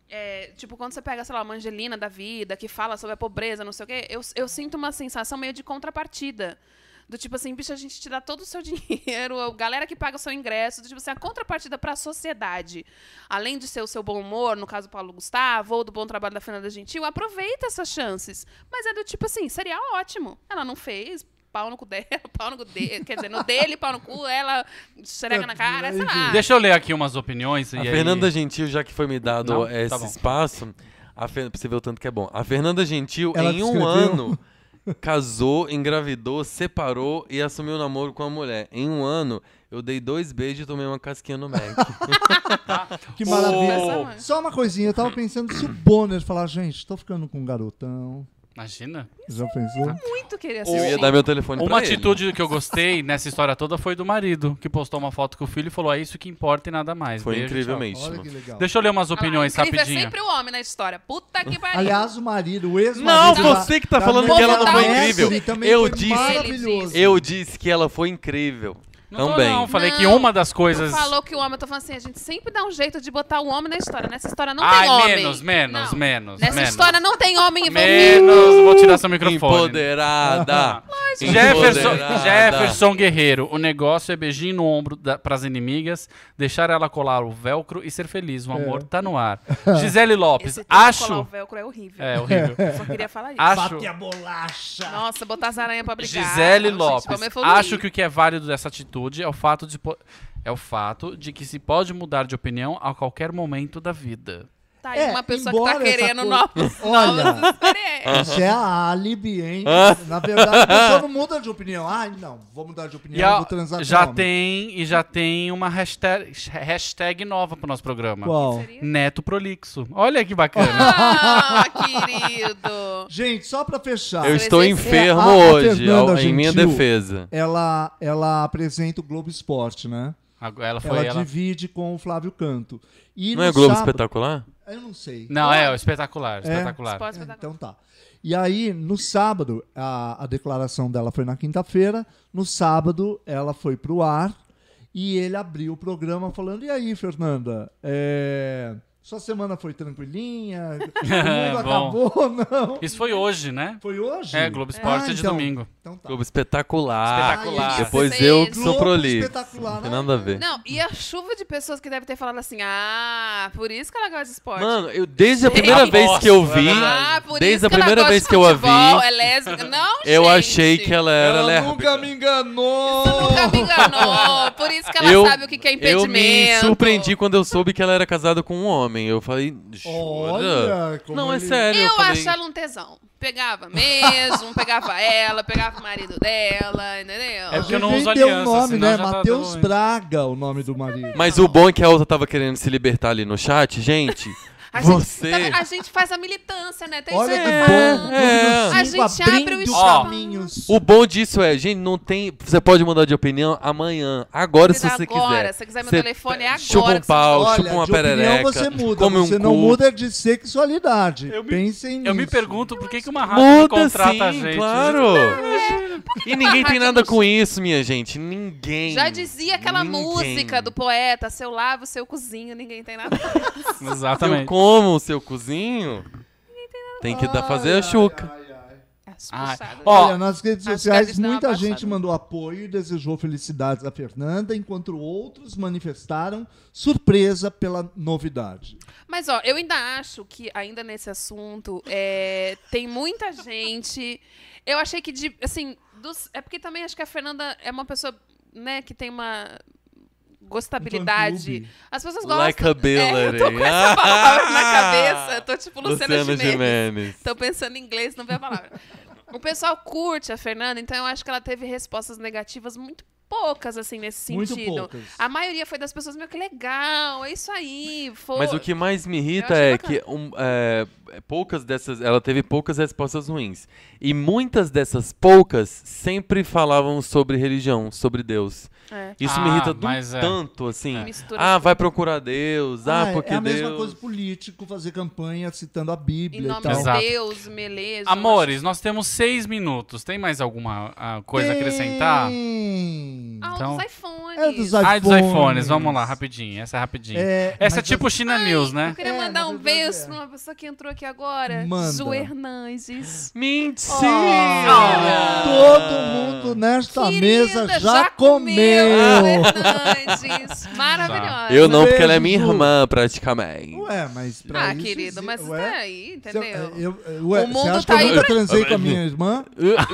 [SPEAKER 4] É, tipo, quando você pega, sei lá, uma Angelina da vida, que fala sobre a pobreza, não sei o quê, eu, eu sinto uma sensação meio de contrapartida. Do tipo assim, bicho, a gente te dá todo o seu [LAUGHS] dinheiro, a galera que paga o seu ingresso, do tipo assim, a contrapartida pra sociedade. Além de ser o seu bom humor, no caso do Paulo Gustavo, ou do bom trabalho da Fernanda Gentil, aproveita essas chances. Mas é do tipo assim, seria ótimo. Ela não fez, pau no cu dela, [LAUGHS] pau no cu dele, quer dizer, no dele, pau no cu, ela xereca na cara, sei lá.
[SPEAKER 5] Deixa eu ler aqui umas opiniões.
[SPEAKER 6] A
[SPEAKER 5] e aí-
[SPEAKER 6] Fernanda Gentil, já que foi me dado
[SPEAKER 5] Não? Tá
[SPEAKER 6] esse
[SPEAKER 5] bom.
[SPEAKER 6] espaço, a Fer... pra você ver o tanto que é bom. A Fernanda Gentil,
[SPEAKER 3] Ela
[SPEAKER 6] em
[SPEAKER 3] descreveu.
[SPEAKER 6] um ano, Casou, engravidou, separou e assumiu o namoro com a mulher. Em um ano, eu dei dois beijos e tomei uma casquinha no Mac.
[SPEAKER 5] [LAUGHS]
[SPEAKER 3] Que
[SPEAKER 5] Ô,
[SPEAKER 3] maravilha.
[SPEAKER 4] Essa- é
[SPEAKER 3] Só uma coisinha, eu tava pensando se o Bonner falar, gente, tô ficando com um garotão.
[SPEAKER 5] Imagina.
[SPEAKER 3] Já pensou?
[SPEAKER 4] é Muito queria assim.
[SPEAKER 6] Eu ia
[SPEAKER 4] assistir.
[SPEAKER 6] dar meu telefone pra
[SPEAKER 5] Uma
[SPEAKER 6] ele.
[SPEAKER 5] atitude que eu gostei nessa história toda foi do marido, que postou uma foto com o filho e falou: é isso que importa e nada mais.
[SPEAKER 6] Foi
[SPEAKER 5] Beijo, tchau."
[SPEAKER 6] incrivelmente.
[SPEAKER 3] Olha que legal.
[SPEAKER 5] Deixa eu ler umas opiniões
[SPEAKER 4] Ah, incrível, É
[SPEAKER 5] rapidinho.
[SPEAKER 4] sempre o homem na história. Puta que pariu.
[SPEAKER 3] Aliás, o marido, o ex-marido.
[SPEAKER 6] Não,
[SPEAKER 3] da-
[SPEAKER 6] você que tá
[SPEAKER 3] da
[SPEAKER 6] falando
[SPEAKER 4] que ela não foi
[SPEAKER 3] Ashley
[SPEAKER 6] incrível.
[SPEAKER 3] também
[SPEAKER 6] Eu
[SPEAKER 3] foi
[SPEAKER 6] disse-
[SPEAKER 3] Maravilhoso.
[SPEAKER 6] Eu disse que ela foi incrível.
[SPEAKER 5] Não, tô,
[SPEAKER 6] Também.
[SPEAKER 5] não, falei que
[SPEAKER 4] Não,
[SPEAKER 5] uma das
[SPEAKER 4] Tu
[SPEAKER 5] coisas.
[SPEAKER 4] falou que o homem, eu tô falando assim, a gente sempre dá um jeito de botar o homem na história. Nessa história não
[SPEAKER 5] Ai,
[SPEAKER 4] tem homem.
[SPEAKER 5] menos, menos,
[SPEAKER 4] Não.
[SPEAKER 5] menos.
[SPEAKER 4] Nessa
[SPEAKER 5] menos.
[SPEAKER 4] história não tem homem envolvido.
[SPEAKER 5] Menos, vou tirar seu microfone.
[SPEAKER 6] Empoderada.
[SPEAKER 5] [LAUGHS] Jefferson,
[SPEAKER 6] Empoderada.
[SPEAKER 5] Jefferson Guerreiro, o negócio é beijinho no ombro da, pras inimigas, deixar ela colar o velcro e ser feliz.
[SPEAKER 3] É.
[SPEAKER 5] O amor tá no
[SPEAKER 3] [LAUGHS]
[SPEAKER 5] ar. Gisele Lopes,
[SPEAKER 4] Esse colar o
[SPEAKER 5] acho.
[SPEAKER 4] velcro é horrível.
[SPEAKER 5] É
[SPEAKER 4] [LAUGHS]
[SPEAKER 5] horrível.
[SPEAKER 4] Só queria falar isso.
[SPEAKER 5] acho.
[SPEAKER 3] Bate a bolacha.
[SPEAKER 4] Nossa, botar as aranhas pra brigar.
[SPEAKER 5] Gisele
[SPEAKER 4] Gente,
[SPEAKER 5] Lopes.
[SPEAKER 4] vamos evoluir.
[SPEAKER 5] Acho que o que é válido dessa atitude é o fato de po- é o fato de que se pode mudar de opinião a qualquer momento da vida.
[SPEAKER 4] Tá aí
[SPEAKER 3] É,
[SPEAKER 4] uma pessoa que tá
[SPEAKER 3] embora essa
[SPEAKER 4] querendo
[SPEAKER 3] coisa-
[SPEAKER 4] novos,
[SPEAKER 3] [LAUGHS] Olha.
[SPEAKER 4] novas experiências.
[SPEAKER 3] Isso é a álibi, hein?
[SPEAKER 6] Ah.
[SPEAKER 3] Na verdade, a pessoa não muda de opinião. Ai, não, vou mudar de
[SPEAKER 5] E
[SPEAKER 3] opinião,
[SPEAKER 5] a-
[SPEAKER 3] vou transar com
[SPEAKER 5] já
[SPEAKER 3] homem.
[SPEAKER 5] tem e já tem uma hashtag, hashtag nova pro nosso programa.
[SPEAKER 3] Qual?
[SPEAKER 5] Neto Prolixo. Olha
[SPEAKER 3] [LAUGHS]
[SPEAKER 5] que bacana.
[SPEAKER 4] [LAUGHS] Ah, querido.
[SPEAKER 3] Gente, só pra fechar.
[SPEAKER 6] Eu estou
[SPEAKER 3] É,
[SPEAKER 6] enfermo
[SPEAKER 3] a- a
[SPEAKER 6] hoje,
[SPEAKER 3] Fernanda
[SPEAKER 6] ao- em minha
[SPEAKER 3] Gentil.
[SPEAKER 6] defesa.
[SPEAKER 3] Ela, ela apresenta o Globo Esporte, né?
[SPEAKER 5] Agora Ela
[SPEAKER 3] Ela,
[SPEAKER 5] foi ela.
[SPEAKER 3] divide com o Flávio Canto. E
[SPEAKER 6] Não
[SPEAKER 3] no
[SPEAKER 6] é Globo
[SPEAKER 3] sábado-
[SPEAKER 6] Espetacular?
[SPEAKER 3] Eu não sei.
[SPEAKER 5] Não, é, espetacular, espetacular.
[SPEAKER 4] Pode
[SPEAKER 3] É,
[SPEAKER 4] botar-
[SPEAKER 3] então tá. E aí, no sábado, a, a declaração dela foi na quinta-feira. No sábado, ela foi pro ar e ele abriu o programa falando: E aí, Fernanda? é, Sua semana foi
[SPEAKER 5] [LAUGHS]
[SPEAKER 3] tranquilinha? O mundo
[SPEAKER 5] Bom.
[SPEAKER 3] acabou? [LAUGHS] Não.
[SPEAKER 5] Isso foi hoje, né?
[SPEAKER 3] Foi hoje?
[SPEAKER 5] É, Globo Esporte de
[SPEAKER 3] então.
[SPEAKER 5] domingo.
[SPEAKER 3] Então tá.
[SPEAKER 6] Globo Espetacular.
[SPEAKER 5] Espetacular.
[SPEAKER 6] Depois
[SPEAKER 4] Vocês-
[SPEAKER 6] eu que
[SPEAKER 3] Globo
[SPEAKER 6] sou prolixo.
[SPEAKER 3] Espetacular,
[SPEAKER 6] Não tem
[SPEAKER 3] né?
[SPEAKER 6] nada a ver.
[SPEAKER 4] Não, e a chuva de pessoas que devem ter falado assim, ah, por isso que ela gosta de esporte.
[SPEAKER 3] né?
[SPEAKER 6] Mano, eu desde a
[SPEAKER 4] Gente.
[SPEAKER 6] primeira vez que eu vi,
[SPEAKER 4] ah, por
[SPEAKER 6] desde
[SPEAKER 4] isso
[SPEAKER 6] a
[SPEAKER 4] que ela
[SPEAKER 6] primeira
[SPEAKER 4] gosta
[SPEAKER 6] vez
[SPEAKER 4] de
[SPEAKER 6] que eu a vi,
[SPEAKER 4] futebol, É lésbica. Não,
[SPEAKER 6] eu
[SPEAKER 4] gente.
[SPEAKER 6] achei que ela era
[SPEAKER 3] Ela
[SPEAKER 6] lésbica.
[SPEAKER 3] nunca me enganou!
[SPEAKER 4] Nunca me enganou. Por isso que ela
[SPEAKER 6] eu,
[SPEAKER 4] sabe o que que é impedimento.
[SPEAKER 6] eu me surpreendi quando eu soube que ela era casada com um homem. Eu falei, jura?
[SPEAKER 3] Olha, como
[SPEAKER 6] não, é
[SPEAKER 3] ele-
[SPEAKER 6] sério.
[SPEAKER 4] Eu,
[SPEAKER 6] Eu, falei,
[SPEAKER 4] acho ela um tesão. Pegava mesmo, pegava ela, pegava o marido dela, entendeu?
[SPEAKER 5] É porque eu não
[SPEAKER 3] Devia
[SPEAKER 5] uso
[SPEAKER 3] ter
[SPEAKER 5] aliança,
[SPEAKER 3] o nome,
[SPEAKER 5] senão
[SPEAKER 3] né?
[SPEAKER 5] já tá
[SPEAKER 3] Matheus
[SPEAKER 5] dando-
[SPEAKER 3] Braga, o nome do marido.
[SPEAKER 6] Mas o bom é que a outra tava querendo se libertar ali no chat. Gente,
[SPEAKER 4] [LAUGHS] A gente-
[SPEAKER 6] você...
[SPEAKER 4] tá vendo? a gente faz a militância, né? Tem
[SPEAKER 3] Olha
[SPEAKER 4] gente
[SPEAKER 3] que
[SPEAKER 4] que
[SPEAKER 3] bom.
[SPEAKER 6] é.
[SPEAKER 3] Número
[SPEAKER 4] A
[SPEAKER 3] cinco,
[SPEAKER 4] gente abre o
[SPEAKER 3] abrindo
[SPEAKER 4] espaço.
[SPEAKER 3] caminhos.
[SPEAKER 6] O bom disso é, gente, não tem. Você pode mudar de opinião amanhã, agora se você
[SPEAKER 4] agora,
[SPEAKER 6] quiser.
[SPEAKER 4] Se você quiser meu
[SPEAKER 6] Você
[SPEAKER 4] telefone, é agora.
[SPEAKER 6] Chupa um
[SPEAKER 4] que você-
[SPEAKER 6] pau,
[SPEAKER 3] Olha,
[SPEAKER 6] chupa uma
[SPEAKER 3] de opinião
[SPEAKER 6] perereca.
[SPEAKER 3] você muda,
[SPEAKER 6] come um
[SPEAKER 3] você não
[SPEAKER 6] cu.
[SPEAKER 3] muda de sexualidade. Pensem nisso.
[SPEAKER 5] Eu me pergunto por que, que uma rádio não
[SPEAKER 6] Muda
[SPEAKER 5] contrata a
[SPEAKER 6] sim,
[SPEAKER 5] gente. né? É.
[SPEAKER 6] claro. E ninguém tem
[SPEAKER 4] rádio
[SPEAKER 6] nada
[SPEAKER 4] não-
[SPEAKER 6] com isso, minha gente. Ninguém.
[SPEAKER 4] tá assim? Já dizia aquela
[SPEAKER 6] Ninguém.
[SPEAKER 4] música do poeta, seu lavo, seu cozinho, ninguém tem nada. [LAUGHS]
[SPEAKER 6] Eu
[SPEAKER 5] Exatamente.
[SPEAKER 6] como o seu cozinho. Tem que dar fazer a chuca.
[SPEAKER 3] Ai, ai, ai.
[SPEAKER 4] É, As
[SPEAKER 5] Ai,
[SPEAKER 4] puxadas.
[SPEAKER 5] ó,
[SPEAKER 3] Olha, nas redes
[SPEAKER 4] Acho que
[SPEAKER 3] sociais
[SPEAKER 4] eles dão uma
[SPEAKER 3] muita
[SPEAKER 4] passada.
[SPEAKER 3] gente mandou apoio e desejou felicidades à Fernanda, enquanto outros manifestaram surpresa pela novidade.
[SPEAKER 4] Mas ó, eu ainda acho que ainda nesse assunto é, tem muita gente. Eu achei que de, assim, dos- é porque também acho que a Fernanda é uma pessoa, né, que tem uma gostabilidade.
[SPEAKER 3] Então, clube.
[SPEAKER 4] As pessoas gostam. É, eu
[SPEAKER 6] Likeability.
[SPEAKER 4] tô com essa palavra na cabeça. Eu tô tipo Luciana,
[SPEAKER 6] Luciana
[SPEAKER 4] Gimenez.
[SPEAKER 6] Gimenez.
[SPEAKER 4] Tô pensando em inglês, não veio a palavra. O pessoal curte a Fernanda, então eu acho que ela teve respostas negativas muito poucas, assim, nesse
[SPEAKER 3] Muito
[SPEAKER 4] sentido.
[SPEAKER 3] poucas.
[SPEAKER 4] A maioria foi das pessoas, meu, que legal, é isso aí. Foi.
[SPEAKER 6] Mas o que mais me irrita
[SPEAKER 4] Eu achei
[SPEAKER 6] é que um, é, poucas dessas. Ela teve poucas respostas ruins. E muitas dessas poucas sempre falavam sobre religião, sobre Deus.
[SPEAKER 4] É.
[SPEAKER 6] Isso me
[SPEAKER 5] Ah,
[SPEAKER 6] irrita de um
[SPEAKER 5] mas é.
[SPEAKER 6] tanto, assim.
[SPEAKER 4] Mistura
[SPEAKER 6] Ah,
[SPEAKER 4] tudo.
[SPEAKER 6] vai procurar Deus. Ah,
[SPEAKER 3] Ah, é-
[SPEAKER 6] porque
[SPEAKER 3] é a
[SPEAKER 6] Deus.
[SPEAKER 3] mesma coisa político fazer campanha citando a
[SPEAKER 4] Em
[SPEAKER 3] Bíblia e
[SPEAKER 4] nome
[SPEAKER 3] tal.
[SPEAKER 5] Exato.
[SPEAKER 4] de Deus, beleza.
[SPEAKER 5] Amores, nós temos seis minutos. Tem mais alguma ah, coisa a acrescentar?
[SPEAKER 3] Tem.
[SPEAKER 4] Ah,
[SPEAKER 5] Então-
[SPEAKER 4] dos iPhones.
[SPEAKER 3] É dos
[SPEAKER 5] Ai, dos iPhones,
[SPEAKER 3] iPhones,
[SPEAKER 5] vamos lá, rapidinho. Essa é rapidinho.
[SPEAKER 3] É,
[SPEAKER 5] Essa é
[SPEAKER 3] mas
[SPEAKER 5] tipo China News, né?
[SPEAKER 4] Eu queria
[SPEAKER 3] É,
[SPEAKER 4] mandar
[SPEAKER 3] na
[SPEAKER 4] um
[SPEAKER 3] verdade
[SPEAKER 4] beijo
[SPEAKER 3] é.
[SPEAKER 4] pra uma pessoa que entrou aqui agora.
[SPEAKER 3] Manda.
[SPEAKER 4] Ju Hernandes.
[SPEAKER 6] Mentira!
[SPEAKER 3] Todo mundo nesta
[SPEAKER 4] Querida,
[SPEAKER 3] mesa já, comeu.
[SPEAKER 4] Ju
[SPEAKER 6] [LAUGHS]
[SPEAKER 4] Hernandes. Maravilhosa.
[SPEAKER 6] Eu não, porque ela é
[SPEAKER 3] Beijo,
[SPEAKER 6] minha
[SPEAKER 3] Ju.
[SPEAKER 6] irmã, praticamente.
[SPEAKER 3] Ué, mas pra
[SPEAKER 4] Ah,
[SPEAKER 3] isso
[SPEAKER 4] querido,
[SPEAKER 3] exi-
[SPEAKER 4] mas
[SPEAKER 3] ué,
[SPEAKER 4] até aí,
[SPEAKER 3] se eu- é,
[SPEAKER 4] entendeu?
[SPEAKER 3] eu- eu- ué,
[SPEAKER 4] O mundo
[SPEAKER 3] você acha
[SPEAKER 4] tá
[SPEAKER 3] que eu
[SPEAKER 4] aí
[SPEAKER 3] nunca
[SPEAKER 4] pra-
[SPEAKER 3] transei com a minha irmã?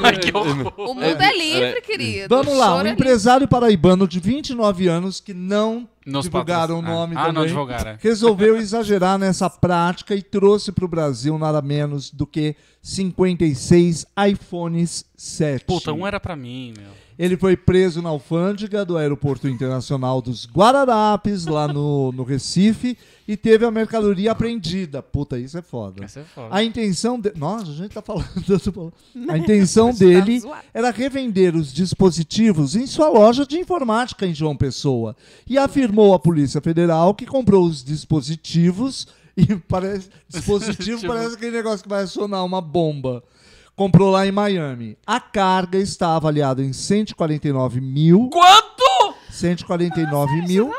[SPEAKER 4] Ah,
[SPEAKER 5] que horror.
[SPEAKER 4] O mundo é livre, querido.
[SPEAKER 3] é, Vamos lá, um
[SPEAKER 4] Chora livre.
[SPEAKER 3] empresário paraibano de 29 anos que não
[SPEAKER 5] Nos
[SPEAKER 3] divulgaram o
[SPEAKER 5] patrocin-
[SPEAKER 3] nome
[SPEAKER 5] ah, Ah, não
[SPEAKER 3] também.
[SPEAKER 5] divulgaram. é.
[SPEAKER 3] resolveu exagerar nessa prática e trouxe para o Brasil nada menos do que 56 iPhones 7.
[SPEAKER 5] Puta, um era pra mim, meu.
[SPEAKER 3] Ele foi preso na alfândega do Aeroporto Internacional dos Guararapes, lá no, no Recife, e teve a mercadoria apreendida. Puta, isso é foda.
[SPEAKER 5] Essa é foda.
[SPEAKER 3] A intenção de... Nossa, a gente tá falando. [LAUGHS] tanto bom. A intenção dele
[SPEAKER 4] zoado.
[SPEAKER 3] era revender os dispositivos em sua loja de informática em João Pessoa. E afirmou à Polícia Federal que comprou os dispositivos e parece dispositivo
[SPEAKER 5] Tipo-
[SPEAKER 3] parece aquele negócio que vai acionar uma bomba. Comprou lá em Miami. A carga está avaliada em 149 mil.
[SPEAKER 5] Quanto?
[SPEAKER 3] 149 mil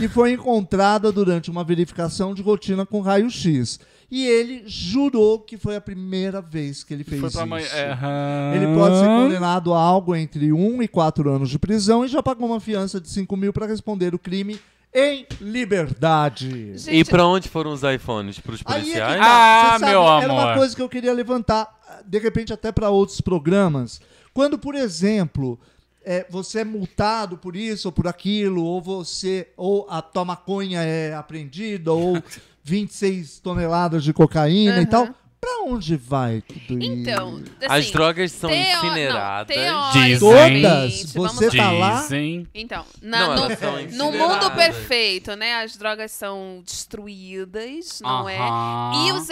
[SPEAKER 3] e foi encontrada durante uma verificação de rotina com raio-x. E ele jurou que foi a primeira vez que ele fez
[SPEAKER 5] Foi
[SPEAKER 3] isso.
[SPEAKER 5] pra mãe. é, aham.
[SPEAKER 3] Ele pode ser
[SPEAKER 5] Ah.
[SPEAKER 3] condenado a algo entre 1 e 4 anos de prisão e já pagou uma fiança de 5 mil para responder o crime em liberdade.
[SPEAKER 6] E
[SPEAKER 4] Gente,
[SPEAKER 6] pra onde foram os iPhones? Pros
[SPEAKER 3] Aí é que tá.
[SPEAKER 6] policiais?
[SPEAKER 5] Ah,
[SPEAKER 3] Você sabe,
[SPEAKER 5] meu
[SPEAKER 3] Era
[SPEAKER 5] amor.
[SPEAKER 3] uma coisa que eu queria levantar, de repente, até para outros programas. Quando, por exemplo, é, você é multado por isso ou por aquilo, ou você, ou a tua maconha é apreendida,
[SPEAKER 5] [LAUGHS]
[SPEAKER 3] ou 26 toneladas de cocaína e tal. Pra onde vai tudo isso?
[SPEAKER 4] então,
[SPEAKER 6] As
[SPEAKER 4] assim,
[SPEAKER 6] drogas são
[SPEAKER 4] teo- não,
[SPEAKER 6] incineradas.
[SPEAKER 4] teoricamente,
[SPEAKER 3] Todas?
[SPEAKER 4] vamos
[SPEAKER 3] Você tá lá?
[SPEAKER 5] Dizem.
[SPEAKER 4] Então, na-
[SPEAKER 6] Não,
[SPEAKER 4] no-
[SPEAKER 6] elas são
[SPEAKER 4] no,
[SPEAKER 6] incineradas.
[SPEAKER 4] mundo perfeito, né? As drogas são destruídas, não
[SPEAKER 5] Aham.
[SPEAKER 4] é? E os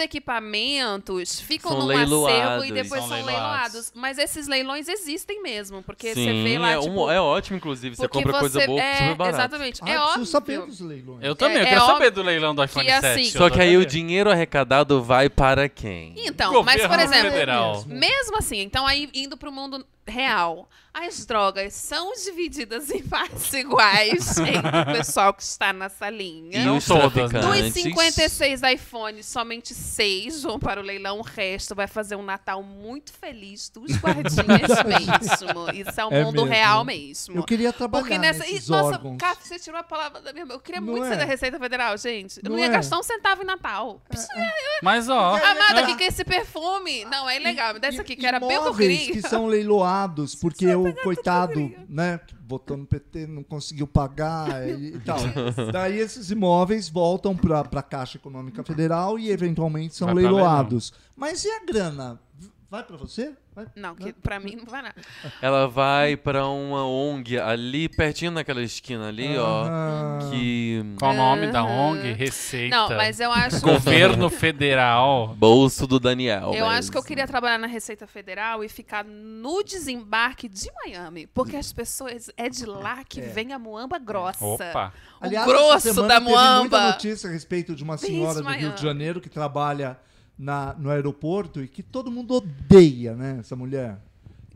[SPEAKER 4] equipamentos ficam
[SPEAKER 6] São
[SPEAKER 4] num acervo
[SPEAKER 6] leiloados.
[SPEAKER 4] e depois
[SPEAKER 5] São
[SPEAKER 4] são,
[SPEAKER 5] leiloados.
[SPEAKER 4] leiloados. Mas esses leilões existem mesmo, porque você
[SPEAKER 6] Sim,
[SPEAKER 4] vê lá,
[SPEAKER 6] é, um-
[SPEAKER 4] tipo...
[SPEAKER 6] é ótimo, inclusive. Você
[SPEAKER 4] porque
[SPEAKER 6] compra coisa
[SPEAKER 4] você-
[SPEAKER 6] boa
[SPEAKER 4] é,
[SPEAKER 6] super barato.
[SPEAKER 4] Exatamente.
[SPEAKER 3] Ah,
[SPEAKER 4] é
[SPEAKER 3] eu preciso
[SPEAKER 4] óbvio.
[SPEAKER 3] saber dos leilões.
[SPEAKER 5] Eu também, eu
[SPEAKER 4] É-
[SPEAKER 5] quero
[SPEAKER 4] é
[SPEAKER 5] saber do leilão do iPhone
[SPEAKER 4] que é
[SPEAKER 5] 7.
[SPEAKER 4] assim-
[SPEAKER 5] eu
[SPEAKER 6] Só
[SPEAKER 5] tô
[SPEAKER 6] que aí o
[SPEAKER 5] sabendo.
[SPEAKER 6] dinheiro arrecadado vai para quem?
[SPEAKER 4] Então, mas
[SPEAKER 5] Governo
[SPEAKER 4] por exemplo,
[SPEAKER 5] Federal.
[SPEAKER 4] mesmo assim, então aí indo pro mundo real, as drogas são divididas em partes [LAUGHS] iguais entre o pessoal que está na salinha.
[SPEAKER 5] Não
[SPEAKER 6] os
[SPEAKER 5] todas, né?
[SPEAKER 4] Dos
[SPEAKER 6] traficantes?
[SPEAKER 4] 56 iPhones, somente 6 vão para o leilão. O resto vai fazer um Natal muito
[SPEAKER 3] [LAUGHS]
[SPEAKER 4] feliz dos guardinhas mesmo. Isso é o
[SPEAKER 3] É
[SPEAKER 4] mundo
[SPEAKER 3] mesmo.
[SPEAKER 4] real mesmo.
[SPEAKER 3] Eu queria trabalhar
[SPEAKER 4] Porque nessa.
[SPEAKER 3] nesses
[SPEAKER 4] e, nossa,
[SPEAKER 3] órgãos.
[SPEAKER 4] Caf, você tirou a palavra da minha boca. Eu queria
[SPEAKER 3] Não
[SPEAKER 4] muito
[SPEAKER 3] é?
[SPEAKER 4] ser da Receita Federal, gente. Eu não,
[SPEAKER 3] Não
[SPEAKER 4] ia
[SPEAKER 3] é? Ah,
[SPEAKER 4] gastar um centavo em Natal. Pss,
[SPEAKER 5] Mas ó.
[SPEAKER 4] Amada,
[SPEAKER 5] né?
[SPEAKER 4] o que, que é esse perfume? Não, é ilegal. Me dá esse aqui, que era bem o que eu
[SPEAKER 3] Imóveis
[SPEAKER 4] queria.
[SPEAKER 3] que são
[SPEAKER 4] [LAUGHS]
[SPEAKER 3] leiloados, porque o coitado, né, que votou no PT, não conseguiu
[SPEAKER 4] [LAUGHS]
[SPEAKER 3] pagar e, e tal. Daí esses imóveis voltam para a Caixa Econômica Federal e eventualmente são
[SPEAKER 5] Vai pra
[SPEAKER 3] leiloados. Mas e a grana? Vai para você? Vai?
[SPEAKER 4] Não, que pra mim não vai nada.
[SPEAKER 6] Ela vai pra uma ONG ali, pertinho naquela esquina ali,
[SPEAKER 3] Aham.
[SPEAKER 6] ó. Que.
[SPEAKER 5] Qual o nome da ONG? Receita.
[SPEAKER 4] Não, mas eu acho.
[SPEAKER 5] Governo Federal.
[SPEAKER 6] Bolso do Daniel.
[SPEAKER 4] Eu
[SPEAKER 6] mas-
[SPEAKER 4] acho que eu queria trabalhar na Receita Federal e ficar no desembarque de Miami, porque as pessoas é de lá que vem a muamba grossa.
[SPEAKER 5] É. Opa.
[SPEAKER 4] O grosso
[SPEAKER 3] essa semana
[SPEAKER 4] da
[SPEAKER 3] teve muita
[SPEAKER 4] muamba.
[SPEAKER 3] notícia a respeito de uma
[SPEAKER 4] Bem
[SPEAKER 3] senhora do Rio
[SPEAKER 4] esmaiada.
[SPEAKER 3] de Janeiro que trabalha na, no aeroporto e que todo mundo odeia, né, essa mulher.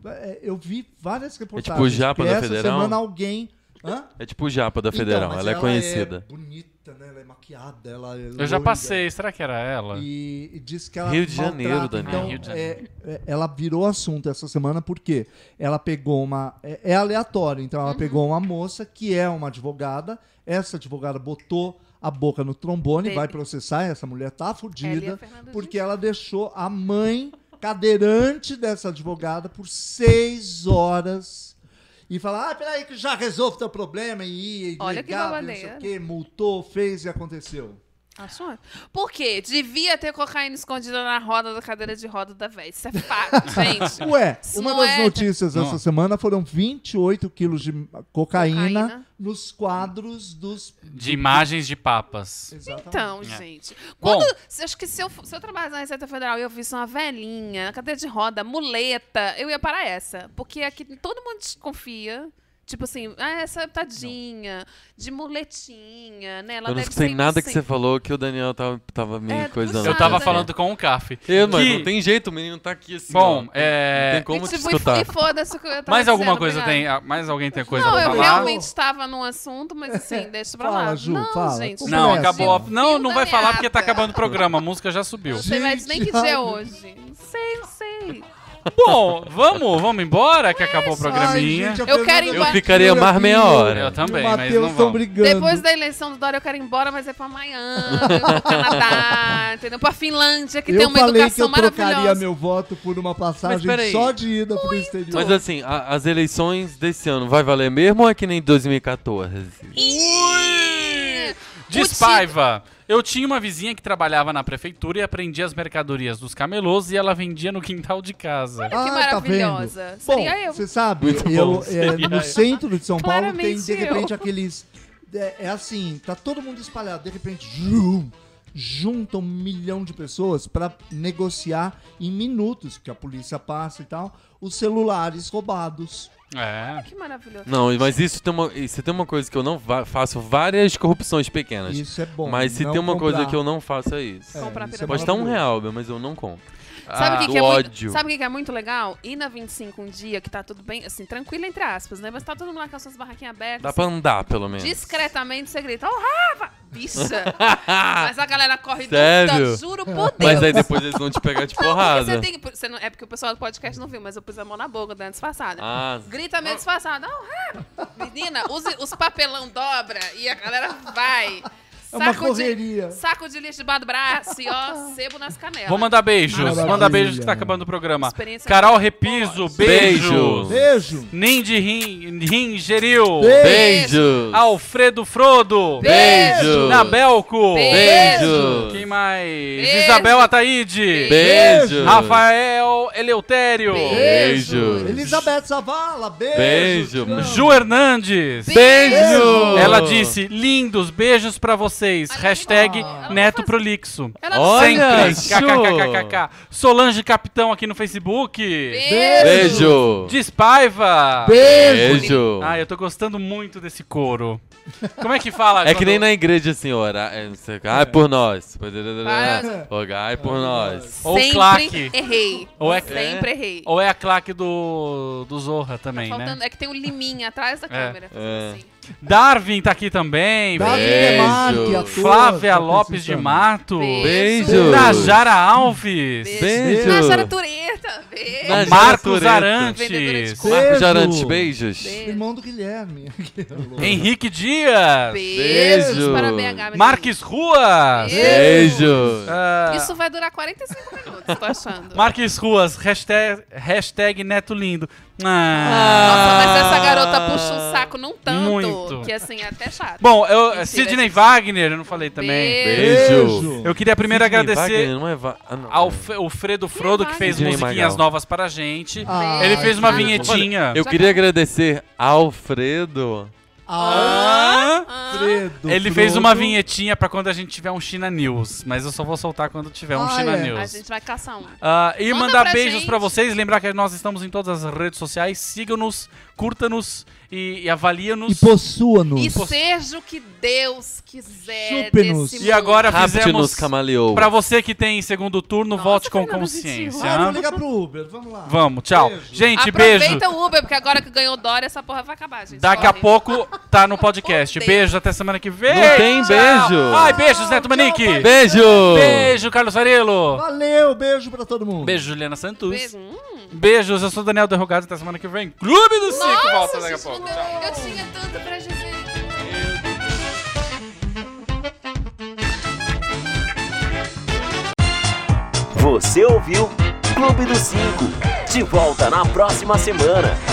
[SPEAKER 3] É, Eu vi várias reportagens.
[SPEAKER 6] tipo japa
[SPEAKER 3] que
[SPEAKER 6] da
[SPEAKER 3] essa
[SPEAKER 6] Federal?
[SPEAKER 3] semana alguém... Hã?
[SPEAKER 6] É tipo o Japa da
[SPEAKER 3] Então,
[SPEAKER 6] Federal,
[SPEAKER 3] mas
[SPEAKER 6] ela é conhecida.
[SPEAKER 3] bonita, né? Ela é maquiada, ela é
[SPEAKER 5] Eu já
[SPEAKER 3] loira.
[SPEAKER 5] passei. Será que era ela?
[SPEAKER 3] E, e diz que ela
[SPEAKER 6] Rio de
[SPEAKER 3] maltrata.
[SPEAKER 6] Janeiro, Daniel.
[SPEAKER 3] Então,
[SPEAKER 5] Rio de
[SPEAKER 3] é, é, ela virou assunto essa semana porque ela pegou uma. É, é aleatório, então ela
[SPEAKER 4] Uhum.
[SPEAKER 3] pegou uma moça que é uma advogada. Essa advogada botou a boca no trombone,
[SPEAKER 4] Dele.
[SPEAKER 3] vai processar. Essa mulher tá
[SPEAKER 4] Ela e
[SPEAKER 3] fudida
[SPEAKER 4] a Fernanda
[SPEAKER 3] porque ela deixou a mãe cadeirante dessa advogada por seis horas. E falar, ah, peraí que já resolve teu problema e ia, e
[SPEAKER 4] Olha que
[SPEAKER 3] ligava, e não sei o
[SPEAKER 4] babadeira.
[SPEAKER 3] quê, multou, fez e aconteceu.
[SPEAKER 4] Acho ótimo. Por quê? Devia ter cocaína escondida na roda da cadeira de roda da véia. Isso é fato, gente.
[SPEAKER 3] Ué,
[SPEAKER 4] Isso
[SPEAKER 3] uma
[SPEAKER 4] não
[SPEAKER 3] das
[SPEAKER 4] é-
[SPEAKER 3] notícias
[SPEAKER 5] Não.
[SPEAKER 3] dessa semana foram 28 quilos de cocaína,
[SPEAKER 4] Cocaína.
[SPEAKER 3] nos quadros dos.
[SPEAKER 5] De imagens de papas.
[SPEAKER 3] Exatamente.
[SPEAKER 4] Então,
[SPEAKER 5] É.
[SPEAKER 4] gente.
[SPEAKER 5] Bom.
[SPEAKER 4] Quando, se- acho que se eu, fo- se eu trabalhasse na Receita Federal e eu visse uma velhinha na cadeira de roda, muleta, eu ia para essa. Porque aqui todo mundo desconfia. Tipo assim, ah, essa tadinha, de muletinha, né? Ela
[SPEAKER 6] eu não
[SPEAKER 4] deve
[SPEAKER 6] escutei
[SPEAKER 4] ser
[SPEAKER 6] nada que você
[SPEAKER 4] inocente.
[SPEAKER 6] falou que o Daniel tava, tava meio
[SPEAKER 4] É,
[SPEAKER 6] coisando.
[SPEAKER 4] puxado,
[SPEAKER 5] Eu tava
[SPEAKER 4] né?
[SPEAKER 5] falando com o Caf.
[SPEAKER 6] Eu, mas
[SPEAKER 5] Que-
[SPEAKER 6] não tem jeito, o menino tá aqui assim.
[SPEAKER 5] Bom,
[SPEAKER 6] ó.
[SPEAKER 5] é-
[SPEAKER 6] Não tem como
[SPEAKER 4] e,
[SPEAKER 6] te
[SPEAKER 4] tipo,
[SPEAKER 6] escutar.
[SPEAKER 4] E foda-se o que eu tava
[SPEAKER 5] Mais alguma
[SPEAKER 4] dizendo,
[SPEAKER 5] coisa
[SPEAKER 4] obrigada.
[SPEAKER 5] tem? ah, Mais alguém tem coisa
[SPEAKER 4] Não,
[SPEAKER 5] pra
[SPEAKER 4] eu
[SPEAKER 5] falar?
[SPEAKER 4] realmente estava num assunto, mas assim, deixa pra
[SPEAKER 3] Fala,
[SPEAKER 4] lá.
[SPEAKER 3] Ju,
[SPEAKER 4] não,
[SPEAKER 3] fala.
[SPEAKER 4] gente.
[SPEAKER 3] Como
[SPEAKER 5] Não,
[SPEAKER 3] é
[SPEAKER 5] acabou. a-
[SPEAKER 3] assim?
[SPEAKER 5] Não, não vai falar
[SPEAKER 4] Fio da
[SPEAKER 5] porque tá
[SPEAKER 4] meada.
[SPEAKER 5] acabando o programa. A música já subiu.
[SPEAKER 4] [LAUGHS] Não sei mais nem que dia
[SPEAKER 3] Gente,
[SPEAKER 4] é
[SPEAKER 3] ai,
[SPEAKER 4] hoje. Não sei, não sei.
[SPEAKER 5] Bom, vamos, vamos embora que acabou o programinha.
[SPEAKER 3] Ai, gente, a
[SPEAKER 4] Eu quero
[SPEAKER 3] Fernanda
[SPEAKER 4] ir
[SPEAKER 6] Eu
[SPEAKER 4] embora.
[SPEAKER 6] ficaria mais meia hora.
[SPEAKER 5] Eu
[SPEAKER 3] e
[SPEAKER 5] também,
[SPEAKER 3] o
[SPEAKER 5] mas não
[SPEAKER 3] Matheus estão
[SPEAKER 5] vamos.
[SPEAKER 3] brigando.
[SPEAKER 4] Depois da eleição do Dória, eu quero ir embora, mas é pra Miami, pro
[SPEAKER 3] [LAUGHS]
[SPEAKER 4] Canadá, entendeu? Pra Finlândia, que
[SPEAKER 3] eu
[SPEAKER 4] tem uma
[SPEAKER 3] falei que
[SPEAKER 4] educação
[SPEAKER 3] eu trocaria
[SPEAKER 4] maravilhosa.
[SPEAKER 3] meu voto por uma
[SPEAKER 6] Mas
[SPEAKER 3] passagem
[SPEAKER 6] peraí.
[SPEAKER 3] só de ida pro exterior.
[SPEAKER 6] Mas assim, a- as eleições desse ano vai valer mesmo ou é que nem 2014?
[SPEAKER 4] Ih!
[SPEAKER 5] Diz Paiva, eu tinha uma vizinha que trabalhava na prefeitura e aprendia as mercadorias dos camelôs e ela vendia no quintal de casa.
[SPEAKER 4] que maravilhosa.
[SPEAKER 3] Tá vendo? Ah, tá Bom,
[SPEAKER 4] Seria eu.
[SPEAKER 3] Você sabe,
[SPEAKER 6] Muito
[SPEAKER 3] eu,
[SPEAKER 6] bom,
[SPEAKER 3] é,
[SPEAKER 6] seria
[SPEAKER 3] no
[SPEAKER 6] eu.
[SPEAKER 3] centro de São Paulo tem,
[SPEAKER 4] Claramente
[SPEAKER 3] de
[SPEAKER 4] eu.
[SPEAKER 3] repente, aqueles... É, é assim, tá todo mundo espalhado. De repente, jum, junta um milhão de pessoas pra negociar em minutos, que a polícia passa e tal, os celulares roubados.
[SPEAKER 5] É.
[SPEAKER 4] Que maravilhoso.
[SPEAKER 6] Não, mas isso tem uma, isso tem uma coisa que eu não va- faço várias corrupções pequenas.
[SPEAKER 3] Isso é bom.
[SPEAKER 6] mas se
[SPEAKER 3] não
[SPEAKER 6] tem uma coisa
[SPEAKER 3] comprar.
[SPEAKER 6] que eu não faço é isso.
[SPEAKER 4] É, Comprar
[SPEAKER 3] isso
[SPEAKER 4] pirata.
[SPEAKER 6] Pode estar um
[SPEAKER 3] maravilhoso.
[SPEAKER 6] real, mas eu não compro.
[SPEAKER 4] Sabe o
[SPEAKER 6] Ah,
[SPEAKER 4] que,
[SPEAKER 6] do
[SPEAKER 4] que é
[SPEAKER 6] ódio.
[SPEAKER 4] Muito, sabe o que que é muito legal? Ir na 25 um dia que tá tudo bem, assim, tranquilo entre aspas, né? Mas tá todo mundo lá com as suas barraquinhas abertas.
[SPEAKER 6] Dá pra andar, pelo menos. [LAUGHS]
[SPEAKER 4] Discretamente você grita, oh, Rafa! Bicha! Mas a galera corre
[SPEAKER 6] Ah, Sério?
[SPEAKER 4] dançando,
[SPEAKER 3] É.
[SPEAKER 4] juro por Deus.
[SPEAKER 6] Mas aí depois eles vão te pegar de
[SPEAKER 4] Porque
[SPEAKER 6] porrada.
[SPEAKER 4] você tem, você não, é porque o pessoal do podcast não viu, mas eu pus a mão na boca, dando disfarçada.
[SPEAKER 6] Ah,
[SPEAKER 4] Grita meio disfarçada, oh, Rafa! Menina, os, os papelão dobra e a galera vai.
[SPEAKER 3] É uma correria.
[SPEAKER 4] De, saco de lixo debaixo do braço e ó, sebo nas canelas.
[SPEAKER 5] Vou mandar beijos.
[SPEAKER 3] Maravilha.
[SPEAKER 5] Manda beijos que tá acabando o programa.
[SPEAKER 4] Experiência
[SPEAKER 5] Carol
[SPEAKER 4] muito
[SPEAKER 5] Repiso,
[SPEAKER 4] forte.
[SPEAKER 6] Beijo.
[SPEAKER 5] beijos.
[SPEAKER 3] Beijo.
[SPEAKER 5] Nindy Rin- Ringeril.
[SPEAKER 3] Beijo.
[SPEAKER 6] beijos.
[SPEAKER 5] Ah, Alfredo Frodo.
[SPEAKER 6] Beijo.
[SPEAKER 5] Nabelco.
[SPEAKER 6] Beijo.
[SPEAKER 5] Quem mais?
[SPEAKER 4] Beijo.
[SPEAKER 5] Isabel Ataíde.
[SPEAKER 6] Beijo.
[SPEAKER 5] Rafael Eleutério.
[SPEAKER 6] Beijo.
[SPEAKER 3] Elizabeth Zavala, beijo.
[SPEAKER 6] Beijo.
[SPEAKER 3] Tchau.
[SPEAKER 5] Ju Hernandes.
[SPEAKER 6] Beijo.
[SPEAKER 5] Ela disse, lindos beijos pra vocês.
[SPEAKER 4] Ai,
[SPEAKER 5] Hashtag
[SPEAKER 4] ela não
[SPEAKER 5] Neto
[SPEAKER 4] faz-
[SPEAKER 5] Prolixo.
[SPEAKER 4] Ela
[SPEAKER 6] Olha,
[SPEAKER 5] Sempre. KKKKK. Solange Capitão aqui no Facebook.
[SPEAKER 4] Beijo.
[SPEAKER 6] Beijo.
[SPEAKER 5] Diz Paiva.
[SPEAKER 3] Beijo.
[SPEAKER 6] Beijo.
[SPEAKER 5] Ah, eu tô gostando muito desse coro. Como é que fala?
[SPEAKER 6] [LAUGHS] É que nem
[SPEAKER 5] quando-
[SPEAKER 6] na igreja, senhora. É, não sei o quê. Ai, por nós.
[SPEAKER 4] Para.
[SPEAKER 6] Rogai por nós.
[SPEAKER 5] Ou
[SPEAKER 4] Sempre
[SPEAKER 5] claque.
[SPEAKER 4] errei.
[SPEAKER 5] Ou é-
[SPEAKER 4] Sempre errei.
[SPEAKER 5] Ou é a claque do, do Zorra
[SPEAKER 4] Tá
[SPEAKER 5] também,
[SPEAKER 4] faltando-
[SPEAKER 5] né?
[SPEAKER 4] É que tem um liminha atrás da câmera.
[SPEAKER 6] É.
[SPEAKER 4] fazendo assim.
[SPEAKER 5] Darwin tá aqui também.
[SPEAKER 3] Davi
[SPEAKER 6] Beijo.
[SPEAKER 3] Demarque, ator,
[SPEAKER 5] Flávia
[SPEAKER 3] tá
[SPEAKER 5] Lopes de
[SPEAKER 3] participando.
[SPEAKER 5] Mato.
[SPEAKER 6] Beijo.
[SPEAKER 5] Najara Alves.
[SPEAKER 6] Beijo.
[SPEAKER 4] Najara Tureta. Beijo.
[SPEAKER 6] Najara
[SPEAKER 5] Marcos
[SPEAKER 6] Tureta.
[SPEAKER 4] Vendedora de
[SPEAKER 5] Arantes.
[SPEAKER 4] coco.
[SPEAKER 6] Marcos
[SPEAKER 3] Beijo.
[SPEAKER 6] Jarantes, beijos.
[SPEAKER 4] Beijo.
[SPEAKER 3] Irmão do Guilherme.
[SPEAKER 5] Henrique Dias.
[SPEAKER 4] Beijos
[SPEAKER 6] Beijo.
[SPEAKER 4] para BH. menino.
[SPEAKER 5] Marques Ruas.
[SPEAKER 6] Beijo.
[SPEAKER 5] Ah,
[SPEAKER 4] Isso vai durar 45 minutos, tô achando.
[SPEAKER 5] Marques Ruas. Hashtag, hashtag Neto Lindo. Ah.
[SPEAKER 4] Nossa, mas essa garota puxa o saco não tanto.
[SPEAKER 5] Muito.
[SPEAKER 4] Que assim, é até chato.
[SPEAKER 5] Bom, eu,
[SPEAKER 4] Mentira,
[SPEAKER 5] Sidney
[SPEAKER 4] gente.
[SPEAKER 5] Wagner, eu não falei também.
[SPEAKER 4] Beijo.
[SPEAKER 6] Beijo.
[SPEAKER 5] Eu queria primeiro
[SPEAKER 6] Sidney
[SPEAKER 5] agradecer
[SPEAKER 6] Wagner, não é Va- ah, não.
[SPEAKER 5] ao Fe- o Fredo Frodo, que fez
[SPEAKER 6] Sidney
[SPEAKER 5] musiquinhas
[SPEAKER 6] Magal.
[SPEAKER 5] novas para a gente.
[SPEAKER 3] Ah,
[SPEAKER 5] Ele fez uma
[SPEAKER 4] que
[SPEAKER 5] vinhetinha.
[SPEAKER 6] Eu queria agradecer Alfredo.
[SPEAKER 5] Ah.
[SPEAKER 3] Alfredo
[SPEAKER 5] Ele fez uma
[SPEAKER 3] Frodo.
[SPEAKER 5] vinhetinha pra quando a gente tiver um China News, mas eu só vou soltar quando tiver um
[SPEAKER 3] Ah,
[SPEAKER 5] China
[SPEAKER 3] é.
[SPEAKER 4] A
[SPEAKER 5] News.
[SPEAKER 4] gente vai caçar um.
[SPEAKER 5] Ah, e
[SPEAKER 4] Manda
[SPEAKER 5] mandar
[SPEAKER 4] pra
[SPEAKER 5] beijos
[SPEAKER 4] gente.
[SPEAKER 5] pra vocês, lembrar que nós estamos em todas as redes sociais, sigam-nos, curta-nos e, e
[SPEAKER 3] E
[SPEAKER 5] avalia-nos.
[SPEAKER 3] possua-nos.
[SPEAKER 4] E seja o que Deus quiser.
[SPEAKER 3] Chupe-nos.
[SPEAKER 4] desse
[SPEAKER 5] E agora
[SPEAKER 6] Rapte-nos,
[SPEAKER 5] fizemos
[SPEAKER 6] camaleou.
[SPEAKER 5] pra você que tem segundo turno, volte com
[SPEAKER 4] Fernanda,
[SPEAKER 5] consciência.
[SPEAKER 3] Ah,
[SPEAKER 5] hã?
[SPEAKER 3] vou ligar pro Uber, vamos lá.
[SPEAKER 5] Vamos, tchau.
[SPEAKER 3] Beijo.
[SPEAKER 5] Gente, beijo.
[SPEAKER 4] Aproveita o Uber, porque agora que ganhou Dória, essa porra vai acabar, gente.
[SPEAKER 5] Daqui a
[SPEAKER 4] Corre.
[SPEAKER 5] pouco tá no podcast.
[SPEAKER 4] Odeio.
[SPEAKER 5] Beijo, até semana que vem.
[SPEAKER 6] Não tem beijo.
[SPEAKER 5] Ai, beijos, Neto Manique.
[SPEAKER 6] Beijo.
[SPEAKER 5] Beijo, Carlos Farelo.
[SPEAKER 3] Valeu, beijo pra todo mundo.
[SPEAKER 5] Beijo, Juliana Santos.
[SPEAKER 4] Beijo. Hum.
[SPEAKER 5] Beijos, eu sou Daniel Derrogado até semana que vem. Clube do Cinco volta daqui a
[SPEAKER 4] gente,
[SPEAKER 5] pouco.
[SPEAKER 4] meu
[SPEAKER 5] Tchau.
[SPEAKER 4] Deus, Eu tinha tanto pra dizer.
[SPEAKER 2] Você ouviu Clube dos Cinco. De volta na próxima semana.